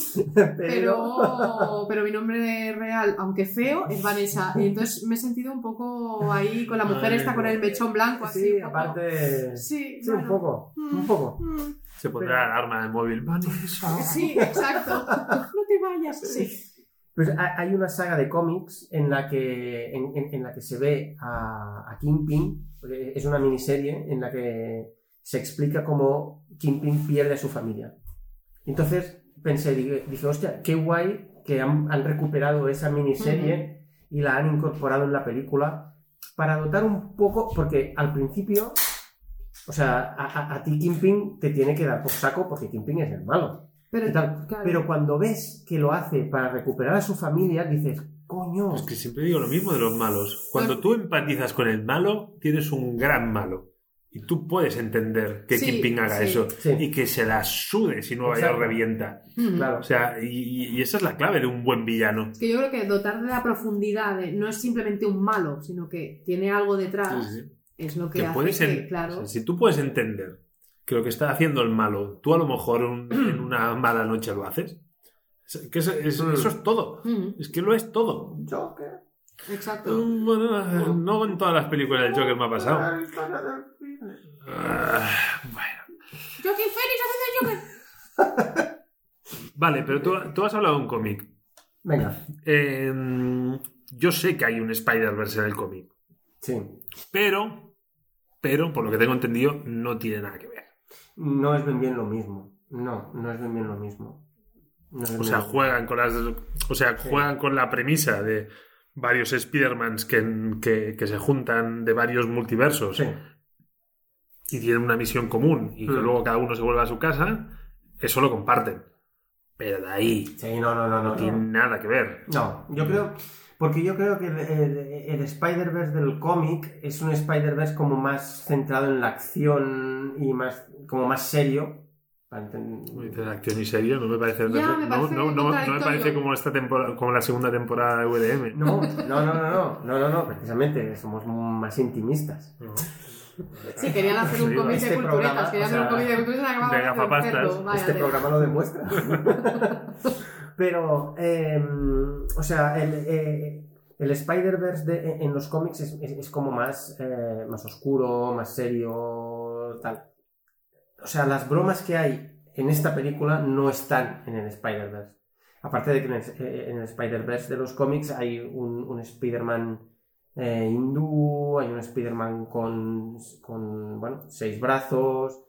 pero, pero mi nombre real, aunque feo, es Vanessa. Y entonces me he sentido un poco ahí con la mujer Ay, esta con el mechón blanco, así. Sí, un poco. aparte. Sí, Sí, un bueno. poco. Un Mm, poco. mm. Se pondrá la alarma del móvil. Vanessa. Sí, exacto. No te vayas. Sí. Pues ha- hay una saga de cómics en la que, en, en- en la que se ve a, a Kingpin, porque es una miniserie en la que se explica cómo Kingpin pierde a su familia. Entonces pensé, dije, dije, hostia, qué guay que han, han recuperado esa miniserie y la han incorporado en la película para dotar un poco, porque al principio, o sea, a, a- a ti Kingpin te tiene que dar por saco porque Kingpin es el malo y Pero, tal. claro. Pero cuando ves que lo hace para recuperar a su familia, dices, coño. Es que siempre digo lo mismo de los malos. Cuando tú empatizas con el malo, tienes un gran malo. Y tú puedes entender que Sí, Kim Ping haga sí. eso. Sí. Y que se la sude si Nueva Exacto. York revienta. Mm. Claro. O sea, y, y esa es la clave de un buen villano. Es que yo creo que dotar de la profundidad de- no es simplemente un malo, sino que tiene algo detrás. Sí, sí. Es lo Ah, que, Que hace puedes que, en- claro. o sea, si tú puedes entender que lo que está haciendo el malo, tú a lo mejor un- en una mala noche lo haces. Es- que eso, es- Mm. eso es todo. Mm, Es que lo es todo. Joker. Exacto. Mm, Bueno, no en todas las películas del Joker me ha pasado. Ah, bueno. Joaquín Phoenix haciendo el Joker. Vale, pero tú, tú has hablado de un cómic. Venga, Eh, yo sé que hay un Spider-Verse en el cómic, sí. pero, pero, por lo que tengo entendido, no tiene nada que ver. No es bien bien lo mismo. No, no es bien bien lo mismo. No es O bien sea, bien- juegan con las. O sea, juegan con la premisa de varios Spider-Mans que, que- que se juntan de varios multiversos Sí, y tienen una misión común y que Mm. luego cada uno se vuelve a su casa, eso lo comparten. Pero de ahí sí, no, no, no, no. no tiene no. nada que ver. No, yo creo. Porque yo creo que el, el- el Spider-Verse del cómic es un Spider-Verse como más centrado en la acción y más como más serio. para enten- Como dices, acción y serio, no me parece. Ya, no- me no, parece no- no- no me contradictorio. parece como, esta temporada, como la segunda temporada de VDM. No, no, no, no, no, no, no, no, precisamente somos más intimistas. No. Sí, querían hacer un Sí, cómic este de culturetas. programa, Querían o hacer sea, un cómic de culturetas. acababan de haciendo un gafapastas. cerdo. Vaya este tela. programa lo demuestra. Pero, eh, o sea, el, eh, el Spider-Verse de- en los cómics es, es- es como más, eh, más oscuro, más serio, tal. O sea, las bromas que hay en esta película no están en el Spider-Verse. Aparte de que en el, eh, en el Spider-Verse de los cómics hay un, un Spider-Man eh, hindú, hay un Spider-Man con, con, bueno, seis brazos,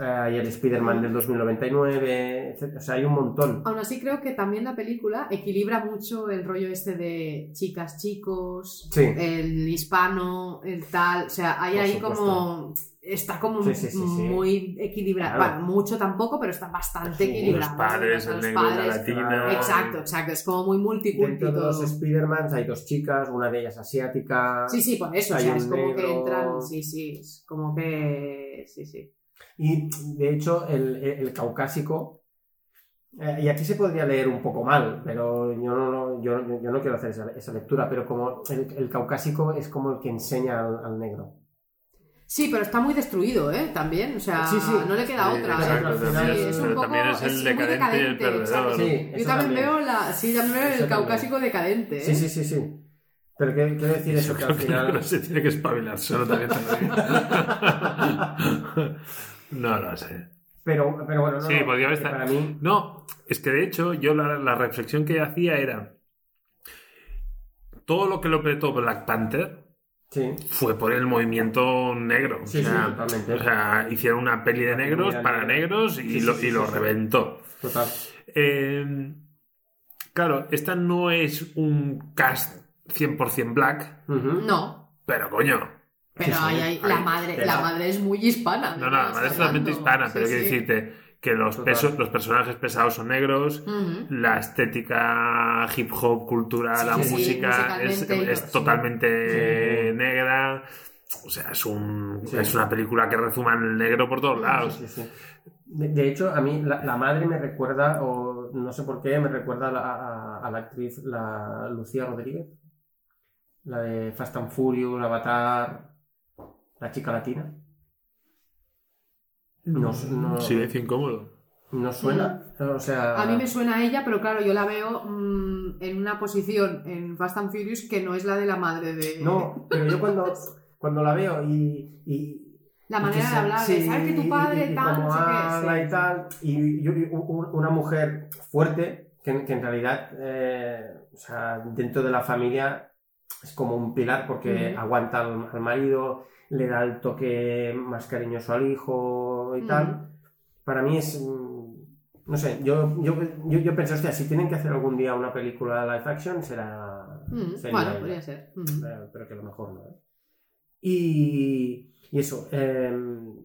eh, hay el Spider-Man del 2099, etc. O sea, hay un montón. Aún así, creo que también la película equilibra mucho el rollo este de chicas, chicos, Sí. el hispano, el tal. O sea, hay Por ahí supuesto. como. Está como Sí, sí, sí, sí. muy equilibrado. Claro. Bueno, mucho tampoco, pero está bastante Sí, los Los equilibrado. padres, el Los negro y la padres, latina. Exacto, exacto. Es como muy multiculti Dentro de todo. los Spider-Mans hay dos chicas, una de ellas asiática. Sí, sí, por eso. O Hay sea, un es como que negro. entran. Sí, sí. Es como que. Sí, sí. Y de hecho, el, el caucásico. eh, y aquí se podría leer un poco mal, pero yo no, no- yo, yo- yo no quiero hacer esa, esa lectura. Pero como el, el caucásico es como el que enseña al, al negro. Sí, pero está muy destruido, ¿eh? También. O sea, Sí, sí. no le queda Sí, otra. exacto, ¿eh? también es- un pero poco- también es el muy decadente y el perdedor. exacto. Sí, Yo eso también veo la. Sí, también veo Eso también. el caucásico decadente, ¿eh? Sí, sí, sí, sí. Pero que- quiero decir eso, Yo que creo al que no, final. se tiene que espabilar, solo también te lo digo. No lo sé. Pero, pero bueno, no, Sí, no, podría haber que estado- Para mí, No, es que de hecho, yo la, la reflexión que hacía era. Todo lo que lo petó Black Panther sí. fue por el movimiento negro. Sí, o, sea, sí, totalmente. o sea, hicieron una peli de Una negros comunidad para negra. negros y Sí, sí, lo, sí, y lo sí, sí. reventó. Total. Eh, claro, esta no es un cast 100% black, Ujú. No. pero coño, Pero ahí, hay la madre, pero- la madre es muy hispana. No, no, la madre es totalmente hispana, pero quiero que decirte que los, Total. pesos, los personajes pesados son negros, la estética hip hop, cultura, Sí, la sí, música es, musicalmente, es sí. totalmente negra. O sea, es, un, Sí. es una película que rezuma en el negro por todos lados. Sí, sí. De, de hecho, a mí la, la madre me recuerda, o no sé por qué, me recuerda a, la- a- a la actriz la Lucía Rodríguez, la de Fast and Furious, Avatar, la chica latina. No, sé, no, Silencio incómodo. No suena. O sea. A mí me suena a ella, pero claro, yo la veo mm, en una posición en Fast and Furious que no es la de la madre de. No, pero yo cuando, cuando la veo y. y- La y manera que de se- hablar, de sí, saber que tu y- padre y- y tal, cómo no sé qué, habla sí. y tal. Y yo- y u- u- una mujer fuerte que, que en realidad, eh, o sea, dentro de la familia es como un pilar porque Ujú. aguanta al, al marido, le da el toque más cariñoso al hijo y Ujú. tal. Para mí es. mm, No sé, yo, yo, yo, yo pensé, hostia, si tienen que hacer algún día una película live action, será. Mm, sería bueno, ella. podría ser. Mm. Eh, pero que a lo mejor no. ¿eh? Y, y eso, em,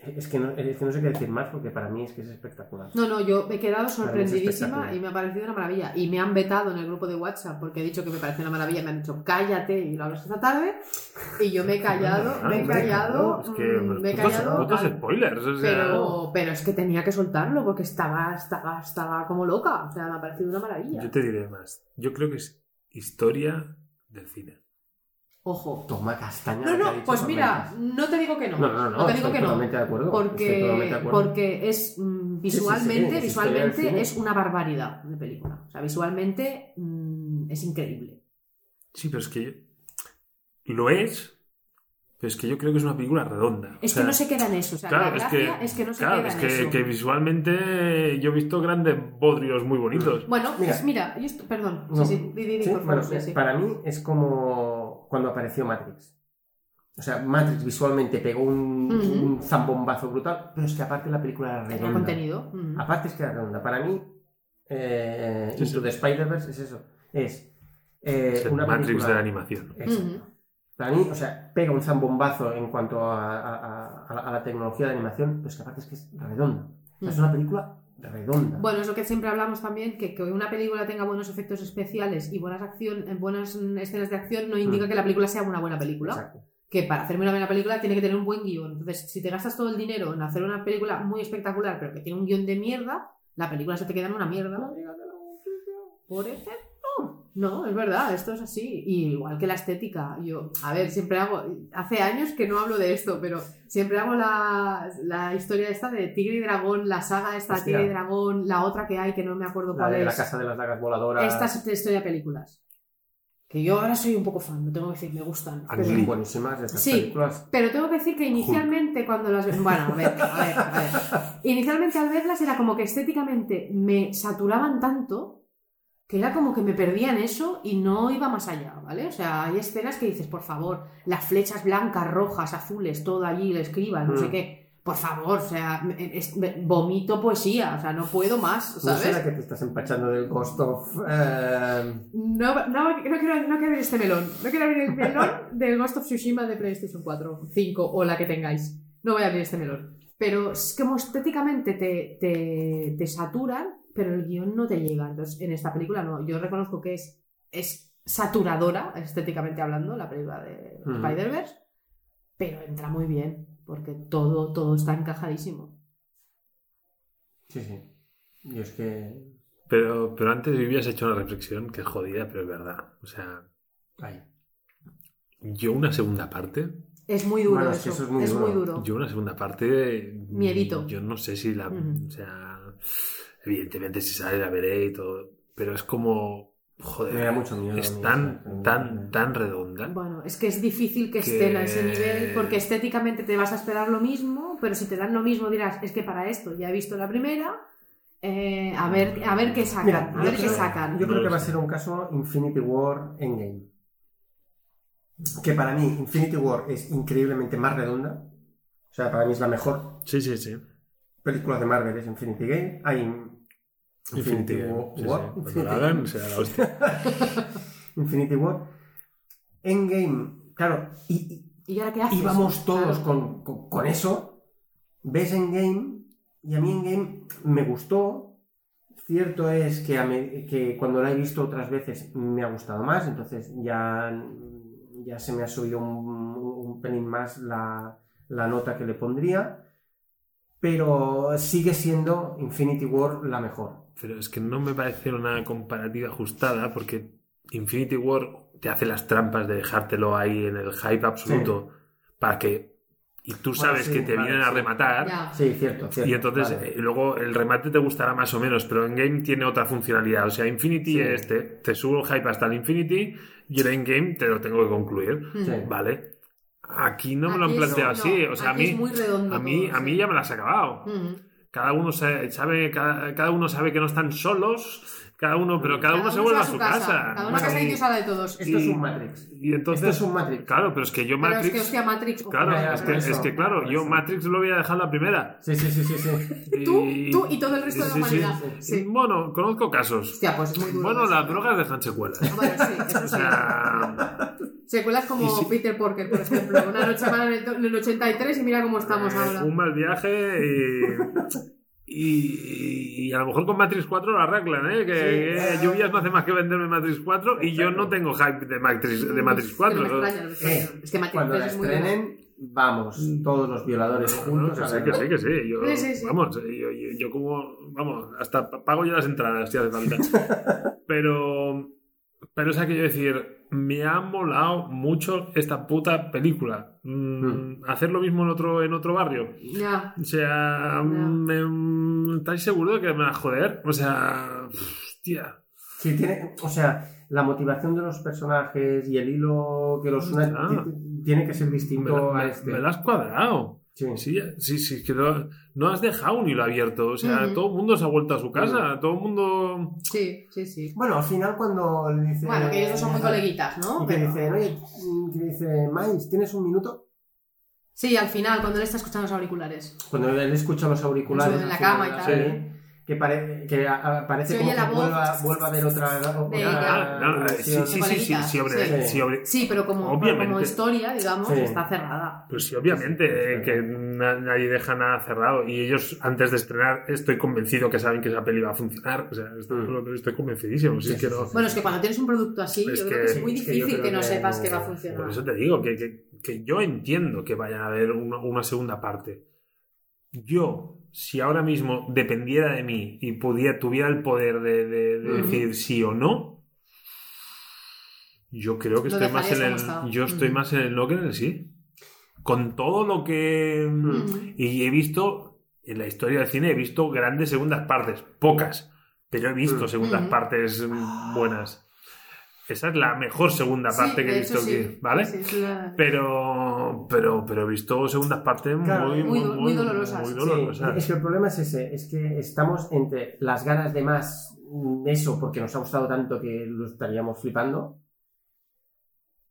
es, que no, es que no sé qué decir más porque para mí es que es espectacular. No, no, yo me he quedado espectacular. sorprendidísima y me ha parecido una maravilla. Y me han vetado en el grupo de WhatsApp porque he dicho que me parece una maravilla. y Me han dicho, cállate y lo hablas esta tarde. Y yo me he callado, me he Hombre, callado, claro, Es que, mm, me he putos- callado. putos al- spoilers, o sea. Pero, pero es que tenía que soltarlo porque estaba, estaba, estaba como loca. O sea, me ha parecido una maravilla. Yo te diré más. Yo creo que es historia del cine. Ojo. Toma castaña. No, lo que ha no, dicho pues Tormenta. mira, no te digo que no. No, no, no, te digo estoy que no. totalmente de acuerdo, estoy totalmente de Porque, acuerdo. porque es mm, Sí, sí, sí, visualmente, es historia del cine. visualmente es una barbaridad de película. O sea, visualmente mm, es increíble. Sí, pero es que lo es, pero es que yo creo que es una película redonda. Es O sea, que no se queda en eso. O sea, Claro, la es gracia es que, que, no se claro, queda es en que, eso. que visualmente yo he visto grandes bodrios muy Mm. bonitos. Bueno, Mira. pues mira, yo esto- perdón. No. Sí, sí, di, di, di, Sí, por bueno, favor, sí, sí. Para mí es como cuando apareció Matrix. O sea, Matrix visualmente pegó un, Ujú. un zambombazo brutal, pero es que aparte la película era Tenía redonda. contenido. mm. Aparte es que era redonda. Para mí, eh, Sí, sí. Into the Spider-Verse es eso. Es eh, Es el una Matrix película... de la animación. Exacto. Ujú. Para mí, o sea, pega un zambombazo en cuanto a, a- a- a la- a la tecnología de animación, pero es que aparte es que es redonda. O sea, es Mm. una película redonda. Bueno, es lo que siempre hablamos también, que, que una película tenga buenos efectos especiales y buenas, acción, eh, buenas mm, escenas de acción no indica Mm. que la película sea una buena película. Exacto. Que para hacerme una buena película tiene que tener un buen guión. Entonces, si te gastas todo el dinero en hacer una película muy espectacular, pero que tiene un guión de mierda, la película se te queda en una mierda. Por ejemplo. No, es verdad, esto es así. Y igual que la estética. Yo, a ver, siempre hago. Hace años que no hablo de esto, pero siempre hago la, la historia esta de Tigre y Dragón, la saga esta Hostia. Tigre y Dragón, la otra que hay que no me acuerdo La cuál de es. la casa de las dagas voladoras. Esta es esta historia de películas. Que yo ahora soy un poco fan, no tengo que decir, me gustan. A Son mí- buenísimas esas Sí. películas. Pero tengo que decir que inicialmente cuando las... Bueno, a ver, a ver, a ver. Inicialmente al verlas era como que estéticamente me saturaban tanto que era como que me perdían eso y no iba más allá, ¿vale? O sea, hay escenas que dices, por favor, las flechas blancas, rojas, azules, todo allí, le escriban, no sé Mm. qué. Por favor, o sea, me- es- me- vomito poesía, o sea, no puedo más, ¿No será ¿sabes? que te estás empachando del Ghost of... eh, No, no, no quiero, no quiero abrir este melón. No quiero abrir el melón del Ghost of Tsushima de PlayStation 4, 5 o la que tengáis. No voy a abrir este melón. Pero es como estéticamente te, te, te saturan, pero el guión no te llega. Entonces, en esta película no. Yo reconozco que es, es saturadora, estéticamente hablando, la película de Ujú. Spider-Verse, pero entra muy bien, porque todo, todo está encajadísimo. Sí, sí. Yo es que... Pero, pero antes vivías hecho una reflexión que es jodida, pero es verdad. O sea, Ay. yo una segunda parte, Es muy duro Bueno, es eso. que eso es muy duro. duro. yo una segunda parte... mm, Miedito. Yo no sé si la... Ujú. O sea, evidentemente si sale la veré y todo, pero es como... Joder, Me da mucho miedo a mí, es o sea, que- tan, tan, tan redonda. Bueno, es que es difícil que Que- estén a ese nivel porque estéticamente te vas a esperar lo mismo, pero si te dan lo mismo dirás, es que para esto ya he visto la primera, eh, a, ver, a ver qué sacan, Mira, a yo ver qué creo- sacan. Yo creo No que lo va a sé. ser un caso Infinity War Endgame. Que para mí Infinity War es increíblemente más redonda. O sea, para mí es la mejor Sí, sí, sí. película de Marvel, es Infinity Game. Hay Infinity War. Sí, pues sí. War. Cuando Infinity la hagan, será la hostia. Infinity War. Endgame, claro, y, ¿Y ahora qué y- haces? y vamos todos Claro. con, con- con eso. Ves Endgame, y a mí Endgame me gustó. Cierto es que, a me- que cuando la he visto otras veces me ha gustado más, entonces ya, ya se me ha subido un, un pelín más la, la nota que le pondría. Pero sigue siendo Infinity War la mejor. Pero es que no me parece una comparativa ajustada porque Infinity War te hace las trampas de dejártelo ahí en el hype absoluto para que y tú Bueno, sabes sí, que te vale, vienen a sí. rematar. Ya. Sí, cierto, cierto. Y entonces vale. eh, luego el remate te gustará más o menos, pero en game tiene otra funcionalidad. O sea, Infinity Sí. es te, te subo el hype hasta el Infinity y el endgame te lo tengo que concluir. Sí. Vale. Aquí no me lo Mm. Aquí han es- planteado no, así. O sea, a aquí mí, es muy redondo a mí, todo, a mí sí. ya me las has acabado. Mm. Cada uno sabe, sabe- cada, cada uno sabe que no están solos, cada uno, pero cada, uno, se vuelve a su casa. Cada uno Bueno, a casa y Dios a la de todos. Esto es y- un Matrix. y entonces, Esto es un Matrix. Claro, pero es que yo Pero Matrix. es que, hostia, Matrix. ojo. claro, Ya, es, por que, eso, es que, claro, por yo eso. Matrix lo voy a dejar la primera. Sí, sí, sí, sí, sí. Tú, tú y todo el resto de la humanidad. Sí. Bueno, conozco casos. Hostia, pues es muy duro. bueno, eso. las drogas dejan secuelas. Bueno, sí, eso O sí. sea, Secuelas como Peter Porker, por ejemplo. Una noche mala en el, to- en el 83 y mira cómo estamos ahora. Eh, un mal viaje y, y, y a lo mejor con Matrix 4 lo arreglan, ¿eh? Que, que lluvias no hace más que venderme Matrix 4 y yo no tengo hype de Matrix, de Matrix 4. Es que no me extraña, no me extraña. Eh, es que Matrix Cuando la es muy Mm. duro. estrenen, vamos, todos los violadores Bueno, juntos. que a sí, ver. que sí, que sí. Yo, Sí, sí, sí. Vamos, yo, yo- yo como. Vamos, hasta pa- pago yo las entradas si hace falta. pero. Pero es aquello de decir, me ha molado mucho esta puta película. Hmm. Mm, Hacer lo mismo en otro, en otro barrio. Ya. O sea, me- mm, ¿estáis seguros de que me va a joder? O sea, hostia. Sí, tiene, o sea, la motivación de los personajes y el hilo que los une Ah. ti- tiene que ser Me, distinto la- a me- este. me la has cuadrado. Sí. Sí, sí, sí, es que no, no has dejado un hilo abierto. O sea, Ujú. todo el mundo se ha vuelto a su casa. Todo el mundo. Sí, sí, sí. Bueno, al final cuando le dice... Bueno, que ellos son muy coleguitas, ¿no? Y que Pero- dice, oye, mm, que dice, Miles, ¿tienes un minuto? Sí, al final, cuando él está escuchando los auriculares. Cuando él escucha los auriculares... En la al cama final de y la tal. serie, Que, pare- que a- a- parece Se como oye que la voz. vuelva, vuelva a haber otra... De otra Ah, no, sí, versión. sí, sí, sí, sí, hombre, Sí. sí, hombre. Sí, pero como, Obviamente. como historia, digamos, Sí. está cerrada. Pues sí, obviamente, eh, que na- nadie deja nada cerrado. Y ellos, antes de estrenar, estoy convencido que saben que esa peli va a funcionar. O sea, esto- Mm. estoy convencidísimo. Si es que no- Bueno, es que cuando tienes un producto así, Es yo creo que que- es muy es que yo difícil que, creo no que- sepas que va a Por funcionar. eso te digo que, que- que yo entiendo que vaya a haber una, una segunda parte. Yo, si ahora mismo dependiera de mí y pudiera, tuviera el poder de, de- de Ujú. decir sí o no, yo creo que Lo estoy más en dejarías el. como estaba. Yo estoy Ujú. más en el no que en el sí. Con todo lo que. mm, Ujú. Y he visto, en la historia del cine, he visto grandes segundas partes, pocas, pero he Mm. visto segundas Ujú. partes mm, buenas. Esa es la mejor segunda parte Sí, que he de hecho, visto, sí. aquí, ¿vale? Sí, es la- Pero, pero, pero he visto segundas partes Claro, muy, muy muy, do- muy dolorosas. muy Sí, dolorosas. es que el problema es ese, es que estamos entre las ganas de más, mm, eso porque nos ha gustado tanto que lo estaríamos flipando,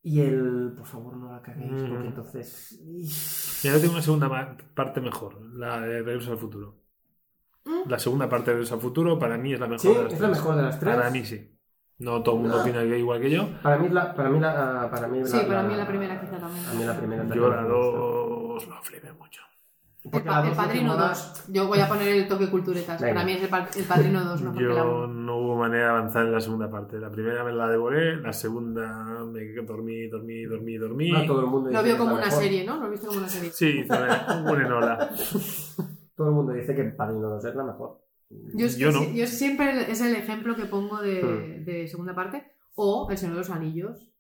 y el, por favor, no la caguéis, Mm. porque entonces... y- Mira, yo tengo una segunda ma- parte mejor, la de Regreso al Futuro. ¿Mm? La segunda parte de Regreso al Futuro para mí es la mejor. Sí, de las es la tres. mejor de las tres. Ah. Para mí sí. No todo el mundo No. opina que igual que yo. Para mí la, para mí la, ah, para mí Sí, para mí la primera quizá también. A mí la primera también. Yo la me gusta. dos lo flipé mucho. El, Porque pa- la el dos Padrino última- 2. Yo voy a poner el toque culturetas. Venga. Para mí es el, pa- el Padrino 2, no porque la Yo uno. no hubo manera de avanzar en la segunda parte. La primera me la devoré, la segunda me dormí, dormí, dormí, dormí. No todo el mundo dice Lo veo que es como la una mejor. serie, ¿no? Lo he visto como una serie. Sí, hice una una enola. Todo el mundo dice que Padrino 2 es la mejor. Yo, es que Yo no. si- yo siempre es el ejemplo que pongo de, Hmm. de segunda parte. O El Señor de los Anillos.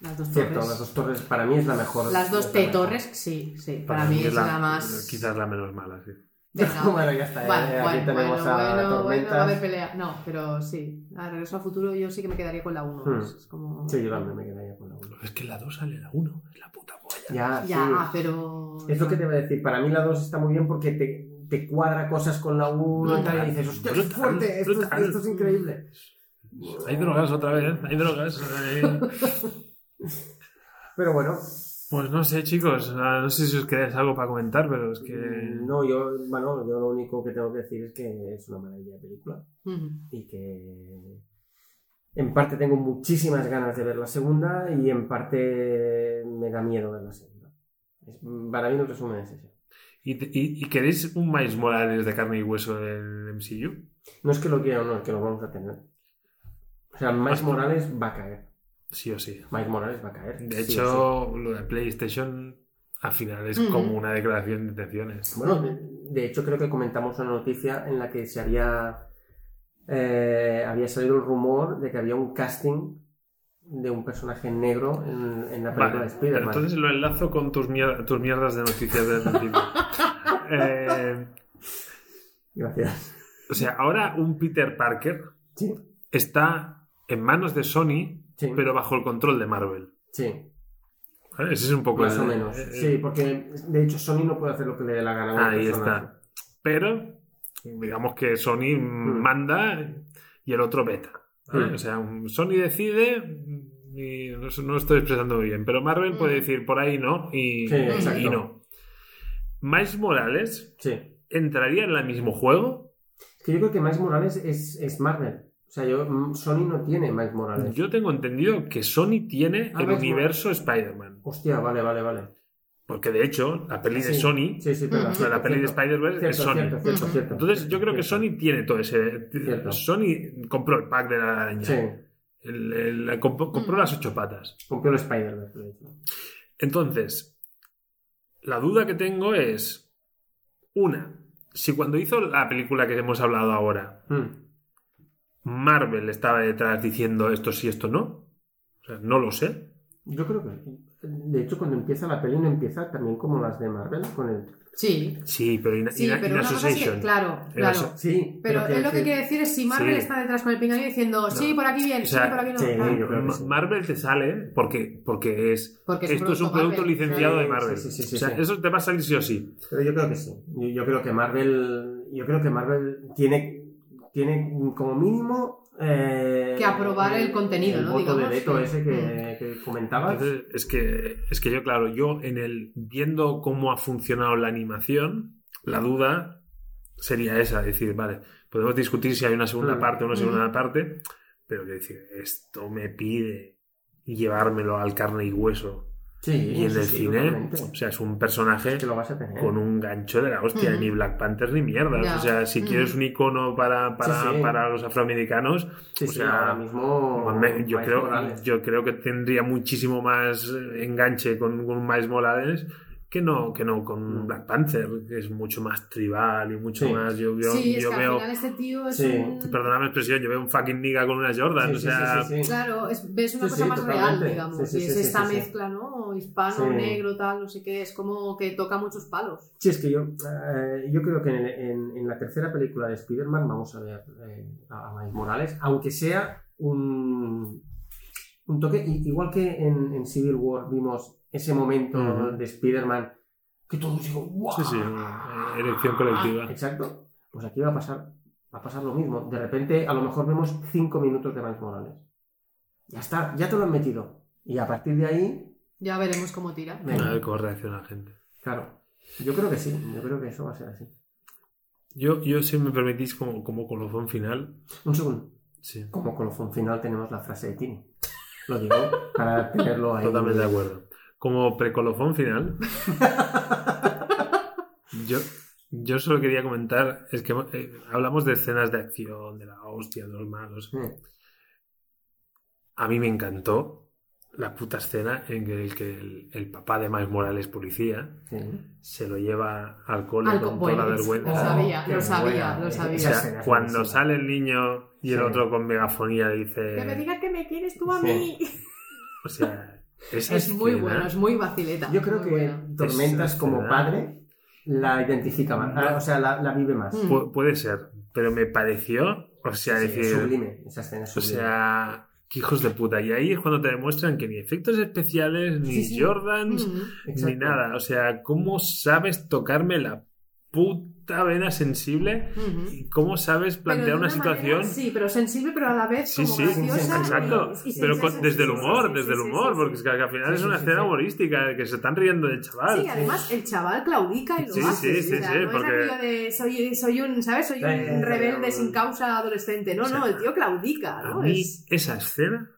Las dos Cierto, torres. las dos torres para mí es la mejor. Las es dos la mejor. T-Torres, sí, sí. Para, mí es la, más. Quizás la menos mala, sí. Venga. Bueno, ya está, eh, aquí tenemos a bueno, bueno, va a tormentas. haber pelea. No, pero sí. A Regreso al Futuro yo sí que me quedaría con la 1. Hmm. Es como... Sí, yo también me quedaría con la 1. Pero es que la 2 sale la 1, es la puta polla. Ya, Ya, ah, sí. pero. Es lo que te voy a decir. Para mí la 2 está muy bien porque te, te cuadra cosas con la 1 y tal. Y dices, hostia, es Brutal, fuerte, esto, es- brutal. esto es increíble. Hay drogas otra vez, hay drogas. eh. Pero bueno, Pues no sé, chicos, ah, no sé si os quedáis algo para comentar, pero es que. no, yo, bueno, yo lo único que tengo que decir es que es una maravilla de película Ujú. y que en parte tengo muchísimas ganas de ver la segunda y en parte me da miedo ver la segunda. Es- Para mí el resumen es ese. ¿Y, y- y queréis un Miles Morales de carne y hueso del MCU? No es que lo quiera o no, es que lo vamos a tener. O sea, Miles Morales va a caer. Sí o sí. Miles Morales va a caer. De sí o sí. hecho, lo de PlayStation al final es Ujú. como una declaración de intenciones. Bueno, de, de hecho creo que comentamos una noticia en la que se había eh, había salido el rumor de que había un casting de un personaje negro en, en la película Vale, de pero Spider-Man. entonces lo enlazo con tus, mier- tus mierdas de noticias del principio. Eh, Gracias. o sea, ahora un Peter Parker Sí, está en manos de Sony, Sí. pero bajo el control de Marvel. sí. ¿Vale? Ese es un poco Más el- o menos. eh, Sí, porque de hecho Sony no puede hacer lo que le dé la gana. a un Ahí personaje. está. Pero digamos que Sony Hmm. manda y el otro beta. ¿vale? Mm. O sea, un- Sony decide y no, sé- no estoy expresando muy bien, pero Marvel Hmm. puede decir por ahí no y, Sí, exacto. y no. Miles Morales Sí. Es entraría en el mismo juego. que yo creo que Miles Morales es, es Marvel. O sea, yo, mm, Sony no tiene Miles Morales. Yo tengo entendido que Sony tiene Ah, el Miles universo Spider-Man. Hostia, vale, vale, vale. Porque de hecho, la peli de Sí. Sony, Sí, sí, Ujú. pero La la peli de Spider-Verse es Sony. Cierto, cierto, Ujú. cierto. Entonces yo creo que Cierto. Sony tiene todo ese... Cierto. Sony compró el pack de la araña. Sí, El- el- comp- Mm. compró las ocho patas. compró el Spider-Verse. de hecho. Entonces, la duda que tengo es, una, si cuando hizo la película que hemos hablado ahora, Mm. Marvel estaba detrás diciendo esto sí, esto no, o sea, no lo sé. Yo creo que. De hecho, cuando empieza la peli, no empieza también como las de Marvel con el. Sí, Sí, pero in, sí, in- in pero una cosa es que, association. claro, En claro. aso- Sí, Pero es lo que decir- quiere decir es si Marvel Sí. está detrás con el pinganillo diciendo, sí, por aquí bien, o sea, sí, por aquí no. sí, Ah. yo creo que Ma- sí. Marvel te sale porque, porque es... Porque es un esto es un producto producto Marvel. licenciado Sí, de Marvel. sí, sí, sí, o sea, sí. eso te va a salir sí o sí. Pero yo creo que sí. Yo, yo creo que Marvel. Yo creo que Marvel tiene, tiene como mínimo. eh, Que aprobar el contenido, el ¿no? voto de Digamos. Hmm. veto ese que, que comentabas. Entonces, es que, es que yo, claro, yo en el viendo cómo ha funcionado la animación, la duda sería esa, decir, vale, podemos discutir si hay una segunda Mm. parte o una Mm. segunda parte, pero que decir, esto me pide llevármelo al carne y hueso. sí, Y en sí, el sí, cine, totalmente. o sea, es un personaje que lo eh. vas a tener. con un gancho de la hostia, Ujú. ni Black Panther ni mierda. Ya. O sea, si Ujú. quieres un icono para, para, Sí, sí. para los afroamericanos, Sí, o sí, sea, ahora mismo. me- yo, Miles creo, Morales. yo creo que tendría muchísimo más eh, enganche con, con Miles Morales que no, que no con Mm. Black Panther, que es mucho más tribal y mucho Sí. más. Yo, yo, sí, es yo que veo, al final este tío es Sí. un... perdona la expresión, yo veo un fucking nigga con una Jordan. Sí, o sí, sea, sí, sí, sí. Claro, es- ves una Sí, cosa sí, más totalmente. real, digamos. Sí, sí, y es sí, sí, esta sí, sí. mezcla, ¿no? Hispano, Sí. negro, tal, no sé qué. Es como que toca muchos palos. Sí, es que yo, eh, yo creo que en, en- en la tercera película de Spider-Man vamos a ver eh, a a Miles Morales, aunque sea un, un toque, i- igual que en, en Civil War vimos ese momento Ujú. de Spider-Man que todos digo, ¡guau! sí, sí, una elección colectiva. Exacto. Pues aquí va a pasar, va a pasar lo mismo. De repente, a lo mejor vemos cinco minutos de Miles Morales. Ya está, ya te lo han metido. Y a partir de ahí, Ya veremos cómo tira. venga. A ver cómo reacciona la gente. claro. Yo creo que sí, yo creo que eso va a ser así. Yo, yo si me permitís, como, como colofón final, Un segundo. sí, Como colofón final tenemos la frase de Tini. Lo digo para tenerlo ahí. totalmente de acuerdo. Como precolofón final, Yo, yo solo quería comentar, es que eh, hablamos de escenas de acción, de la hostia, de los malos. Mm, A mí me encantó la puta escena en que el, que el, el papá de Miles Morales, policía, sí. se lo lleva al cole Al con co- toda la bueno, Lo vergüenza. sabía, Oh, qué lo sabía, buena. lo sabía. O Esa sea, escena es cuando buenísima. sale el niño y el Sí. otro con megafonía dice... Que me digas que me quieres tú a Sí. mí. O sea, esa Es muy escena- bueno, es muy vacileta. Yo creo muy que bueno. Tormentas Esa como escena. padre la identifica más. ah, O sea, la, la vive más. Mm. Pu- puede ser, pero me pareció, o sea, Sí, es decir... sublime. Esa escena es O sublime. sea, qué hijos de puta. Y ahí es cuando te demuestran que ni efectos especiales, ni Sí, sí. Jordans, Mm. Exacto. ni nada. O sea, ¿cómo sabes tocarme la puta vena sensible? Ujú. ¿Y cómo sabes Pero de plantear una situación? manera, sí, pero sensible, pero a la vez Sí, como sí, graciosa. Exacto, y- y pero sensacional. con- desde el humor, Sí, sí, desde el sí, humor, sí, porque es sí. que al final Sí, es sí, una sí, escena sí. humorística, de que se están riendo del chaval. Sí, además el chaval claudica y lo Sí, sí, hace. o sí, sea, sí, no porque- es aquello de soy, soy un, ¿sabes? Soy Eh, un rebelde eh, sin causa adolescente. No, o sea, no, el tío claudica, A ¿no? mí Es- esa escena,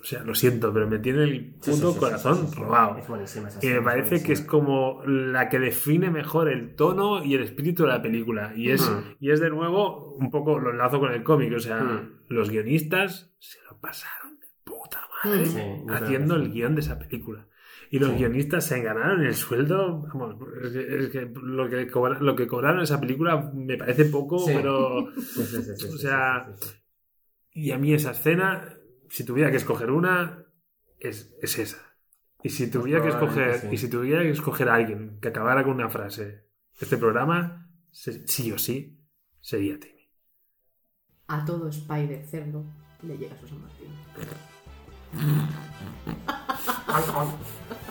o sea, lo siento, pero me tiene el Sí, sí, sí, puto sí, sí, corazón sí, sí. robado. Es buenísima esa Y me escena, parece que es buenísima. como la que define mejor el tono y el espíritu de la película. Y es, Ujú. y es de nuevo un poco lo enlazo con el cómic. O sea, Ujú. los guionistas se lo pasaron de puta madre Mm. Sí, yo creo haciendo que el sí. guión de esa película. Y los Sí. guionistas se ganaron el sueldo. Vamos, es que, es que lo, que cobra- lo que cobraron esa película me parece poco, Sí. pero. Sí, sí, sí, sí, o sí, sea, sí, sí, sí. Y a mí esa escena si tuviera que escoger una, es, es esa. Y si tuviera que Pues probablemente escoger, sí. y si tuviera que escoger a alguien que acabara con una frase de este programa, se- sí o sí, sería Timmy. A todo Spider cerdo le llega su San Martín.